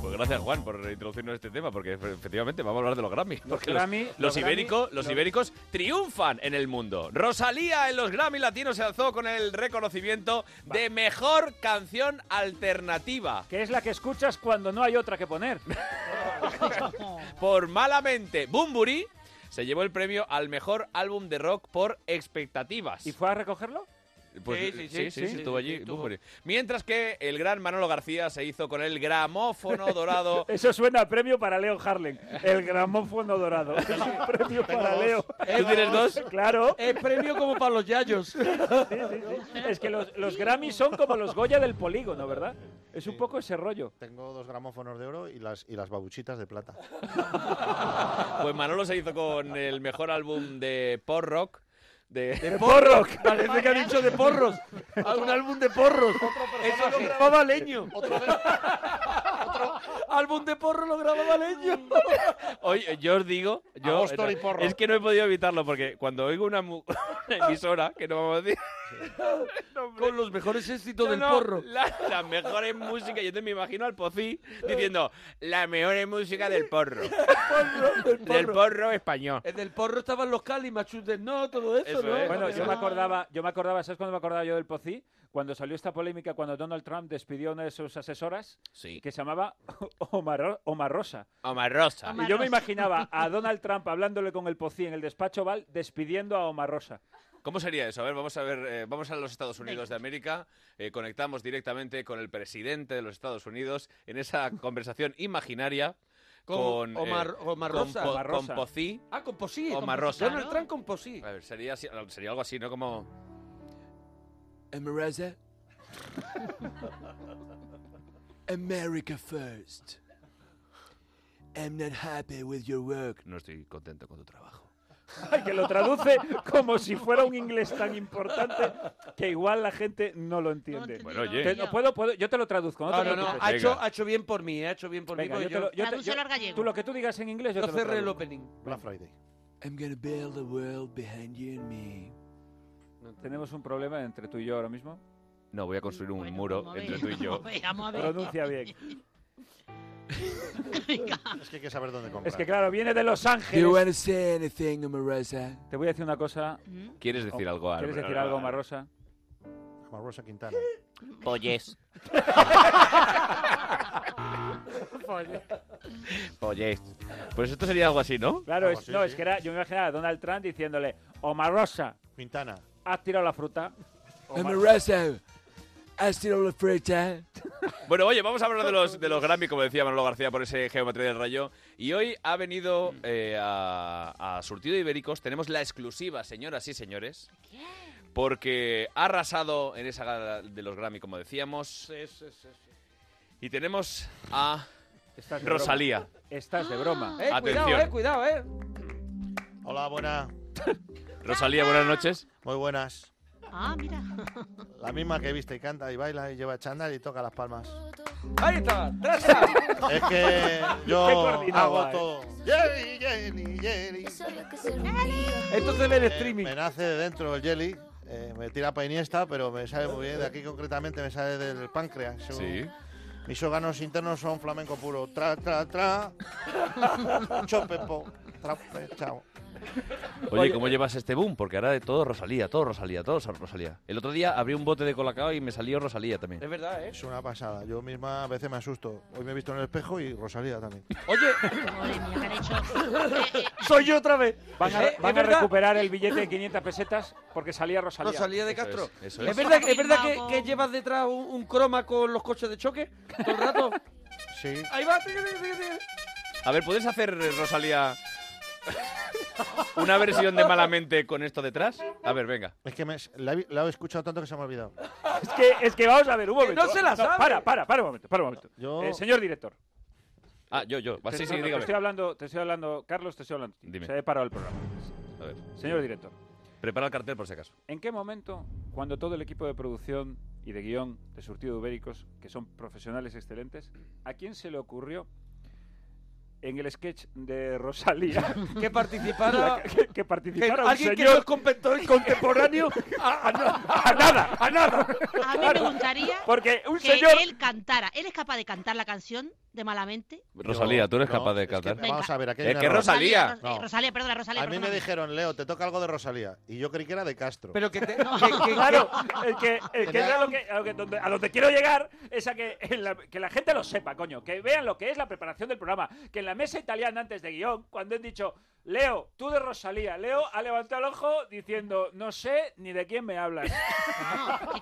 Speaker 1: Pues gracias, Juan, por introducirnos este tema, porque efe- efectivamente vamos a hablar de los Grammy. Porque los,
Speaker 4: Grammy-
Speaker 1: los
Speaker 4: los Grammy-
Speaker 1: ibéricos, los
Speaker 4: los-
Speaker 1: ibéricos triunfan en el mundo. Rosalía en los Grammy latinos se alzó con el reconocimiento de mejor canción alternativa
Speaker 4: Que es la que escuchas cuando no hay otra que poner.
Speaker 1: por Malamente. Bumburi se llevó el premio al mejor álbum de rock por expectativas.
Speaker 4: ¿Y fue a recogerlo?
Speaker 1: Pues,
Speaker 4: Sí, sí, sí,
Speaker 1: sí, sí,
Speaker 4: sí, sí,
Speaker 1: estuvo
Speaker 4: sí,
Speaker 1: allí.
Speaker 4: estuvo.
Speaker 1: Bumburi. Mientras que el gran Manolo García se hizo con el gramófono dorado
Speaker 4: Eso suena a premio para Leo Harlem. El gramófono dorado. Es un premio para
Speaker 1: dos.
Speaker 4: Leo.
Speaker 1: ¿Tú tienes dos?
Speaker 4: Claro.
Speaker 6: Es premio como para los yayos.
Speaker 4: Es que los, los Grammy son como los Goya del polígono, ¿verdad? Es un poco ese rollo.
Speaker 3: Tengo dos gramófonos de oro y las, y las babuchitas de plata.
Speaker 1: Pues Manolo se hizo con el mejor álbum de pop rock. De,
Speaker 6: De porros. Parece que ha dicho de porros. Un álbum de porros. Eso lo grababa Leño. álbum de porro lo grababa Leño.
Speaker 1: Oye, yo os digo, yo
Speaker 6: Apóstol y porro.
Speaker 1: es que no he podido evitarlo porque cuando oigo una, mu- una emisora que no vamos a decir
Speaker 6: con los mejores éxitos
Speaker 1: No,
Speaker 6: del
Speaker 1: no,
Speaker 6: porro. Eh.
Speaker 1: la- las mejores músicas, yo te me imagino al Pocí diciendo la mejor música del porro, del porro español.
Speaker 6: En el porro estaban los Cali, Machutes, no, todo eso, ¿no?
Speaker 4: Bueno, yo me acordaba, yo me acordaba, ¿sabes cuando me acordaba yo del Pocí? Cuando salió esta polémica, cuando Donald Trump despidió a una de sus asesoras, que se llamaba Omar, Omar Rosa.
Speaker 1: Omar Rosa.
Speaker 4: Y yo me imaginaba a Donald Trump hablándole con el Pocí en el despacho Val, despidiendo a Omar Rosa.
Speaker 1: ¿Cómo sería eso? A ver, vamos a ver, eh, vamos a los Estados Unidos de América, eh, conectamos directamente con el presidente de los Estados Unidos en esa conversación imaginaria con,
Speaker 6: Con Omar-
Speaker 1: eh,
Speaker 6: Omar
Speaker 1: con
Speaker 6: Rosa.
Speaker 1: Po-
Speaker 6: Omar
Speaker 1: con
Speaker 6: Rosa.
Speaker 1: Pocí.
Speaker 6: Ah, con Posí.
Speaker 1: Omar
Speaker 6: con Posí.
Speaker 1: Rosa,
Speaker 6: Donald
Speaker 1: ¿no?
Speaker 6: Trump con Posí.
Speaker 1: A ver, sería, así- sería algo así, ¿no? Como
Speaker 7: America. America first. I'm not happy with your work.
Speaker 1: no estoy contento con tu trabajo.
Speaker 4: Ay, que lo traduce como si fuera un inglés tan importante que igual la gente no lo entiende.
Speaker 1: Bueno, oye.
Speaker 4: Te- no, puedo, puedo- yo te lo traduzco. No, te
Speaker 6: No, no, no,
Speaker 4: preocupes.
Speaker 6: ha hecho, ha hecho bien por mí, ha hecho bien por
Speaker 4: Venga,
Speaker 6: mí.
Speaker 4: yo te lo- yo te- Tradúcelo yo-
Speaker 6: al gallego.
Speaker 4: tú lo que tú digas en inglés, yo te lo
Speaker 6: cerré el
Speaker 4: traduzco.
Speaker 6: opening.
Speaker 4: Black
Speaker 3: Friday.
Speaker 7: I'm gonna build a world behind you and me.
Speaker 4: Tenemos un problema entre tú y yo ahora mismo.
Speaker 1: No, voy a construir un muro
Speaker 4: vamos a
Speaker 1: entre
Speaker 4: ver,
Speaker 1: tú y yo.
Speaker 4: vamos a ver, vamos a ver. Pronuncia bien.
Speaker 3: Es que hay que saber dónde comprar.
Speaker 4: Es que claro, viene de Los
Speaker 7: Do you wanna
Speaker 4: Ángeles.
Speaker 7: say anything, Omarosa?
Speaker 4: Te voy a decir una cosa.
Speaker 6: Mm.
Speaker 1: ¿Quieres decir
Speaker 4: Oh,
Speaker 1: algo, Álvaro?
Speaker 4: ¿Quieres decir algo, Marrosa?
Speaker 3: Rosa Quintana.
Speaker 1: Pollés. Pollés. Pues esto sería algo así, ¿no?
Speaker 4: Claro,
Speaker 1: Algo
Speaker 4: es,
Speaker 1: así,
Speaker 4: no,
Speaker 1: sí.
Speaker 4: es que era, yo me imaginaba a Donald Trump diciéndole, Omarosa.
Speaker 3: Quintana.
Speaker 4: Has tirado la fruta.
Speaker 7: Omarosa, I still afraid time.
Speaker 1: Bueno, oye, vamos a hablar de los, de los Grammy, como decía Manolo García por ese Geometría del Rayo. Y hoy ha venido eh, a, a Surtido de Ibéricos. Tenemos la exclusiva, señoras y señores. Porque ha arrasado en esa gala de los Grammy, como decíamos. Y tenemos a
Speaker 4: Estás de
Speaker 1: Rosalía.
Speaker 4: broma. Estás de broma. Ah,
Speaker 6: Eh,
Speaker 1: Atención.
Speaker 6: cuidado, eh, cuidado, eh.
Speaker 3: Hola, buena.
Speaker 1: Rosalía, buenas noches.
Speaker 3: Muy buenas.
Speaker 5: Ah, mira.
Speaker 3: La misma que viste y canta y baila y lleva chándal y toca las palmas.
Speaker 6: Ahí está, traza.
Speaker 3: Es que yo hago todo.
Speaker 28: Jenny, Jenny, Jenny.
Speaker 3: Esto se ve en streaming. Eh, me nace de dentro el jelly. eh, me tira pa' Iniesta, pero me sale muy bien. De aquí concretamente me sale del páncreas.
Speaker 1: Sí.
Speaker 3: Mis órganos internos son flamenco puro. Tra, tra, tra. Chopepo. Trape, chao.
Speaker 1: Oye,
Speaker 4: eh.
Speaker 1: ¿cómo llevas este boom? Porque ahora de todo Rosalía, todo Rosalía, todo Rosalía. El otro día abrí un bote de colacao y me salió Rosalía también.
Speaker 6: Es verdad, ¿eh?
Speaker 3: Es una pasada. Yo misma a veces me asusto. Hoy me he visto en el espejo y Rosalía también.
Speaker 6: Oye.
Speaker 4: Soy yo otra vez. Van a,
Speaker 6: Eh,
Speaker 4: van
Speaker 6: es
Speaker 4: a
Speaker 6: verdad.
Speaker 4: recuperar el billete de 500 pesetas porque salía Rosalía.
Speaker 6: Rosalía de Castro.
Speaker 4: Es,
Speaker 6: es. verdad, es verdad que, que llevas detrás un, un croma con los coches de choque todo el rato?
Speaker 3: Sí.
Speaker 6: Ahí va. tigre, tigre, tigre.
Speaker 1: A ver, ¿puedes hacer, eh, Rosalía, una versión de Malamente con esto detrás? A ver, venga.
Speaker 3: Es que me, la, he, la he escuchado tanto que se me ha olvidado.
Speaker 4: que, es que vamos a ver, un
Speaker 6: Que
Speaker 4: momento.
Speaker 6: no se la sabe.
Speaker 4: para, para, para un momento, para un momento.
Speaker 3: Yo-
Speaker 4: Eh, señor director.
Speaker 1: Ah, yo, yo. Va,
Speaker 4: Te-
Speaker 1: Sí, sí,
Speaker 4: no, no, te
Speaker 1: dígame.
Speaker 4: estoy hablando, te estoy hablando, Carlos, te estoy hablando. a ti.
Speaker 1: Dime.
Speaker 4: Se ha parado el programa.
Speaker 1: A ver.
Speaker 4: Señor director.
Speaker 1: Prepara el cartel por si acaso.
Speaker 4: ¿En qué momento, cuando todo el equipo de producción y de guión de Surtido de Ibéricos, que son profesionales excelentes, ¿a quién se le ocurrió en el sketch de Rosalía
Speaker 6: Que participara-
Speaker 4: que, que participara un
Speaker 6: alguien que
Speaker 4: señor
Speaker 6: no es competente-
Speaker 4: contemporáneo a, a no- a nada, a nada?
Speaker 5: A mí me gustaría
Speaker 4: Porque un
Speaker 5: que
Speaker 4: señor
Speaker 5: él cantara. ¿Él es capaz de cantar la canción de Malamente?
Speaker 1: Rosalía, tú eres
Speaker 3: No,
Speaker 1: capaz de
Speaker 3: es que-
Speaker 1: cantar.
Speaker 3: vamos a ver, aquí hay
Speaker 1: Es
Speaker 3: un
Speaker 1: que
Speaker 3: error.
Speaker 1: Rosalía.
Speaker 5: Ros- eh, Rosalía, perdona, Rosalía.
Speaker 3: A mí me
Speaker 5: perdóname.
Speaker 3: dijeron, Leo, te toca algo de Rosalía. Y yo creí que era de Castro.
Speaker 6: Pero que te.
Speaker 4: claro, el que, el que
Speaker 3: Era-
Speaker 4: es a lo que, a lo que- donde, a donde quiero llegar es a que, en la, que la gente lo sepa, coño. Que vean lo que es la preparación del programa. Que en la mesa italiana antes de guión, cuando han dicho, Leo, tú de Rosalía, Leo ha levantado el ojo diciendo, no sé ni de quién me hablas.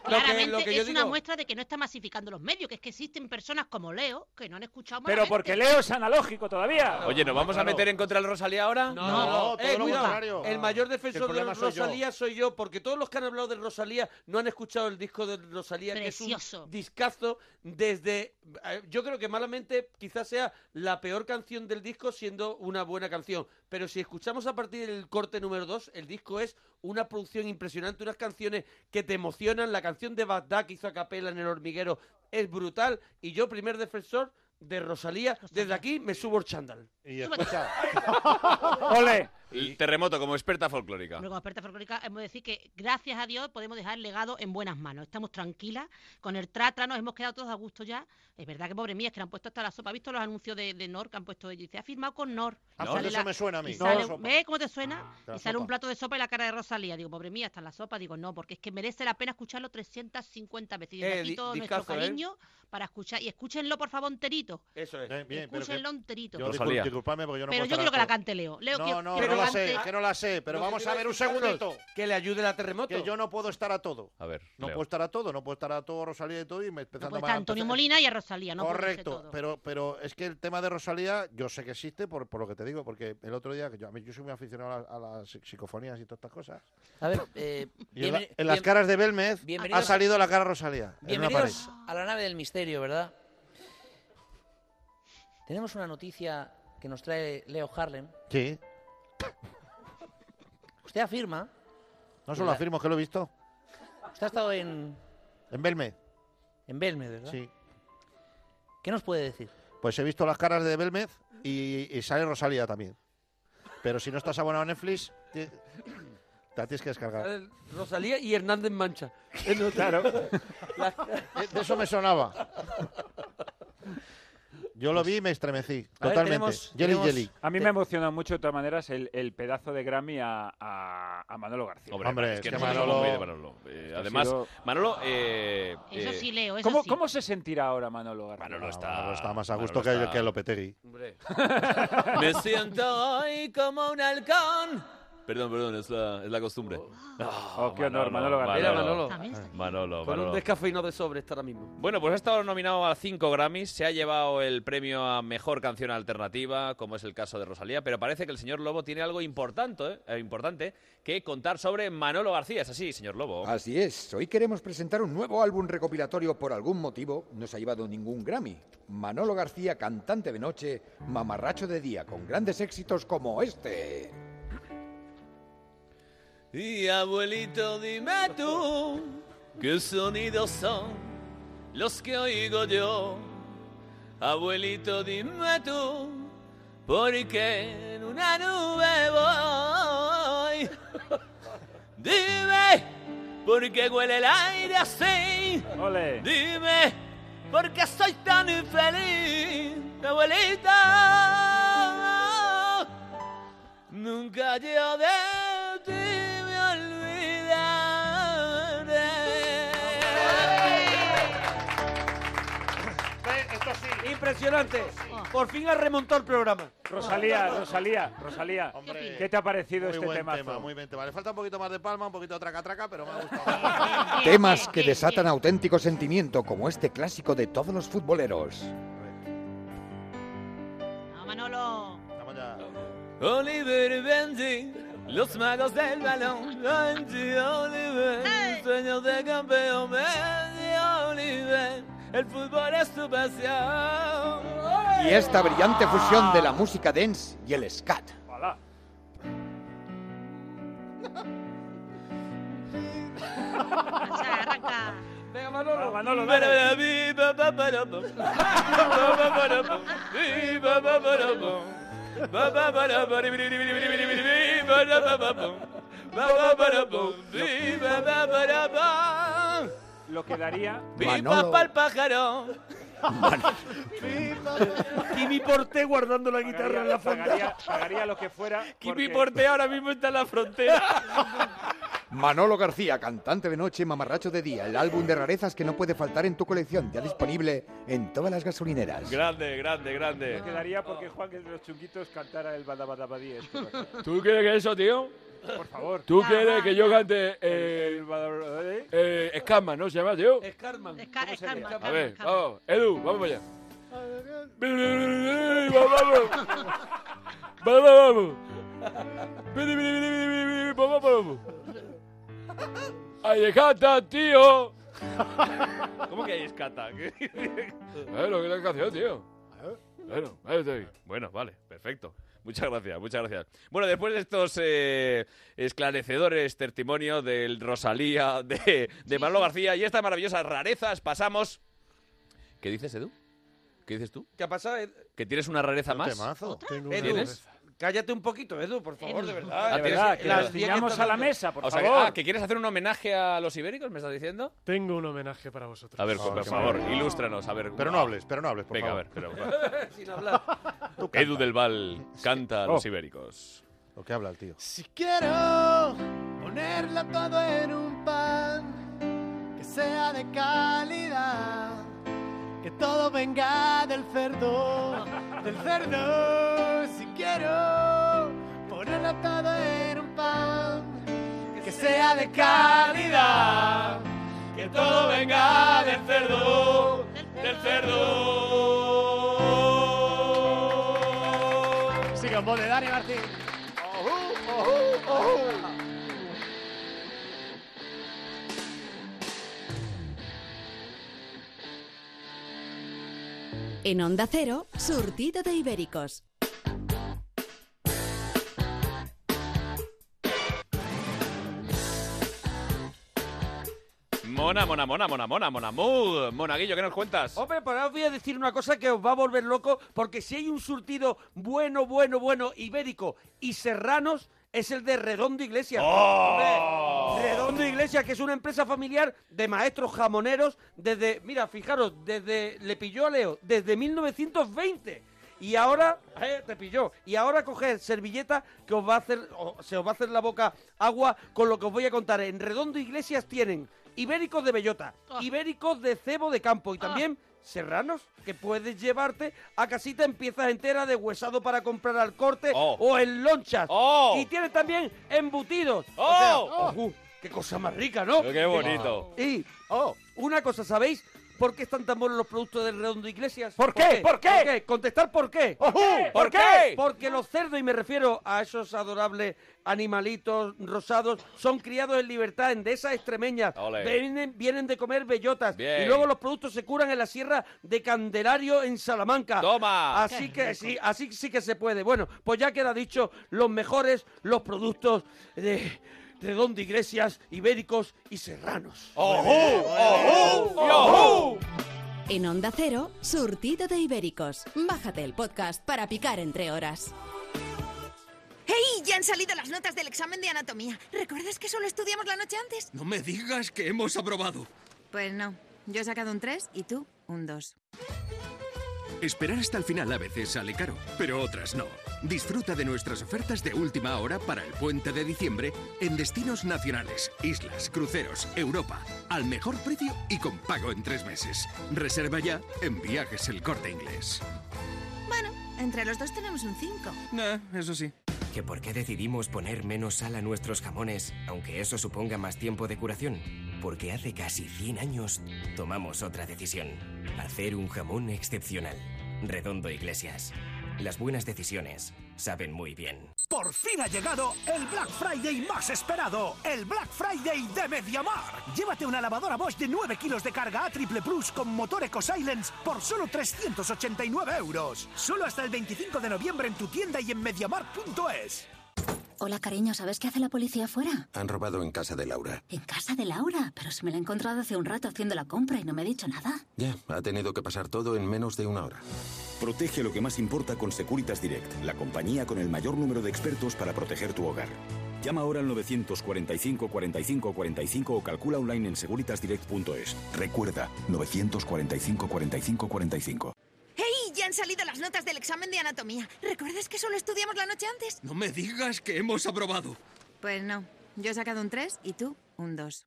Speaker 5: Claramente es una muestra de que no está masificando los medios, que es que existen personas como Leo que no han escuchado
Speaker 4: Pero
Speaker 5: Malamente.
Speaker 4: porque Leo es analógico todavía.
Speaker 1: Oye, ¿nos vamos a meter en contra del Rosalía ahora?
Speaker 6: No, no, no, eh, cuidado. El mayor
Speaker 1: El
Speaker 6: defensor de
Speaker 1: problema soy yo.
Speaker 6: Rosalía soy yo, porque todos los que han hablado de Rosalía no han escuchado el disco de Rosalía, que es
Speaker 5: Precioso.
Speaker 6: un discazo desde... eh, Yo creo que malamente quizás sea la peor canción del disco siendo una buena canción, pero si escuchamos a partir del corte número 2, el disco es una producción impresionante, unas canciones que te emocionan, la canción de Bagdad que hizo a capela en el hormiguero es brutal, y yo primer defensor de Rosalía. Desde aquí me subo el chándal.
Speaker 3: Y escucha.
Speaker 4: ¡Ole!
Speaker 1: El terremoto como experta folclórica.
Speaker 5: Luego, experta folclórica, hemos de decir que gracias a Dios podemos dejar el legado en buenas manos. Estamos tranquilas con el tratra, nos hemos quedado todos a gusto ya. Es verdad que, pobre mía, es que le han puesto hasta la sopa. ¿Has visto los anuncios de, de Nor que han puesto ellos? Dice, ha firmado con Nor.
Speaker 3: Ah,
Speaker 5: Y
Speaker 3: pues
Speaker 5: sale
Speaker 3: eso me suena a mí.
Speaker 5: y
Speaker 3: No,
Speaker 5: sale-
Speaker 3: sopa. Ah,
Speaker 5: ¿Ves cómo te suena?
Speaker 3: la
Speaker 5: y sale
Speaker 3: sopa.
Speaker 5: un plato de sopa y la cara de Rosalía. Digo, pobre mía, hasta la sopa. Digo, no, porque es que merece la pena escucharlo 350 veces. Y desde
Speaker 6: Eh,
Speaker 5: aquí
Speaker 6: di-
Speaker 5: todo nuestro
Speaker 6: discazo, ¿eh?
Speaker 5: cariño para escuchar. Y escúchenlo, por favor, enterito.
Speaker 6: Eso es.
Speaker 3: Eh, Bien, bien, pero que-
Speaker 5: Escúchenlo enterito.
Speaker 3: Yo
Speaker 1: Rosalía.
Speaker 3: discul- disculpadme porque yo no
Speaker 5: Pero
Speaker 3: puedo
Speaker 5: yo
Speaker 3: estar
Speaker 5: quiero que la
Speaker 3: harto.
Speaker 5: cante Leo. Leo,
Speaker 3: no,
Speaker 5: quiero-
Speaker 3: no,
Speaker 5: quiero
Speaker 3: no la
Speaker 5: que
Speaker 3: sé,
Speaker 5: cante-
Speaker 3: que no la sé, pero
Speaker 6: Lo que
Speaker 3: vamos
Speaker 6: quiero
Speaker 3: a ver un
Speaker 6: escucharlo es
Speaker 3: segundito.
Speaker 6: Que le ayude la terremoto.
Speaker 3: Que yo no puedo estar a todo.
Speaker 1: A ver,
Speaker 3: No
Speaker 1: Leo.
Speaker 3: puedo estar a todo, no puedo estar a todo Rosalía y todo y me
Speaker 5: No
Speaker 3: empezando
Speaker 5: puede
Speaker 3: más
Speaker 5: estar Antonio Molina y Pues a Rosalía, no puede ser
Speaker 3: Correcto,
Speaker 5: todo.
Speaker 3: pero, pero es que el tema de Rosalía yo sé que existe por, por lo que te digo, porque el otro día, que yo, a mí- yo soy muy aficionado a, la- a las psi- psicofonías y todas estas cosas.
Speaker 6: A ver, eh,
Speaker 3: Y en, la-
Speaker 6: bienveni-
Speaker 3: en las
Speaker 6: bien-
Speaker 3: caras de Belmez ha
Speaker 6: bienvenidos-
Speaker 3: salido la cara Rosalía. en una pared.
Speaker 6: Bienvenidos a la nave del misterio, ¿verdad? Tenemos una noticia que nos trae Leo Harlem.
Speaker 3: Sí,
Speaker 6: Usted afirma,
Speaker 3: no solo
Speaker 6: La-
Speaker 3: afirmo que lo he visto.
Speaker 6: usted ha estado en,
Speaker 3: En Belmez,
Speaker 6: en Belmed, ¿verdad?
Speaker 3: sí.
Speaker 6: ¿Qué nos puede decir?
Speaker 3: Pues he visto las caras de Belmez y, y sale Rosalía también. Pero si no estás abonado a Netflix, ti- la tienes que descargar.
Speaker 6: Rosalía y Hernández Mancha.
Speaker 4: Claro.
Speaker 3: De- De eso me sonaba. Yo lo vi y me estremecí.
Speaker 6: A ver,
Speaker 3: Totalmente.
Speaker 6: tenemos-
Speaker 3: jelly
Speaker 6: tenemos-
Speaker 3: Jelly.
Speaker 4: A mí
Speaker 6: Te-
Speaker 4: me ha emocionado mucho, de todas maneras, el, el pedazo de Grammy a, a- a Manolo García.
Speaker 1: Hombre,
Speaker 3: Hombre,
Speaker 1: es que
Speaker 3: es que
Speaker 1: nosotros somos
Speaker 3: Manolo-
Speaker 1: muy de Manolo. Eh,
Speaker 4: Esto ha
Speaker 1: además,
Speaker 4: sido-
Speaker 1: Manolo. eh,
Speaker 5: Eso
Speaker 1: eh,
Speaker 5: sí, Leo, eso
Speaker 4: ¿Cómo,
Speaker 5: sí.
Speaker 4: cómo se sentirá ahora Manolo García?
Speaker 1: Manolo está,
Speaker 3: Manolo está más a gusto que,
Speaker 1: Manolo
Speaker 3: que
Speaker 1: está-
Speaker 3: Lopetegui.
Speaker 1: Me siento hoy como un halcón. Perdón, perdón, es la, es la costumbre.
Speaker 4: Oh, qué honor, Manolo García.
Speaker 6: Mira, Manolo.
Speaker 1: Manolo, Manolo,
Speaker 6: Con un
Speaker 1: Manolo.
Speaker 6: descafeinado de sobre está ahora mismo.
Speaker 1: Bueno, pues ha estado nominado a cinco Grammys, se ha llevado el premio a Mejor Canción Alternativa, como es el caso de Rosalía, pero parece que el señor Lobo tiene algo importante, eh, importante que contar sobre Manolo García. Es así, señor Lobo.
Speaker 10: Así es, hoy queremos presentar un nuevo álbum recopilatorio por algún motivo, no se ha llevado ningún Grammy. Manolo García, cantante de noche, mamarracho de día, con grandes éxitos como este.
Speaker 1: Y abuelito, dime tú, ¿qué sonidos son los que oigo yo? Abuelito, dime tú, porque en una nube voy. Dime, ¿por qué huele el aire así?
Speaker 4: Ole.
Speaker 1: Dime, ¿por qué soy tan infeliz, abuelita? Nunca yo de ti me olvidaré.
Speaker 6: Impresionante. Por fin ha remontado el programa.
Speaker 4: Rosalía, Rosalía, Rosalía.
Speaker 3: Hombre,
Speaker 4: ¿Qué te ha parecido
Speaker 3: muy
Speaker 4: este
Speaker 3: buen
Speaker 4: temazo?
Speaker 3: tema, muy buen tema. Le falta un poquito más de palma, un poquito de traca-traca, pero me ha gustado.
Speaker 10: Temas que desatan auténtico sentimiento, como este clásico de todos los futboleros.
Speaker 5: No, Manolo.
Speaker 3: Vamos ya.
Speaker 1: Oliver y Benji, los magos del balón. Benji, Oliver, sueños de campeón. Benji, Oliver, el fútbol es tu pasión.
Speaker 10: Y esta brillante fusión de la música dance y el scat.
Speaker 4: Ojalá.
Speaker 5: Mancha, arranca.
Speaker 6: Venga,
Speaker 4: Ah,
Speaker 6: Manolo.
Speaker 4: Manolo, dale.
Speaker 1: Viva
Speaker 4: Lo que daría...
Speaker 10: Manolo.
Speaker 1: pa'l pájaro.
Speaker 6: Kimi Porté guardando la guitarra
Speaker 4: Pagaría,
Speaker 6: en la fonda.
Speaker 4: pagaría- pagaría lo que fuera. porque-
Speaker 1: Kipi Porte ahora mismo está en la frontera.
Speaker 10: Manolo García, cantante de noche, mamarracho de día, el álbum de rarezas que no puede faltar en tu colección, ya disponible en todas las gasolineras.
Speaker 1: Grande, grande,
Speaker 4: Lo
Speaker 1: grande.
Speaker 4: que daría porque Juan de los Chunguitos cantara el Badabadabadí. este,
Speaker 11: ¿Tú quieres que eso, tío?
Speaker 4: Por favor.
Speaker 11: ¿Tú quieres que yo cante
Speaker 4: El-
Speaker 11: eh,
Speaker 4: el Badabadabadí.
Speaker 11: eh, Escama, no se llama, tío?
Speaker 6: Es Carmen.
Speaker 5: Es ca- es
Speaker 4: sería?
Speaker 5: calma,
Speaker 11: A
Speaker 5: calma,
Speaker 11: ver,
Speaker 5: calma.
Speaker 11: vamos, Edu, vamos allá. Vamos, vamos. Vamos, vamos. Vamos, vamos. Ahí canta, tío.
Speaker 1: ¿Cómo que hay escata?
Speaker 11: Eh, lo que es la canción, tío. Bueno, ahí está.
Speaker 1: Bueno, vale, perfecto. Muchas gracias, muchas gracias. Bueno, después de estos eh, esclarecedores testimonios del Rosalía, de, de Manolo García y estas maravillosas rarezas, pasamos. ¿Qué dices, Edu? ¿Qué dices tú?
Speaker 6: ¿Qué ha pasado? Ed-
Speaker 1: ¿Que tienes una rareza
Speaker 6: Un
Speaker 1: más?
Speaker 6: temazo. Otra. Tengo una
Speaker 1: ¿Tienes?
Speaker 6: Cállate un poquito, Edu, por favor,
Speaker 4: Edu.
Speaker 6: de
Speaker 4: Ah,
Speaker 6: verdad.
Speaker 4: de
Speaker 6: Tienes-
Speaker 4: verdad, que
Speaker 6: las
Speaker 4: nos
Speaker 6: diez
Speaker 4: ciñamos a la
Speaker 6: tanto-
Speaker 4: mesa, por
Speaker 1: O sea, que,
Speaker 4: favor.
Speaker 1: ah, ¿que quieres hacer un homenaje a los ibéricos, me estás diciendo?
Speaker 8: Tengo un homenaje para vosotros.
Speaker 1: A ver,
Speaker 3: Ah,
Speaker 1: por
Speaker 3: qué
Speaker 1: favor,
Speaker 3: maravilla.
Speaker 1: ilústranos. A ver,
Speaker 3: Pero no hables, pero no hables, por
Speaker 1: Venga,
Speaker 3: favor.
Speaker 1: a ver. Pero,
Speaker 6: Sin hablar.
Speaker 1: Edu del Val canta a los
Speaker 3: Oh.
Speaker 1: ibéricos.
Speaker 3: Lo que habla el tío.
Speaker 2: Quiero ponerlo todo en un pan que sea de calidad, que todo venga del cerdo, del cerdo. Si quiero ponerlo todo en un pan que sea de calidad, que todo venga del cerdo, del cerdo. Sigue con voz de Dani Martín.
Speaker 12: En Onda Cero, surtido de ibéricos.
Speaker 1: Mona, mona, mona, mona, mona, mona, mud. Monaguillo, ¿qué nos cuentas?
Speaker 3: Oh,
Speaker 6: Hombre, pues ahora os voy a decir una cosa que os va a volver loco, porque si hay un surtido bueno, bueno, bueno, ibérico y serranos, es el de Redondo Iglesias.
Speaker 4: ¡Oh!
Speaker 6: Hombre, Redondo Iglesias, que es una empresa familiar de maestros jamoneros desde, mira, fijaros, desde, le pilló a Leo, desde 1920. Y ahora, eh, te pilló, y ahora coged servilleta que os va a hacer, o- se os va a hacer la boca agua con lo que os voy a contar. En Redondo Iglesias tienen ibéricos de bellota, ibéricos de cebo de campo y también serranos que puedes llevarte a casita en piezas enteras de huesado para comprar al corte o en lonchas. Y tienen también embutidos. O sea, ojú, Uh, ¡Qué cosa más rica, ¿no?
Speaker 1: Oh. Qué bonito.
Speaker 6: Y, oh, una cosa, ¿sabéis por qué están tan buenos los productos del Redondo Iglesias?
Speaker 1: ¿Por qué? ¿Por qué? Oh,
Speaker 6: Contestar por qué.
Speaker 1: ¿Por qué?
Speaker 6: Porque los cerdos, y me refiero a esos adorables animalitos rosados, son criados en libertad en dehesas extremeñas.
Speaker 1: Ole.
Speaker 6: Vienen, vienen de comer bellotas.
Speaker 1: Bien.
Speaker 6: Y luego los productos se curan en la sierra de Candelario, en Salamanca.
Speaker 1: Toma.
Speaker 6: Así
Speaker 1: Qué
Speaker 6: que
Speaker 1: rico.
Speaker 6: sí, así sí que se puede. Bueno, pues ya queda dicho, los mejores, los productos de Redondo Iglesias, Ibéricos y Serranos.
Speaker 1: ¡Ojú! ¡Ojú! ¡Y ojú!
Speaker 12: En Onda Cero, surtido de ibéricos. Bájate el podcast para picar entre horas.
Speaker 13: ¡Hey! Ya han salido las notas del examen de anatomía. ¿Recuerdas que solo estudiamos la noche antes?
Speaker 14: No me digas que hemos aprobado.
Speaker 13: Pues no. Yo he sacado un 3 y tú un 2.
Speaker 14: Esperar hasta el final a veces sale caro, pero otras no. Disfruta de nuestras ofertas de última hora para el puente de diciembre en destinos nacionales, islas, cruceros, Europa, al mejor precio y con pago en tres meses. Reserva ya en viajes el corte inglés.
Speaker 13: Bueno, entre los dos tenemos un 5.
Speaker 14: eso sí.
Speaker 29: ¿Que por qué decidimos poner menos sal a nuestros jamones, aunque eso suponga más tiempo de curación? Porque hace casi 100 años tomamos otra decisión. Hacer un jamón excepcional. Redondo Iglesias. Las buenas decisiones saben muy bien.
Speaker 18: Por fin ha llegado el Black Friday más esperado, el Black Friday de MediaMarkt. Llévate una lavadora Bosch de 9 kilos de carga A Triple Plus con motor EcoSilence por solo 389 euros. Solo hasta el 25 de noviembre en tu tienda y en MediaMarkt.es.
Speaker 16: Hola, cariño, ¿sabes qué hace la policía afuera?
Speaker 19: Han robado en casa de Laura.
Speaker 16: En casa de Laura, pero se me la he encontrado hace un rato haciendo la compra y no me ha dicho nada.
Speaker 19: Ya, ha tenido que pasar todo en menos de una hora.
Speaker 17: Protege lo que más importa con Securitas Direct, la compañía con el mayor número de expertos para proteger tu hogar. Llama ahora al 945 45 45 o calcula online en securitasdirect.es. Recuerda, 945 45 45.
Speaker 13: ¡Hey! Ya han salido las notas del examen de anatomía. ¿Recuerdas que solo estudiamos la noche antes?
Speaker 14: No me digas que hemos aprobado.
Speaker 13: Pues no. Yo he sacado un 3 y tú un 2.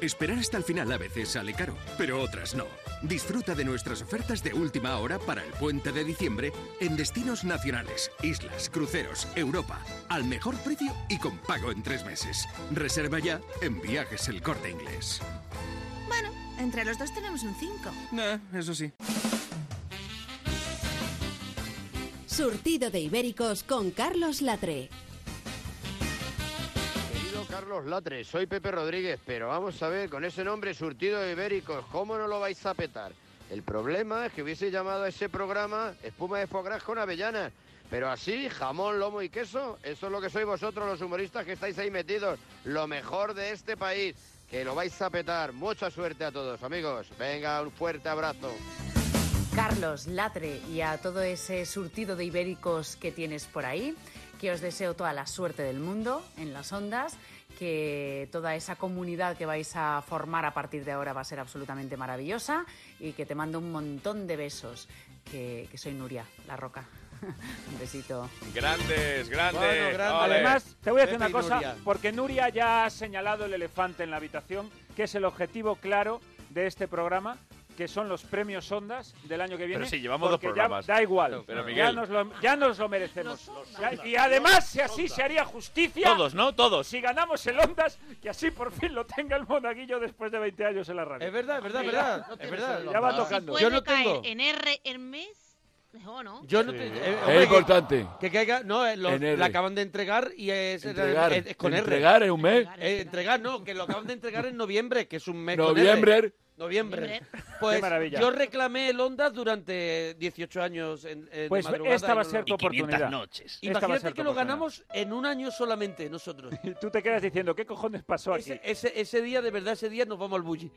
Speaker 14: Esperar hasta el final a veces sale caro, pero otras no. Disfruta de nuestras ofertas de última hora para el puente de diciembre en destinos nacionales, islas, cruceros, Europa, al mejor precio y con pago en tres meses. Reserva ya en viajes el corte inglés.
Speaker 13: Bueno, entre los dos tenemos un 5.
Speaker 14: eso sí.
Speaker 12: Surtido de ibéricos con Carlos Latre.
Speaker 30: Querido Carlos Latre, soy Pepe Rodríguez, pero vamos a ver, con ese nombre surtido de ibéricos, ¿cómo no lo vais a petar? El problema es que hubiese llamado a ese programa espuma de foie gras con avellanas, pero así, jamón, lomo y queso, eso es lo que sois vosotros los humoristas que estáis ahí metidos, lo mejor de este país, que lo vais a petar. Mucha suerte a todos, amigos. Venga, un fuerte abrazo.
Speaker 9: Carlos, Latre y a todo ese surtido de ibéricos que tienes por ahí, que os deseo toda la suerte del mundo en las ondas, que toda esa comunidad que vais a formar a partir de ahora va a ser absolutamente maravillosa y que te mando un montón de besos, que, que soy Nuria, la roca. un besito.
Speaker 1: Grandes, grandes.
Speaker 4: Bueno, grande.
Speaker 1: ole.
Speaker 4: Además, te voy a decir una
Speaker 1: Pepe y
Speaker 4: cosa,
Speaker 1: Nuria.
Speaker 4: porque Nuria ya ha señalado el elefante en la habitación, que es el objetivo claro de este programa, que son los premios Ondas del año que viene.
Speaker 1: Pero sí, llevamos dos
Speaker 4: porque ya
Speaker 1: programas.
Speaker 4: da igual,
Speaker 1: Pero,
Speaker 4: ya,
Speaker 1: Miguel.
Speaker 4: nos lo, ya nos lo merecemos. Ya- y
Speaker 1: Los
Speaker 4: además, si así se haría justicia...
Speaker 1: Todos, ¿no? Todos.
Speaker 4: Si ganamos el Ondas, que así por fin lo tenga el monaguillo después de 20 años en la radio. Es verdad, es
Speaker 6: verdad, es verdad, es verdad.
Speaker 4: Ya va
Speaker 6: Si
Speaker 4: tocando.
Speaker 6: puede Yo no
Speaker 5: caer
Speaker 6: tengo.
Speaker 5: en R en mes, mejor, ¿no?
Speaker 6: Yo no te- eh, hombre,
Speaker 11: Es
Speaker 6: que-
Speaker 11: importante.
Speaker 6: Que caiga. No, eh, los-
Speaker 11: En R.
Speaker 6: la acaban de entregar y es,
Speaker 11: Entregar.
Speaker 6: es- es con R.
Speaker 11: Entregar es un mes.
Speaker 6: Eh, entregar, no, que lo acaban de entregar en noviembre, que es un mes. con
Speaker 11: Noviembre.
Speaker 6: R. Noviembre. Pues
Speaker 4: Qué maravilla.
Speaker 6: yo reclamé el Ondas durante 18 años en, en
Speaker 4: Pues
Speaker 6: madrugada
Speaker 4: esta va a
Speaker 6: y no
Speaker 4: ser
Speaker 6: lo-
Speaker 4: tu Y 500 oportunidad. noches. Esta va a
Speaker 6: Imagínate
Speaker 4: ser tu
Speaker 6: que lo
Speaker 4: oportunidad.
Speaker 6: ganamos en un año solamente nosotros.
Speaker 4: Tú te quedas diciendo, ¿qué cojones pasó aquí?
Speaker 6: Ese, ese, ese día, de verdad, ese día nos vamos al bully.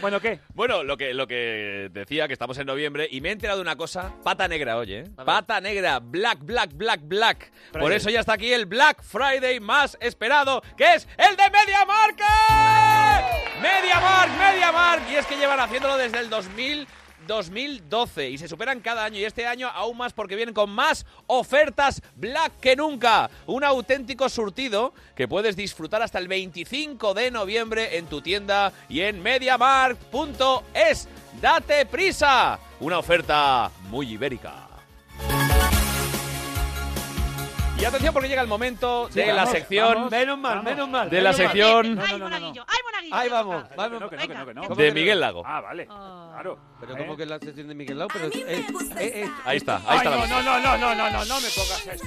Speaker 4: bueno, ¿qué?
Speaker 1: Bueno, lo que, lo que decía, que estamos en noviembre, y me he enterado de una cosa. Pata negra, oye. ¿eh? Pata negra, black, black, black, black. Por
Speaker 4: Friday.
Speaker 1: eso ya está aquí el Black Friday más esperado, que es el de MediaMarket. MediaMark, MediaMark. Y es que llevan haciéndolo desde el 2000. 2012 y se superan cada año y este año aún más porque vienen con más ofertas Black que nunca. Un auténtico surtido que puedes disfrutar hasta el 25 de noviembre en tu tienda y en mediamarkt.es. Date prisa. Una oferta muy ibérica. Y atención porque llega el momento de la sección
Speaker 6: menos mal, menos mal.
Speaker 1: de la
Speaker 6: menos mal.
Speaker 1: sección
Speaker 6: Ahí vamos, vamos.
Speaker 4: que no, que no, que no.
Speaker 6: ¿Cómo
Speaker 1: de
Speaker 6: que no?
Speaker 1: Miguel Lago.
Speaker 4: Ah, vale. Claro. ¿Eh?
Speaker 6: Pero como que es la sección de Miguel Lau, pero eh, eh, eh,
Speaker 1: Ahí está, ahí
Speaker 4: Ay,
Speaker 1: está la
Speaker 4: no,
Speaker 1: música.
Speaker 4: no, no, no, no, no, no, no me pongas esto.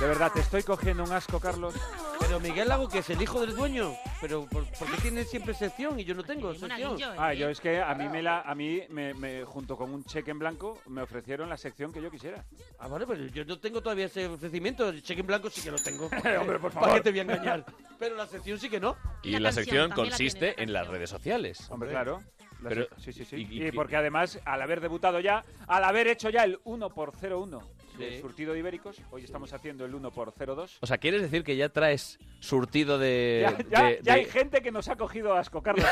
Speaker 4: De verdad, te estoy cogiendo un asco, Carlos.
Speaker 6: Pero Miguel Lago, que es el hijo del dueño. Pero ¿por, por qué tiene siempre sección y yo no tengo sección?
Speaker 4: Ah, yo es que a mí, me la, a mí me, me- junto con un cheque en blanco, me ofrecieron la sección que yo quisiera.
Speaker 6: Ah, vale, pero yo no tengo todavía ese ofrecimiento. El cheque en blanco sí que lo tengo.
Speaker 4: Hombre, por
Speaker 6: ¿Para
Speaker 4: favor.
Speaker 6: qué te voy a engañar? Pero la sección sí que no.
Speaker 1: Y la, sección consiste en las redes sociales.
Speaker 4: Hombre, claro. La
Speaker 1: Pero-
Speaker 4: sec- sí, sí, sí.
Speaker 1: y-
Speaker 4: Y,
Speaker 1: y-
Speaker 4: porque además, al haber debutado ya, al haber hecho ya el 1x01
Speaker 6: Sí.
Speaker 4: del surtido de ibéricos, hoy estamos haciendo el 1x02.
Speaker 1: O sea, ¿quieres decir que ya traes surtido Eh, de...
Speaker 4: Ya, ya-
Speaker 1: de-
Speaker 4: ya
Speaker 1: de-
Speaker 4: hay gente que nos ha cogido asco, Carlos.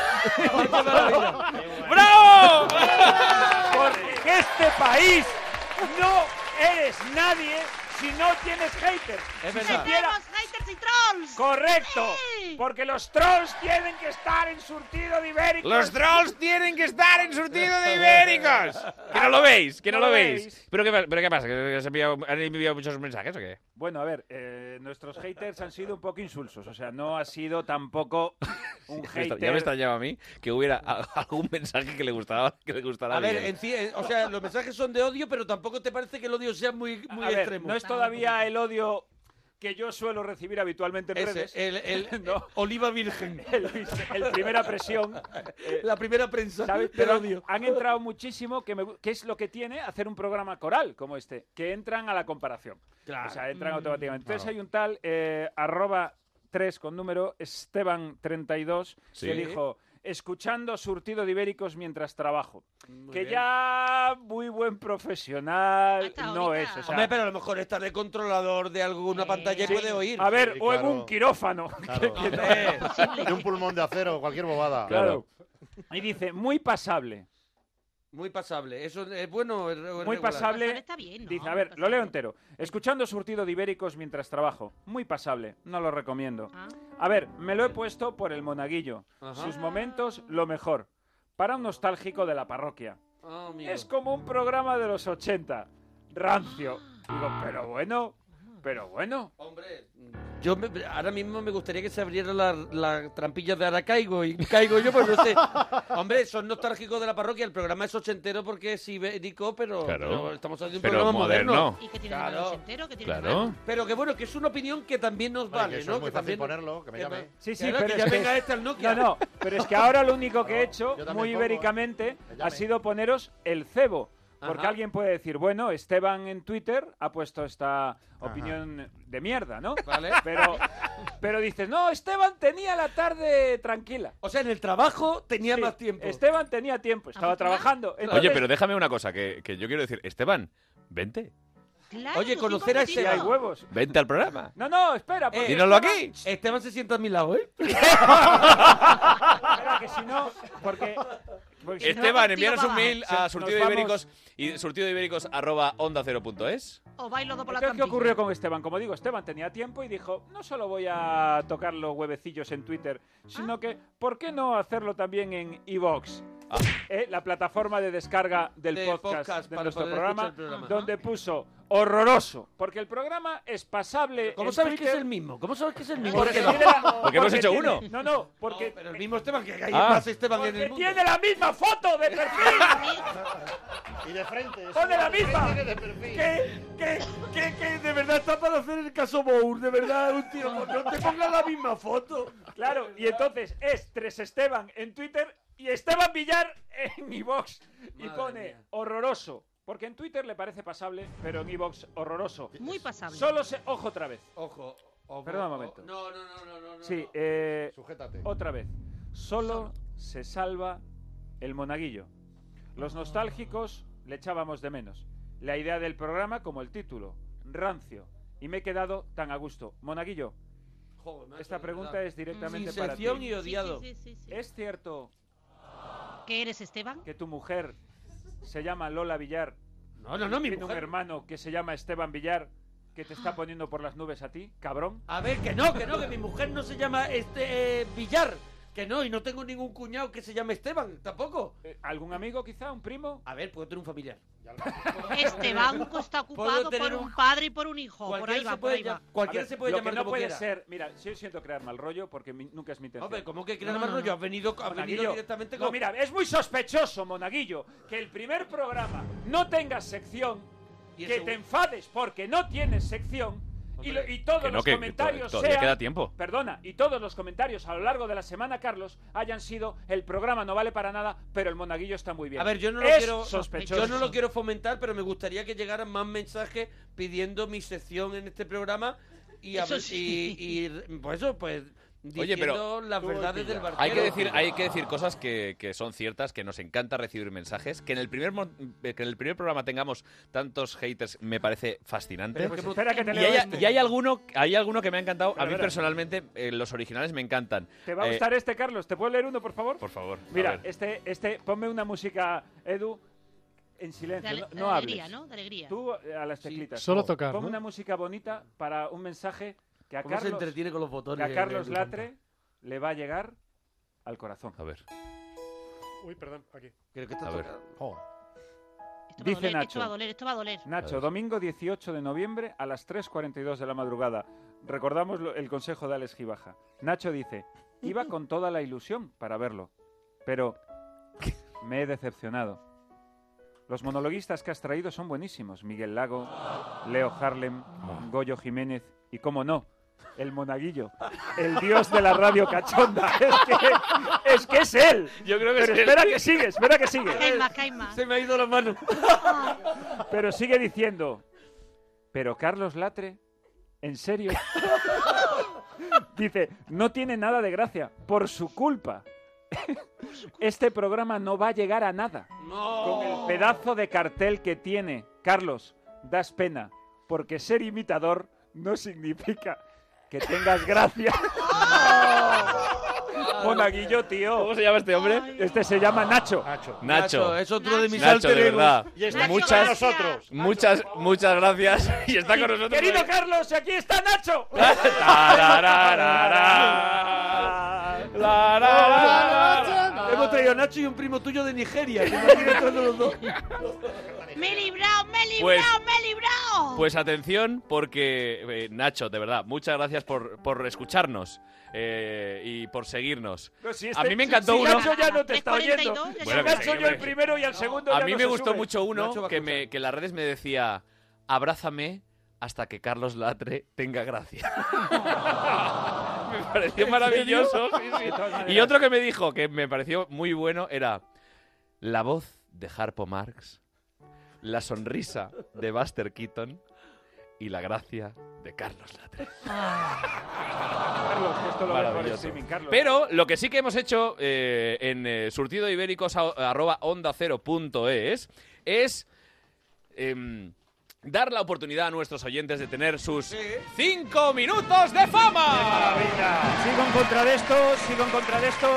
Speaker 1: ¡Bravo!
Speaker 4: Porque en este país no eres nadie si no tienes haters.
Speaker 6: Es
Speaker 4: Si
Speaker 6: verdad.
Speaker 4: siquiera-
Speaker 5: haters y trolls!
Speaker 4: Correcto. Porque los trolls tienen que estar en surtido de ibéricos.
Speaker 1: Los trolls tienen que estar en surtido de ibéricos. Que no lo veis, que no, lo veis. ¿Pero, qué, pa- pero qué pasa? ¿Que se han enviado- ¿Han enviado muchos mensajes o qué?
Speaker 4: Bueno, a ver, eh, nuestros haters han sido un poco insulsos. O sea, no ha sido tampoco un
Speaker 1: Me
Speaker 4: hater.
Speaker 1: extra- Ya me extrañaba a mí que hubiera a- algún mensaje que le gustaba, que le gustara
Speaker 6: A ver,
Speaker 1: Miguel.
Speaker 6: en sí, eh, o sea, los mensajes son de odio, pero tampoco te parece que el odio sea muy, muy
Speaker 4: A ver,
Speaker 6: extremo.
Speaker 4: no es todavía el odio que yo suelo recibir habitualmente en
Speaker 6: Ese,
Speaker 4: redes.
Speaker 6: el- el-
Speaker 4: No.
Speaker 6: Oliva virgen.
Speaker 4: El, el primera presión. eh,
Speaker 6: La primera prensa
Speaker 4: ¿sabes?
Speaker 6: del
Speaker 4: Pero han-
Speaker 6: odio.
Speaker 4: han entrado muchísimo, que, me gu- que es lo que tiene hacer un programa coral como este, que entran a la comparación. O sea,
Speaker 7: Mm,
Speaker 4: entran
Speaker 6: Ah,
Speaker 4: automáticamente.
Speaker 6: mm,
Speaker 4: Entonces
Speaker 1: Claro.
Speaker 4: hay un tal, eh, arroba 3 con número, Esteban32,
Speaker 1: Sí.
Speaker 4: que dijo, escuchando surtido de ibéricos mientras trabajo. que
Speaker 6: bien.
Speaker 4: ya muy buen profesional no es. o sea,
Speaker 6: Hombre, pero a lo mejor estar de controlador de alguna pantalla y
Speaker 4: Sí.
Speaker 6: puede oír.
Speaker 4: A ver,
Speaker 6: Sí,
Speaker 4: o en
Speaker 6: claro.
Speaker 4: un quirófano.
Speaker 6: Claro.
Speaker 4: Que- que no-
Speaker 6: Hombre.
Speaker 3: De un pulmón de acero, cualquier bobada.
Speaker 4: Claro. Y dice, muy pasable.
Speaker 6: Muy pasable. Eso es eh, bueno. o es re- o es
Speaker 4: Muy
Speaker 6: Pues regular.
Speaker 4: pasable. Dice, a ver, lo leo entero. Escuchando surtido de ibéricos mientras trabajo. Muy pasable. No lo recomiendo. A ver, me lo he puesto por el monaguillo.
Speaker 6: Ajá.
Speaker 4: Sus momentos, lo mejor. Para un nostálgico de la parroquia.
Speaker 6: Ah, amigo.
Speaker 4: Es como un programa de los 80. Rancio. Digo, pero bueno, pero bueno.
Speaker 6: Hombre. Yo me- ahora mismo me gustaría que se abriera la, la trampilla de Aracaigo y caigo yo, pues no sé. Hombre, son nostálgicos de la parroquia. El programa es ochentero porque es ibérico, pero,
Speaker 1: Claro.
Speaker 6: pero estamos haciendo un
Speaker 1: Pero
Speaker 6: programa moderno.
Speaker 1: moderno.
Speaker 5: ¿Y qué tiene de
Speaker 6: Claro.
Speaker 5: malo ochentero? ¿Qué tiene de
Speaker 1: Claro.
Speaker 5: malo?
Speaker 6: Pero que bueno, que es una opinión que también nos
Speaker 3: Hombre,
Speaker 6: vale,
Speaker 3: que eso
Speaker 6: ¿no?
Speaker 3: es muy fácil
Speaker 6: también-
Speaker 3: ponerlo, que me llame.
Speaker 6: que
Speaker 4: Sí, sí,
Speaker 6: ahora
Speaker 4: pero
Speaker 6: que ya
Speaker 4: es que-
Speaker 6: venga este al Nokia.
Speaker 4: No, no, pero es que ahora lo único que he hecho,
Speaker 6: yo también
Speaker 4: muy
Speaker 6: pongo,
Speaker 4: ibéricamente,
Speaker 6: que llame.
Speaker 4: ha sido poneros el cebo. Porque
Speaker 6: Ajá.
Speaker 4: alguien puede decir, bueno, Esteban en Twitter ha puesto esta opinión de mierda, ¿no?
Speaker 6: Vale.
Speaker 4: Pero Pero dices, no, Esteban tenía la tarde tranquila.
Speaker 6: O sea, en el trabajo tenía
Speaker 4: más tiempo. Esteban tenía tiempo, estaba trabajando.
Speaker 1: Oye,
Speaker 4: Entonces-
Speaker 1: pero déjame una cosa que, que yo quiero decir. Esteban, vente.
Speaker 6: Oye, conocer a
Speaker 4: Si
Speaker 6: Esteban.
Speaker 4: hay huevos.
Speaker 1: Vente al programa.
Speaker 4: No, no, espera. porque
Speaker 1: Dínoslo
Speaker 4: Esteban-
Speaker 1: aquí.
Speaker 6: Esteban se sienta a mi lado, ¿eh?
Speaker 4: Espera, que si no, porque... porque
Speaker 28: Pues
Speaker 4: si no-
Speaker 1: Esteban, envíanos un mail
Speaker 4: Se-
Speaker 1: a
Speaker 4: nos
Speaker 1: surtido de
Speaker 4: vamos.
Speaker 1: ibéricos y surtido ibéricos arroba onda cero punto es.
Speaker 5: Os vais los dos por la
Speaker 4: Entonces, ¿qué
Speaker 5: trampilla.
Speaker 4: ocurrió con Esteban? Como digo, Esteban tenía tiempo y dijo, no solo voy a tocar los huevecillos en Twitter, sino
Speaker 6: Ah.
Speaker 4: que, ¿por qué no hacerlo también en Evox? la plataforma de descarga del
Speaker 6: Del
Speaker 4: podcast,
Speaker 6: Ah. podcast
Speaker 4: de
Speaker 6: para
Speaker 4: nuestro
Speaker 6: poder
Speaker 4: programa,
Speaker 6: escuchar el programa.
Speaker 4: donde puso horroroso, porque el programa es pasable.
Speaker 6: ¿Cómo
Speaker 4: en
Speaker 6: sabes que
Speaker 4: Twitter.
Speaker 6: es el mismo? ¿Cómo sabes que es el mismo?
Speaker 4: Porque,
Speaker 6: no.
Speaker 4: tiene la-
Speaker 1: Porque hemos hecho
Speaker 4: tiene-
Speaker 1: uno.
Speaker 4: No, no, porque
Speaker 6: Pero el mismo Esteban que hay
Speaker 1: Ah.
Speaker 6: más Esteban en
Speaker 4: porque
Speaker 6: el mundo.
Speaker 4: tiene la misma foto de perfil.
Speaker 3: Y de frente.
Speaker 4: Pone la misma.
Speaker 3: De perfil.
Speaker 6: Que, que, que, que de verdad está para hacer el caso Bour, de verdad, un tío. No te pongas la misma foto.
Speaker 4: Claro, y entonces es tres Esteban en Twitter y Esteban Villar en iVox. Y
Speaker 6: Madre
Speaker 4: pone
Speaker 6: mía.
Speaker 4: horroroso. Porque en Twitter le parece pasable, pero en iVox horroroso.
Speaker 5: Muy pasable.
Speaker 4: Solo se. Ojo otra vez.
Speaker 6: Ojo. ojo,
Speaker 4: Perdón un
Speaker 6: ojo.
Speaker 4: momento.
Speaker 6: No, no, no, no, no. no,
Speaker 4: Sí,
Speaker 6: no.
Speaker 4: eh,
Speaker 3: Sujétate.
Speaker 4: otra vez. Solo se salva el monaguillo. Los nostálgicos le echábamos de menos. La idea del programa como el título, rancio. Y me he quedado tan a gusto. Monaguillo,
Speaker 6: Joder, macho,
Speaker 4: esta
Speaker 6: de
Speaker 4: pregunta
Speaker 6: verdad.
Speaker 4: es directamente
Speaker 6: Sin
Speaker 4: para ti.
Speaker 6: sección y
Speaker 5: Sí, sí,
Speaker 6: odiado.
Speaker 5: sí, sí, sí.
Speaker 4: ¿Es cierto
Speaker 5: ¿Qué eres, Esteban?
Speaker 4: que tu mujer se llama Lola Villar.
Speaker 6: No, no, no,
Speaker 4: y
Speaker 6: mi
Speaker 4: tiene un
Speaker 6: mujer.
Speaker 4: hermano que se llama Esteban Villar que te
Speaker 5: Ah.
Speaker 4: está poniendo por las nubes a ti, cabrón.
Speaker 6: A ver, que no, que no, que mi mujer no se llama este eh, Villar. Que no, y no tengo ningún cuñado que se llame Esteban, tampoco.
Speaker 4: Eh, ¿Algún amigo quizá? ¿Un primo?
Speaker 6: A ver, puedo tener un familiar.
Speaker 5: Estebanco Este está ocupado
Speaker 6: tener
Speaker 5: por
Speaker 6: un-
Speaker 5: un padre y por un hijo. Por ahí
Speaker 6: Cualquiera
Speaker 5: va,
Speaker 6: se
Speaker 5: por
Speaker 6: puede
Speaker 5: ahí va.
Speaker 6: llam- cualquiera
Speaker 4: A ver,
Speaker 6: se puede
Speaker 4: lo
Speaker 6: llamar
Speaker 4: que no
Speaker 6: como
Speaker 4: puede
Speaker 6: quiera.
Speaker 4: ser. Mira, sí siento crear mal rollo porque mi- nunca es mi intención.
Speaker 6: Hombre, ¿cómo que crear
Speaker 4: No,
Speaker 6: más
Speaker 4: no, no.
Speaker 6: rollo? Has venido, has venido
Speaker 4: Monaguillo,
Speaker 6: directamente
Speaker 4: no,
Speaker 6: con...
Speaker 4: mira, es muy sospechoso, Monaguillo, que el primer programa no tenga sección,
Speaker 6: Y el
Speaker 4: que te
Speaker 6: segundo.
Speaker 4: enfades porque no tienes sección y, lo- y todos
Speaker 1: Que no,
Speaker 4: los
Speaker 1: que- que
Speaker 4: comentarios
Speaker 1: to- todavía
Speaker 4: sean-
Speaker 1: queda tiempo.
Speaker 4: Perdona, y todos los comentarios a lo largo de la semana, Carlos, hayan sido el programa no vale para nada, pero el Monaguillo está muy bien.
Speaker 6: A ver, yo no lo
Speaker 4: Es
Speaker 6: quiero
Speaker 4: sospechoso.
Speaker 6: Yo no lo quiero fomentar, pero me gustaría que llegaran más mensajes pidiendo mi sección en este programa y a
Speaker 5: Eso
Speaker 6: ver-
Speaker 5: sí.
Speaker 6: y, y, pues eso, pues diciendo
Speaker 1: Oye, pero
Speaker 6: las verdades del barquero.
Speaker 1: Hay que decir, hay que decir cosas que, que son ciertas, que nos encanta recibir mensajes, que en el primer mon- que en el primer programa tengamos tantos haters me parece fascinante.
Speaker 4: Pero pues espera que te
Speaker 1: y,
Speaker 4: leo
Speaker 1: hay,
Speaker 4: este.
Speaker 1: y hay alguno, hay alguno que me ha encantado.
Speaker 4: Pero
Speaker 1: a mí
Speaker 4: verás.
Speaker 1: personalmente eh, los originales me encantan.
Speaker 4: Te va a
Speaker 1: Eh,
Speaker 4: gustar este, Carlos. ¿Te puedo leer uno, por favor?
Speaker 1: por favor. a
Speaker 4: Mira,
Speaker 1: ver.
Speaker 4: este, este, ponme una música, Edu, en
Speaker 5: De,
Speaker 4: silencio.
Speaker 5: ale-
Speaker 4: no-
Speaker 5: de
Speaker 4: no hables.
Speaker 5: alegría, ¿no? De alegría.
Speaker 4: Tú eh, a las teclitas.
Speaker 8: Solo tocar,
Speaker 4: Pon
Speaker 8: ¿no?
Speaker 4: una música bonita para un mensaje que a
Speaker 6: ¿Cómo se
Speaker 4: Carlos,
Speaker 6: entretiene con los
Speaker 4: que
Speaker 6: botones?
Speaker 4: a Carlos
Speaker 6: Edu?
Speaker 4: Latre le va a llegar al corazón.
Speaker 1: A ver.
Speaker 8: Uy, perdón, aquí.
Speaker 6: Creo que está
Speaker 1: A ver.
Speaker 6: tocando.
Speaker 5: Esto va a
Speaker 4: Dice
Speaker 5: doler,
Speaker 4: Nacho.
Speaker 5: esto va a doler, esto va a doler.
Speaker 1: A
Speaker 4: Nacho,
Speaker 1: ver.
Speaker 4: domingo 18 de noviembre a las 3.42 de la madrugada. Recordamos lo- el consejo de Alex Gibaja. Nacho dice, iba con toda la ilusión para verlo, pero me he decepcionado. Los monologuistas que has traído son buenísimos. Miguel Lago, Leo Harlem,
Speaker 1: Ah.
Speaker 4: Goyo Jiménez y, cómo no, el monaguillo, el dios de la radio cachonda. Es que es, que es él.
Speaker 1: Yo creo que
Speaker 4: Pero
Speaker 1: es él.
Speaker 4: espera que sigue, espera que sigue.
Speaker 5: Que hay más, que hay más.
Speaker 6: Se me ha ido la mano.
Speaker 4: Pero sigue diciendo. Pero Carlos Latre, ¿en serio? Dice, no tiene nada de gracia, por su culpa. Este programa no va a llegar a nada. Con el pedazo de cartel que tiene, Carlos, das pena, porque ser imitador no significa que tengas gracia. Monaguillo, tío.
Speaker 1: ¿Cómo se llama este hombre?
Speaker 4: Este se llama Nacho.
Speaker 3: Nacho.
Speaker 1: Nacho.
Speaker 6: es otro de mis
Speaker 1: Nacho, de
Speaker 6: alter egos.
Speaker 1: verdad.
Speaker 3: Y está
Speaker 1: Muchas-
Speaker 3: muchas nosotros.
Speaker 1: Muchas, muchas gracias. Y está con nosotros.
Speaker 4: Querido Carlos, aquí está Nacho.
Speaker 1: Tarararara. Tarararara.
Speaker 6: Hemos traído a Nacho y un primo tuyo de Nigeria. que me tiene todos los dos.
Speaker 5: Me he librado, me he librado,
Speaker 1: Pues-
Speaker 5: me he librado.
Speaker 1: Pues atención, porque eh, Nacho, de verdad, muchas gracias por, por escucharnos eh, y por seguirnos.
Speaker 4: No, si
Speaker 1: A
Speaker 4: este-
Speaker 1: mí me encantó
Speaker 4: si
Speaker 1: uno.
Speaker 4: Nacho ya no te está
Speaker 5: 3.42,
Speaker 4: oyendo.
Speaker 5: ya
Speaker 4: Si
Speaker 1: Bueno, que
Speaker 4: Nacho
Speaker 1: sí,
Speaker 4: yo el
Speaker 1: hombre.
Speaker 4: primero y el segundo.
Speaker 1: A
Speaker 4: ya
Speaker 1: mí
Speaker 4: no
Speaker 1: me
Speaker 4: se
Speaker 1: gustó
Speaker 4: sube.
Speaker 1: mucho
Speaker 6: Nacho va
Speaker 1: uno
Speaker 6: a
Speaker 1: que, me,
Speaker 6: escuchar.
Speaker 1: que en las redes me decía, abrázame hasta que Carlos Latre tenga gracia. me pareció maravilloso. sí, sí.
Speaker 4: De todas maneras.
Speaker 1: Y otro que me dijo, que me pareció muy bueno, era la voz de Harpo Marx, la sonrisa de Buster Keaton y la gracia de Carlos Latre.
Speaker 4: esto lo ves por
Speaker 1: Maravilloso.
Speaker 4: streaming, Carlos.
Speaker 1: Pero lo que sí que hemos hecho eh, en eh, surtidoibéricos.onda0.es es em, dar la oportunidad a nuestros oyentes de tener sus cinco minutos de fama.
Speaker 4: Sigo en contra de esto, sigo en contra de esto.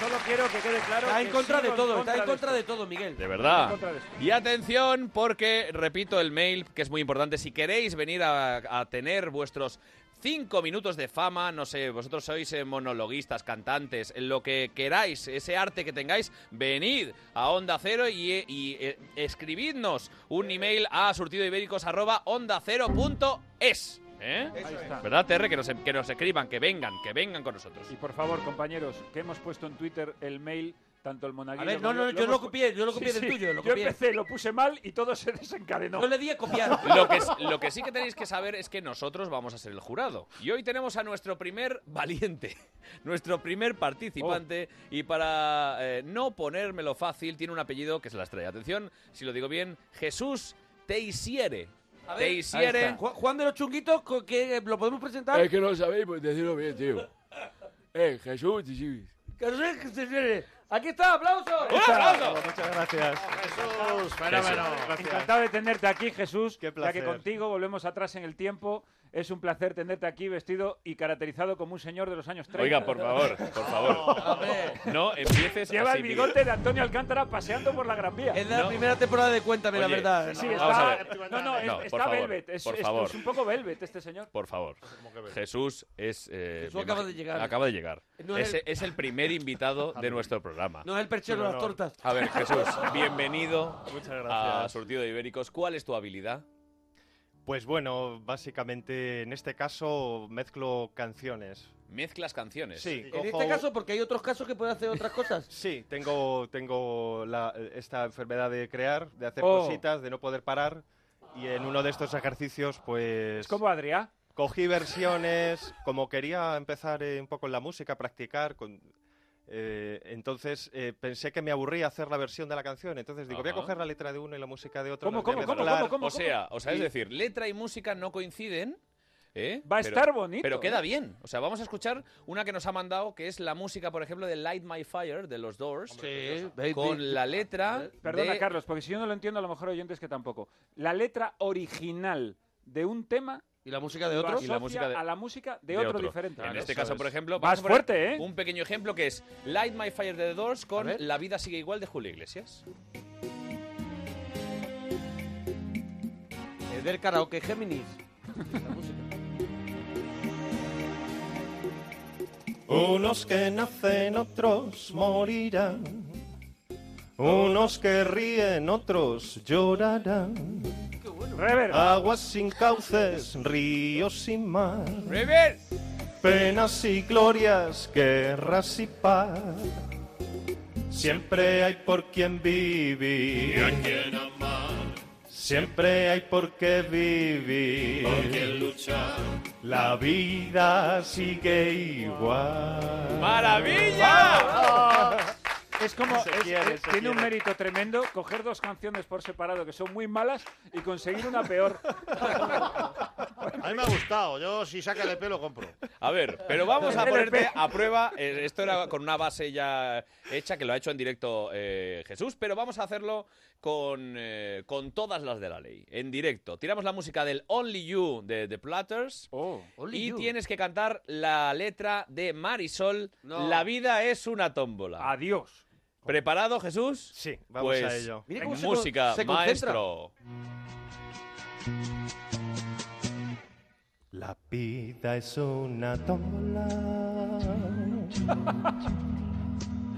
Speaker 4: Solo quiero que quede claro.
Speaker 6: Está en
Speaker 4: que
Speaker 6: contra
Speaker 4: sigo
Speaker 6: de todo, está en
Speaker 4: esto.
Speaker 6: contra de todo, Miguel.
Speaker 1: De
Speaker 4: En
Speaker 1: verdad.
Speaker 4: contra de esto.
Speaker 1: Y atención porque, repito el mail, que es muy importante, si queréis venir a, a tener vuestros cinco minutos de fama, no sé, vosotros sois eh, monologuistas, cantantes, en lo que queráis, ese arte que tengáis, venid a Onda Cero y, eh, y, eh, escribidnos un email a surtidoibéricos.onda0.es. ¿Eh?
Speaker 4: Eso es.
Speaker 1: ¿Verdad, Terre? Que nos, que nos escriban, que vengan, que vengan con nosotros.
Speaker 4: Y por favor, compañeros, que hemos puesto en Twitter el mail, tanto el monaguillo.
Speaker 6: A ver,
Speaker 4: como
Speaker 6: no, no, yo lo
Speaker 4: hemos-
Speaker 6: copié, yo lo copié del tuyo, lo copié.
Speaker 4: Yo empecé, lo puse mal y todo se desencadenó.
Speaker 6: No le di a copiar.
Speaker 1: Lo que, lo que sí que tenéis que saber es que nosotros vamos a ser el jurado. Y hoy tenemos a nuestro primer valiente, nuestro primer participante.
Speaker 6: Oh.
Speaker 1: Y para eh, no ponérmelo fácil, tiene un apellido que se las trae. Atención, si lo digo bien, Jesús Teisiere.
Speaker 6: A ver, ahí
Speaker 1: Teisiere.
Speaker 6: está. Ju- Juan de los Chunguitos, co- que eh, ¿lo podemos presentar?
Speaker 11: Es que no sabéis pues, decirlo bien, tío. Eh, Jesús, sí, sí.
Speaker 6: Que sí, que se viene. Aquí está, aplauso.
Speaker 4: Muchas gracias.
Speaker 3: Jesús,
Speaker 6: fenómeno.
Speaker 4: Encantado de tenerte aquí, Jesús. Ya
Speaker 6: placer.
Speaker 4: que contigo volvemos atrás en el tiempo. Es un placer tenerte aquí vestido y caracterizado como un señor de los años 30.
Speaker 1: Oiga, por favor, por favor. No empieces
Speaker 4: Lleva
Speaker 1: así,
Speaker 4: el
Speaker 1: Miguel.
Speaker 4: bigote de Antonio Alcántara paseando por la Gran Vía.
Speaker 6: Es la primera temporada de Cuéntame la
Speaker 1: Oye,
Speaker 6: verdad.
Speaker 1: sí,
Speaker 4: Sí,
Speaker 1: No,
Speaker 4: está,
Speaker 1: vamos a ver.
Speaker 4: No, no, es-
Speaker 1: No, por
Speaker 4: está
Speaker 1: favor,
Speaker 4: Velvet. Es,
Speaker 1: por
Speaker 4: es-
Speaker 1: favor.
Speaker 4: es un poco Velvet este señor.
Speaker 1: Por favor. Jesús es. eh,
Speaker 4: Jesús
Speaker 1: me
Speaker 4: acaba
Speaker 1: imagi-
Speaker 4: de llegar.
Speaker 1: Acaba de llegar.
Speaker 4: No es
Speaker 1: es,
Speaker 4: el-
Speaker 1: es el primer invitado de nuestro programa.
Speaker 6: No es el perchero de las tortas.
Speaker 1: A ver, Jesús, bienvenido
Speaker 6: Muchas
Speaker 1: a
Speaker 6: gracias.
Speaker 1: Surtido de Ibéricos. ¿Cuál es tu habilidad?
Speaker 7: Pues bueno, básicamente en este caso mezclo canciones.
Speaker 1: Mezclas canciones.
Speaker 7: Sí,
Speaker 6: En este caso, porque hay otros casos que pueden hacer otras cosas.
Speaker 7: Sí, tengo, tengo la- esta enfermedad de crear, de hacer
Speaker 4: Oh.
Speaker 7: cositas, de no poder parar. Y en uno de estos ejercicios, pues.
Speaker 4: como Adrián.
Speaker 7: Cogí versiones, como quería empezar eh, un poco en la música, practicar. Con, eh, entonces eh, pensé que me aburría hacer la versión de la canción. Entonces digo, voy a
Speaker 1: Ajá.
Speaker 7: coger la letra de uno y la música de otro.
Speaker 4: ¿Cómo,
Speaker 7: las voy a
Speaker 4: cómo, cómo,
Speaker 1: O
Speaker 7: mezclar.
Speaker 1: sea, o sea, es
Speaker 7: Y-
Speaker 1: decir, letra y música no coinciden. ¿eh?
Speaker 4: Va a estar bonito,
Speaker 1: Pero queda
Speaker 4: ¿eh?
Speaker 1: bien. O sea, vamos a escuchar una que nos ha mandado, que es la música, por ejemplo, de Light My Fire, de los Doors. con la letra.
Speaker 4: Perdona,
Speaker 1: de-
Speaker 4: Carlos, porque si yo no lo entiendo, a lo mejor oyentes que tampoco. La letra original de un tema.
Speaker 6: Y la música de
Speaker 4: lo
Speaker 6: otro.
Speaker 4: asocia
Speaker 1: Y la música de-
Speaker 4: a la música de,
Speaker 1: de
Speaker 4: otro, diferente.
Speaker 1: En este caso, por ejemplo, vamos
Speaker 4: Más
Speaker 1: a poner
Speaker 4: fuerte, ¿eh?
Speaker 1: Un pequeño ejemplo que es Light My Fire de The Doors con La vida sigue igual de Julio Iglesias.
Speaker 6: Es Eh, del karaoke Géminis. La música.
Speaker 7: Unos que nacen, otros morirán. Unos que ríen, otros llorarán. Aguas sin cauces, ríos sin mar. Penas y glorias, guerras y paz. Siempre hay por quien vivir. Siempre hay por qué vivir.
Speaker 28: luchar.
Speaker 7: La vida sigue igual.
Speaker 4: Es como.
Speaker 7: Se
Speaker 4: es-
Speaker 7: quiere,
Speaker 4: es-
Speaker 7: se
Speaker 4: tiene un
Speaker 7: quiere.
Speaker 4: mérito tremendo coger dos canciones por separado que son muy malas y conseguir una peor.
Speaker 3: A mí me ha gustado. Yo, si saca el EP, lo compro.
Speaker 1: A ver, pero vamos a ponerte a prueba. Eh, Esto era con una base ya hecha que lo ha hecho en directo eh, Jesús, pero vamos a hacerlo con, eh, con todas las de la ley, en directo. Tiramos la música del Only You de The Platters
Speaker 6: Only
Speaker 1: y
Speaker 6: You.
Speaker 1: tienes que cantar la letra de Marisol,
Speaker 6: No.
Speaker 1: La vida es una tómbola.
Speaker 4: Adiós.
Speaker 1: ¿Preparado, Jesús?
Speaker 7: Sí,
Speaker 6: vamos a
Speaker 1: pues,
Speaker 6: ello. Mira cómo se con-
Speaker 1: música,
Speaker 6: se concentra.
Speaker 1: maestro.
Speaker 7: La vida es una tómbola.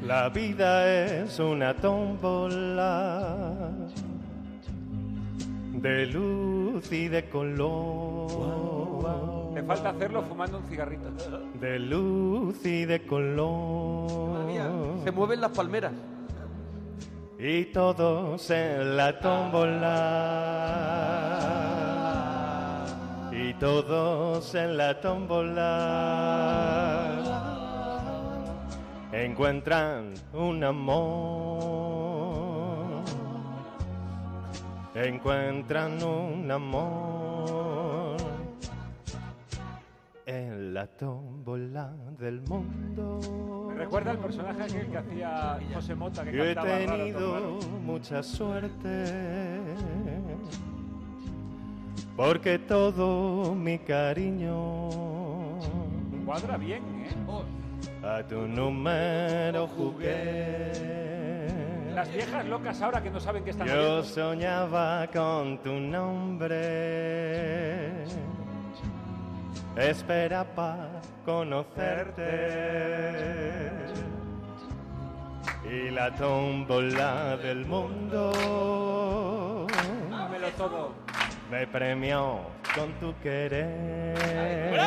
Speaker 7: La vida es una tómbola de luz y de color.
Speaker 4: Le falta hacerlo fumando un cigarrito.
Speaker 7: De luz y de color.
Speaker 6: Se mueven las palmeras.
Speaker 7: Y todos en la tómbola. Y todos en la tómbola. Encuentran un amor. Encuentran un amor. En la tómbola del mundo.
Speaker 4: Me recuerda al personaje aquel que hacía José Mota, que
Speaker 7: Yo he
Speaker 4: cantaba raro,
Speaker 7: tenido
Speaker 4: raro.
Speaker 7: mucha suerte porque todo mi cariño
Speaker 4: Cuadra bien, ¿eh?
Speaker 7: a tu número jugué.
Speaker 4: Las viejas locas ahora que no saben qué están
Speaker 7: Yo
Speaker 4: haciendo.
Speaker 7: soñaba con tu nombre. Esperaba conocerte. Y la tómbola del mundo
Speaker 4: Dámelo todo.
Speaker 7: me premió con tu querer.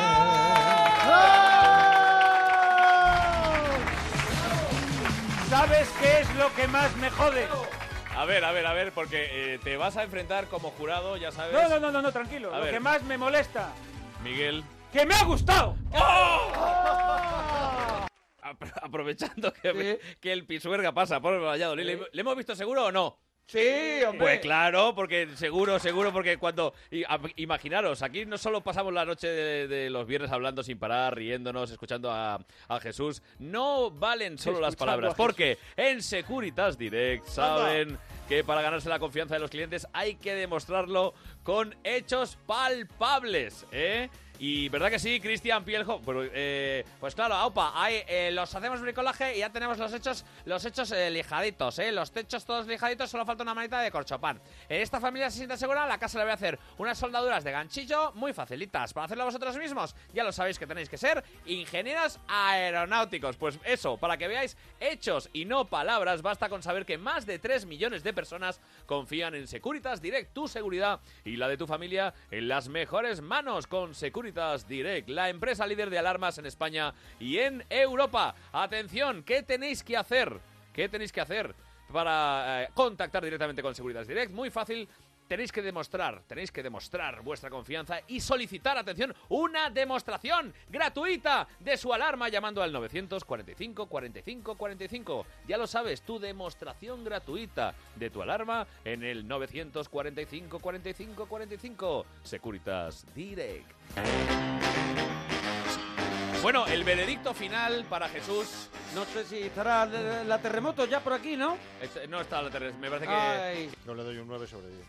Speaker 4: ¿Sabes qué es lo que más me jode?
Speaker 1: A ver, a ver, a ver, porque eh, te vas a enfrentar como jurado, ya sabes.
Speaker 4: No, no, no, no, no, tranquilo.
Speaker 1: A
Speaker 4: lo
Speaker 1: ver.
Speaker 4: que más me molesta.
Speaker 1: Miguel,
Speaker 4: ¡Que me ha gustado!
Speaker 1: apro- aprovechando que, que el pisuerga pasa por el Valladolid, ¿le, le hemos visto seguro o no?
Speaker 6: Sí, hombre.
Speaker 1: Pues claro, porque seguro, seguro, porque cuando... y- a- imaginaros, aquí no solo pasamos la noche de, de los viernes hablando sin parar, riéndonos, escuchando a, a Jesús, no valen solo las
Speaker 10: Escuchando
Speaker 1: palabras,
Speaker 10: a Jesús.
Speaker 1: porque en Securitas Direct saben que para ganarse la confianza de los clientes hay que demostrarlo con hechos palpables, ¿eh? Y verdad que sí, Cristian Pieljo. Pero, eh, pues claro, aupa, ahí, eh, los hacemos bricolaje y ya tenemos los hechos, los hechos eh, lijaditos, ¿eh? Los techos todos lijaditos, solo falta una manita de corchopán. En esta familia se siente segura, la casa le voy a hacer unas soldaduras de ganchillo muy facilitas. Para hacerlo vosotros mismos, ya lo sabéis que tenéis que ser ingenieros aeronáuticos. Pues eso, para que veáis hechos y no palabras, basta con saber que más de 3 millones de personas confían en Securitas Direct, tu seguridad y la de tu familia en las mejores manos con Securitas Direct, la empresa líder de alarmas en España y en Europa. Atención, ¿qué tenéis que hacer? ¿Qué tenéis que hacer? Para eh, contactar directamente con Securitas Direct, muy fácil, tenéis que demostrar, tenéis que demostrar vuestra confianza y solicitar, atención, una demostración gratuita de su alarma llamando al 945 45 45. Ya lo sabes, tu demostración gratuita de tu alarma en el 945 45 45. Securitas Direct. Bueno, el veredicto final para Jesús.
Speaker 6: No sé si estará la la terremoto ya por aquí, ¿no?
Speaker 1: Este- no está la terrestre, me parece que...
Speaker 6: Ay.
Speaker 3: Yo le doy un 9 sobre 10.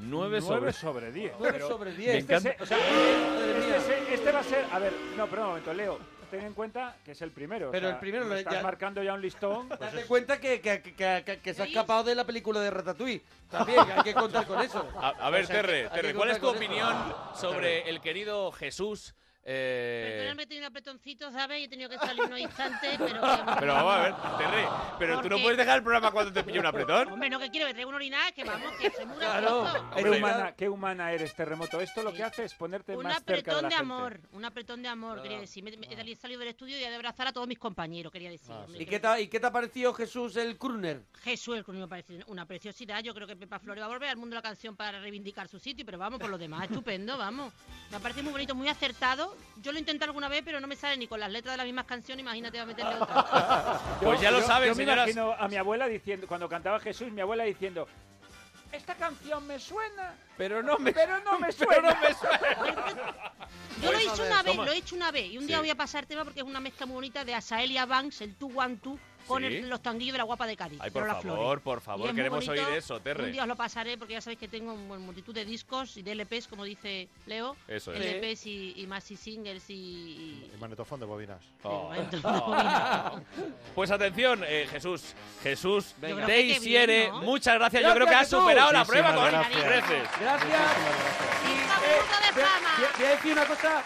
Speaker 1: 9
Speaker 4: Nueve
Speaker 1: sobre,
Speaker 4: sobre 10.
Speaker 6: Nueve
Speaker 4: Pero
Speaker 6: sobre diez.
Speaker 1: Me
Speaker 4: Este,
Speaker 1: encanta.
Speaker 4: se- o sea,
Speaker 6: Madre
Speaker 4: este
Speaker 6: mía.
Speaker 4: se- este va a ser. A ver, no, pero un momento, Leo. Ten en cuenta que es el primero. o
Speaker 6: Pero
Speaker 4: sea,
Speaker 6: el primero lo-
Speaker 4: Estás
Speaker 6: ya-
Speaker 4: marcando ya un listón. Pues
Speaker 6: Date cuenta que, que- que- que- que se ha escapado de la película de Ratatouille. También hay que contar con eso.
Speaker 1: A, a ver,
Speaker 6: O sea, que
Speaker 1: Terre,
Speaker 6: hay que
Speaker 1: Terre, ¿cuál
Speaker 6: contar
Speaker 1: es tu
Speaker 6: con eso.
Speaker 1: opinión sobre el querido Jesús? Eh,
Speaker 5: Perdóname, he tenido apretoncito, ¿sabes? Y he tenido que salir unos instantes, pero... que-
Speaker 1: Pero vamos a ver, Terre, pero tú no
Speaker 5: Porque-
Speaker 1: puedes dejar el programa cuando te pille un apretón.
Speaker 5: Hombre, no que quiero, que traigo un orinal, que vamos, que soy muy
Speaker 4: Claro.
Speaker 5: gracioso.
Speaker 4: Qué
Speaker 1: Hombre.
Speaker 4: humana, qué humana eres, terremoto. Esto lo que hace este es ponerte
Speaker 5: Un
Speaker 4: más cerca de
Speaker 5: apretón
Speaker 4: la
Speaker 5: de
Speaker 4: gente.
Speaker 5: amor, un apretón de amor, quería decir. Me, me- he salido del estudio y he de abrazar a todos mis compañeros, quería decir.
Speaker 4: Ah,
Speaker 5: hombre,
Speaker 6: ¿Y
Speaker 5: que-
Speaker 6: qué, te, ha- ¿Y qué te ha parecido Jesús el Kruner?
Speaker 5: Jesús, el Cruz me parece una preciosidad. Yo creo que Pepa Flores va a volver al mundo de la canción para reivindicar su sitio, pero vamos, por lo demás, estupendo, vamos. Me parece muy bonito, muy acertado. Yo lo he intentado alguna vez, pero no me sale ni con las letras de las mismas canciones, imagínate, va a meterle otra.
Speaker 1: Pues ya lo
Speaker 4: Yo-
Speaker 1: saben,
Speaker 4: yo me
Speaker 1: señoras.
Speaker 4: imagino a mi abuela diciendo, cuando cantaba Jesús, mi abuela diciendo, esta canción me suena,
Speaker 1: pero no me,
Speaker 4: pero no me suena.
Speaker 1: pero no me suena.
Speaker 5: Yo lo he
Speaker 1: Pues,
Speaker 5: hecho
Speaker 1: a ver,
Speaker 5: una vez,
Speaker 1: toma.
Speaker 5: lo he hecho una vez. Y un día
Speaker 1: Sí.
Speaker 5: voy a pasar tema porque es una mezcla muy bonita de Asaelia Banks, el Two One Two, con
Speaker 1: Sí.
Speaker 5: el- los tanguillos de la guapa de Cádiz.
Speaker 1: Ay, por
Speaker 5: Lola
Speaker 1: favor,
Speaker 5: Flores.
Speaker 1: por
Speaker 5: Y
Speaker 1: favor,
Speaker 5: es muy
Speaker 1: queremos
Speaker 5: bonito.
Speaker 1: oír eso, Terre.
Speaker 5: Un día os lo pasaré porque ya sabéis que tengo un- multitud de discos y de LPs, como dice Leo.
Speaker 1: Eso es.
Speaker 5: LPs y, y más y singles y- y
Speaker 3: El manetofón de bobinas.
Speaker 1: Oh,
Speaker 5: manetofón
Speaker 1: oh. Pues atención, eh, Jesús, Jesús,
Speaker 3: Yo creo que
Speaker 1: te
Speaker 3: qué
Speaker 1: hiciere.
Speaker 3: bien, ¿no?
Speaker 1: Muchas gracias. Yo creo que has
Speaker 6: Jesús.
Speaker 1: superado la
Speaker 6: Muchísimas
Speaker 1: prueba con
Speaker 6: gracias.
Speaker 1: creces.
Speaker 6: Gracias. Y, eh, voy, a- voy a- voy a decir una cosa.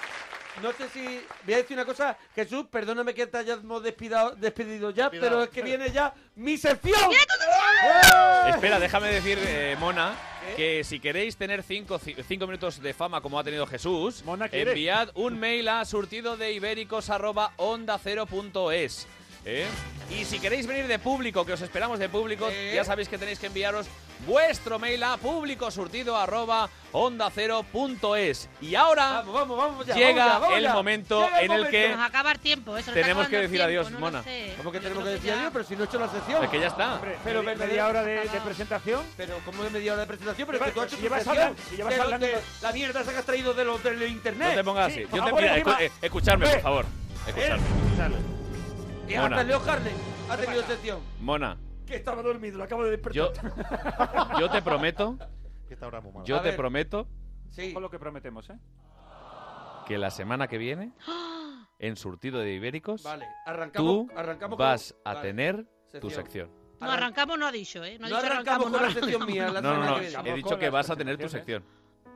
Speaker 6: No sé si. Voy a decir una cosa. Jesús, perdóname que te hayamos despidado- despedido ya, pero es que viene ya mi sección.
Speaker 1: Espera, déjame decir, eh, Mona, que si queréis tener 5 minutos de fama como ha tenido Jesús,
Speaker 4: quiere.
Speaker 1: enviad un mail a surtido de ibéricos arroba onda cero punto es. ¿eh? Y si queréis venir de público, que os esperamos de público, ya sabéis que tenéis que enviaros vuestro mail a públicosurtido arroba onda cero punto es. Y ahora
Speaker 6: ya,
Speaker 1: llega
Speaker 6: vamos ya, vamos
Speaker 1: el
Speaker 6: ya.
Speaker 1: momento
Speaker 6: Llega el
Speaker 1: en el
Speaker 6: momento.
Speaker 1: que
Speaker 5: Nos acaba el tiempo, eso. nos está
Speaker 1: tenemos que
Speaker 5: acabando el
Speaker 1: decir adiós,
Speaker 5: tiempo, no lo
Speaker 1: Mona.
Speaker 5: sé.
Speaker 6: ¿Cómo que tenemos que decir adiós? Pero si no he hecho la sección.
Speaker 1: Es que ya está.
Speaker 4: Hombre, pero media, hora de, de presentación.
Speaker 6: Pero ¿cómo de media hora de presentación? Pero este es que tú has hecho
Speaker 4: si
Speaker 6: tu
Speaker 4: llevas
Speaker 6: sección.
Speaker 4: hablando- si llevas
Speaker 6: De lo
Speaker 4: hablando- Ah,
Speaker 6: que- La mierda esa que has traído de los del internet.
Speaker 1: No te pongas
Speaker 6: Sí,
Speaker 1: así.
Speaker 6: por
Speaker 1: Yo te
Speaker 6: favor, eh,
Speaker 1: mira,
Speaker 6: arriba.
Speaker 1: escu- eh, escucharme, por favor. Escucharme.
Speaker 6: Y
Speaker 1: Mona.
Speaker 6: hasta Leo Harley ha tenido sección.
Speaker 1: Mona,
Speaker 6: Que estaba dormido, lo acabo de
Speaker 1: yo,
Speaker 6: despertar.
Speaker 1: yo te prometo, yo
Speaker 4: A
Speaker 1: te
Speaker 4: ver.
Speaker 1: prometo
Speaker 4: Con lo que prometemos, ¿eh?
Speaker 1: que la semana que viene, en surtido de ibéricos,
Speaker 6: Vale, arrancamos-
Speaker 1: tú
Speaker 6: arrancamos con-
Speaker 1: vas a
Speaker 6: vale,
Speaker 1: tener tu
Speaker 6: sección.
Speaker 1: sección.
Speaker 5: No arrancamos, no ha dicho, ¿eh? No, ha
Speaker 6: No
Speaker 5: dicho
Speaker 6: arrancamos con la sección mía.
Speaker 1: No,
Speaker 6: La ¿eh?
Speaker 1: no,
Speaker 6: semana
Speaker 1: no,
Speaker 6: que viene.
Speaker 1: he dicho que vas a tener tu sección.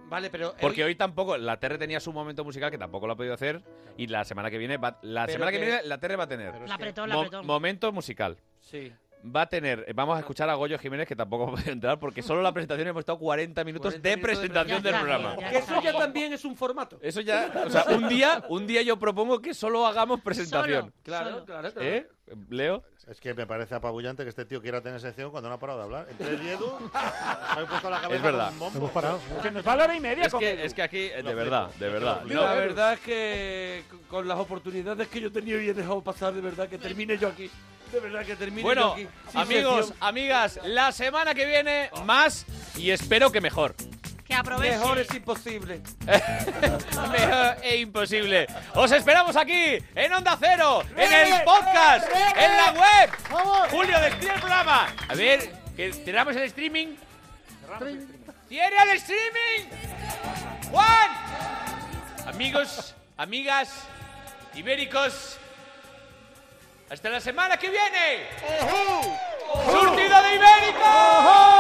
Speaker 6: Vale, pero.
Speaker 1: Porque hoy tampoco, la Terre tenía su momento musical que tampoco lo ha podido hacer y la semana que viene, va- la
Speaker 6: Pero
Speaker 1: semana que,
Speaker 6: que-
Speaker 1: viene la Terre va a tener
Speaker 5: La apretó, la
Speaker 1: mo-
Speaker 5: apretó.
Speaker 1: momento musical.
Speaker 6: Sí.
Speaker 1: Va a tener, vamos a escuchar a Goyo Jiménez que tampoco puede entrar porque solo la presentación hemos estado 40 minutos de presentación del programa.
Speaker 6: Que eso ya también es un formato.
Speaker 1: Eso ya, o sea, un día, un día yo propongo que solo hagamos presentación.
Speaker 6: Claro, claro, claro.
Speaker 1: ¿Eh? Leo.
Speaker 3: Es que me parece apabullante que este tío quiera tener sección cuando no ha parado de hablar. Entre el Edu, me he puesto la cabeza
Speaker 1: Es verdad.
Speaker 3: con un bombo.
Speaker 1: Hemos parado.
Speaker 4: Se nos va la hora y media.
Speaker 1: Es que, es que aquí, eh, de verdad, de verdad.
Speaker 6: Digo, la verdad es que c- con las oportunidades que yo he tenido y he dejado pasar, de verdad que termine yo aquí. De verdad que termine yo
Speaker 1: Bueno,
Speaker 6: aquí. sin
Speaker 1: amigos,
Speaker 6: sección.
Speaker 1: amigas, la semana que viene más y espero que mejor.
Speaker 5: Que aproveche.
Speaker 6: Mejor es imposible.
Speaker 1: Mejor e imposible. Os esperamos aquí, en Onda Cero, en el podcast, en la web. Julio, despide el programa. A ver, que cerramos el streaming. ¡Cierra el streaming! ¡Juan! Amigos, amigas, ibéricos, hasta la semana que viene. ¡Surtido de ibéricos!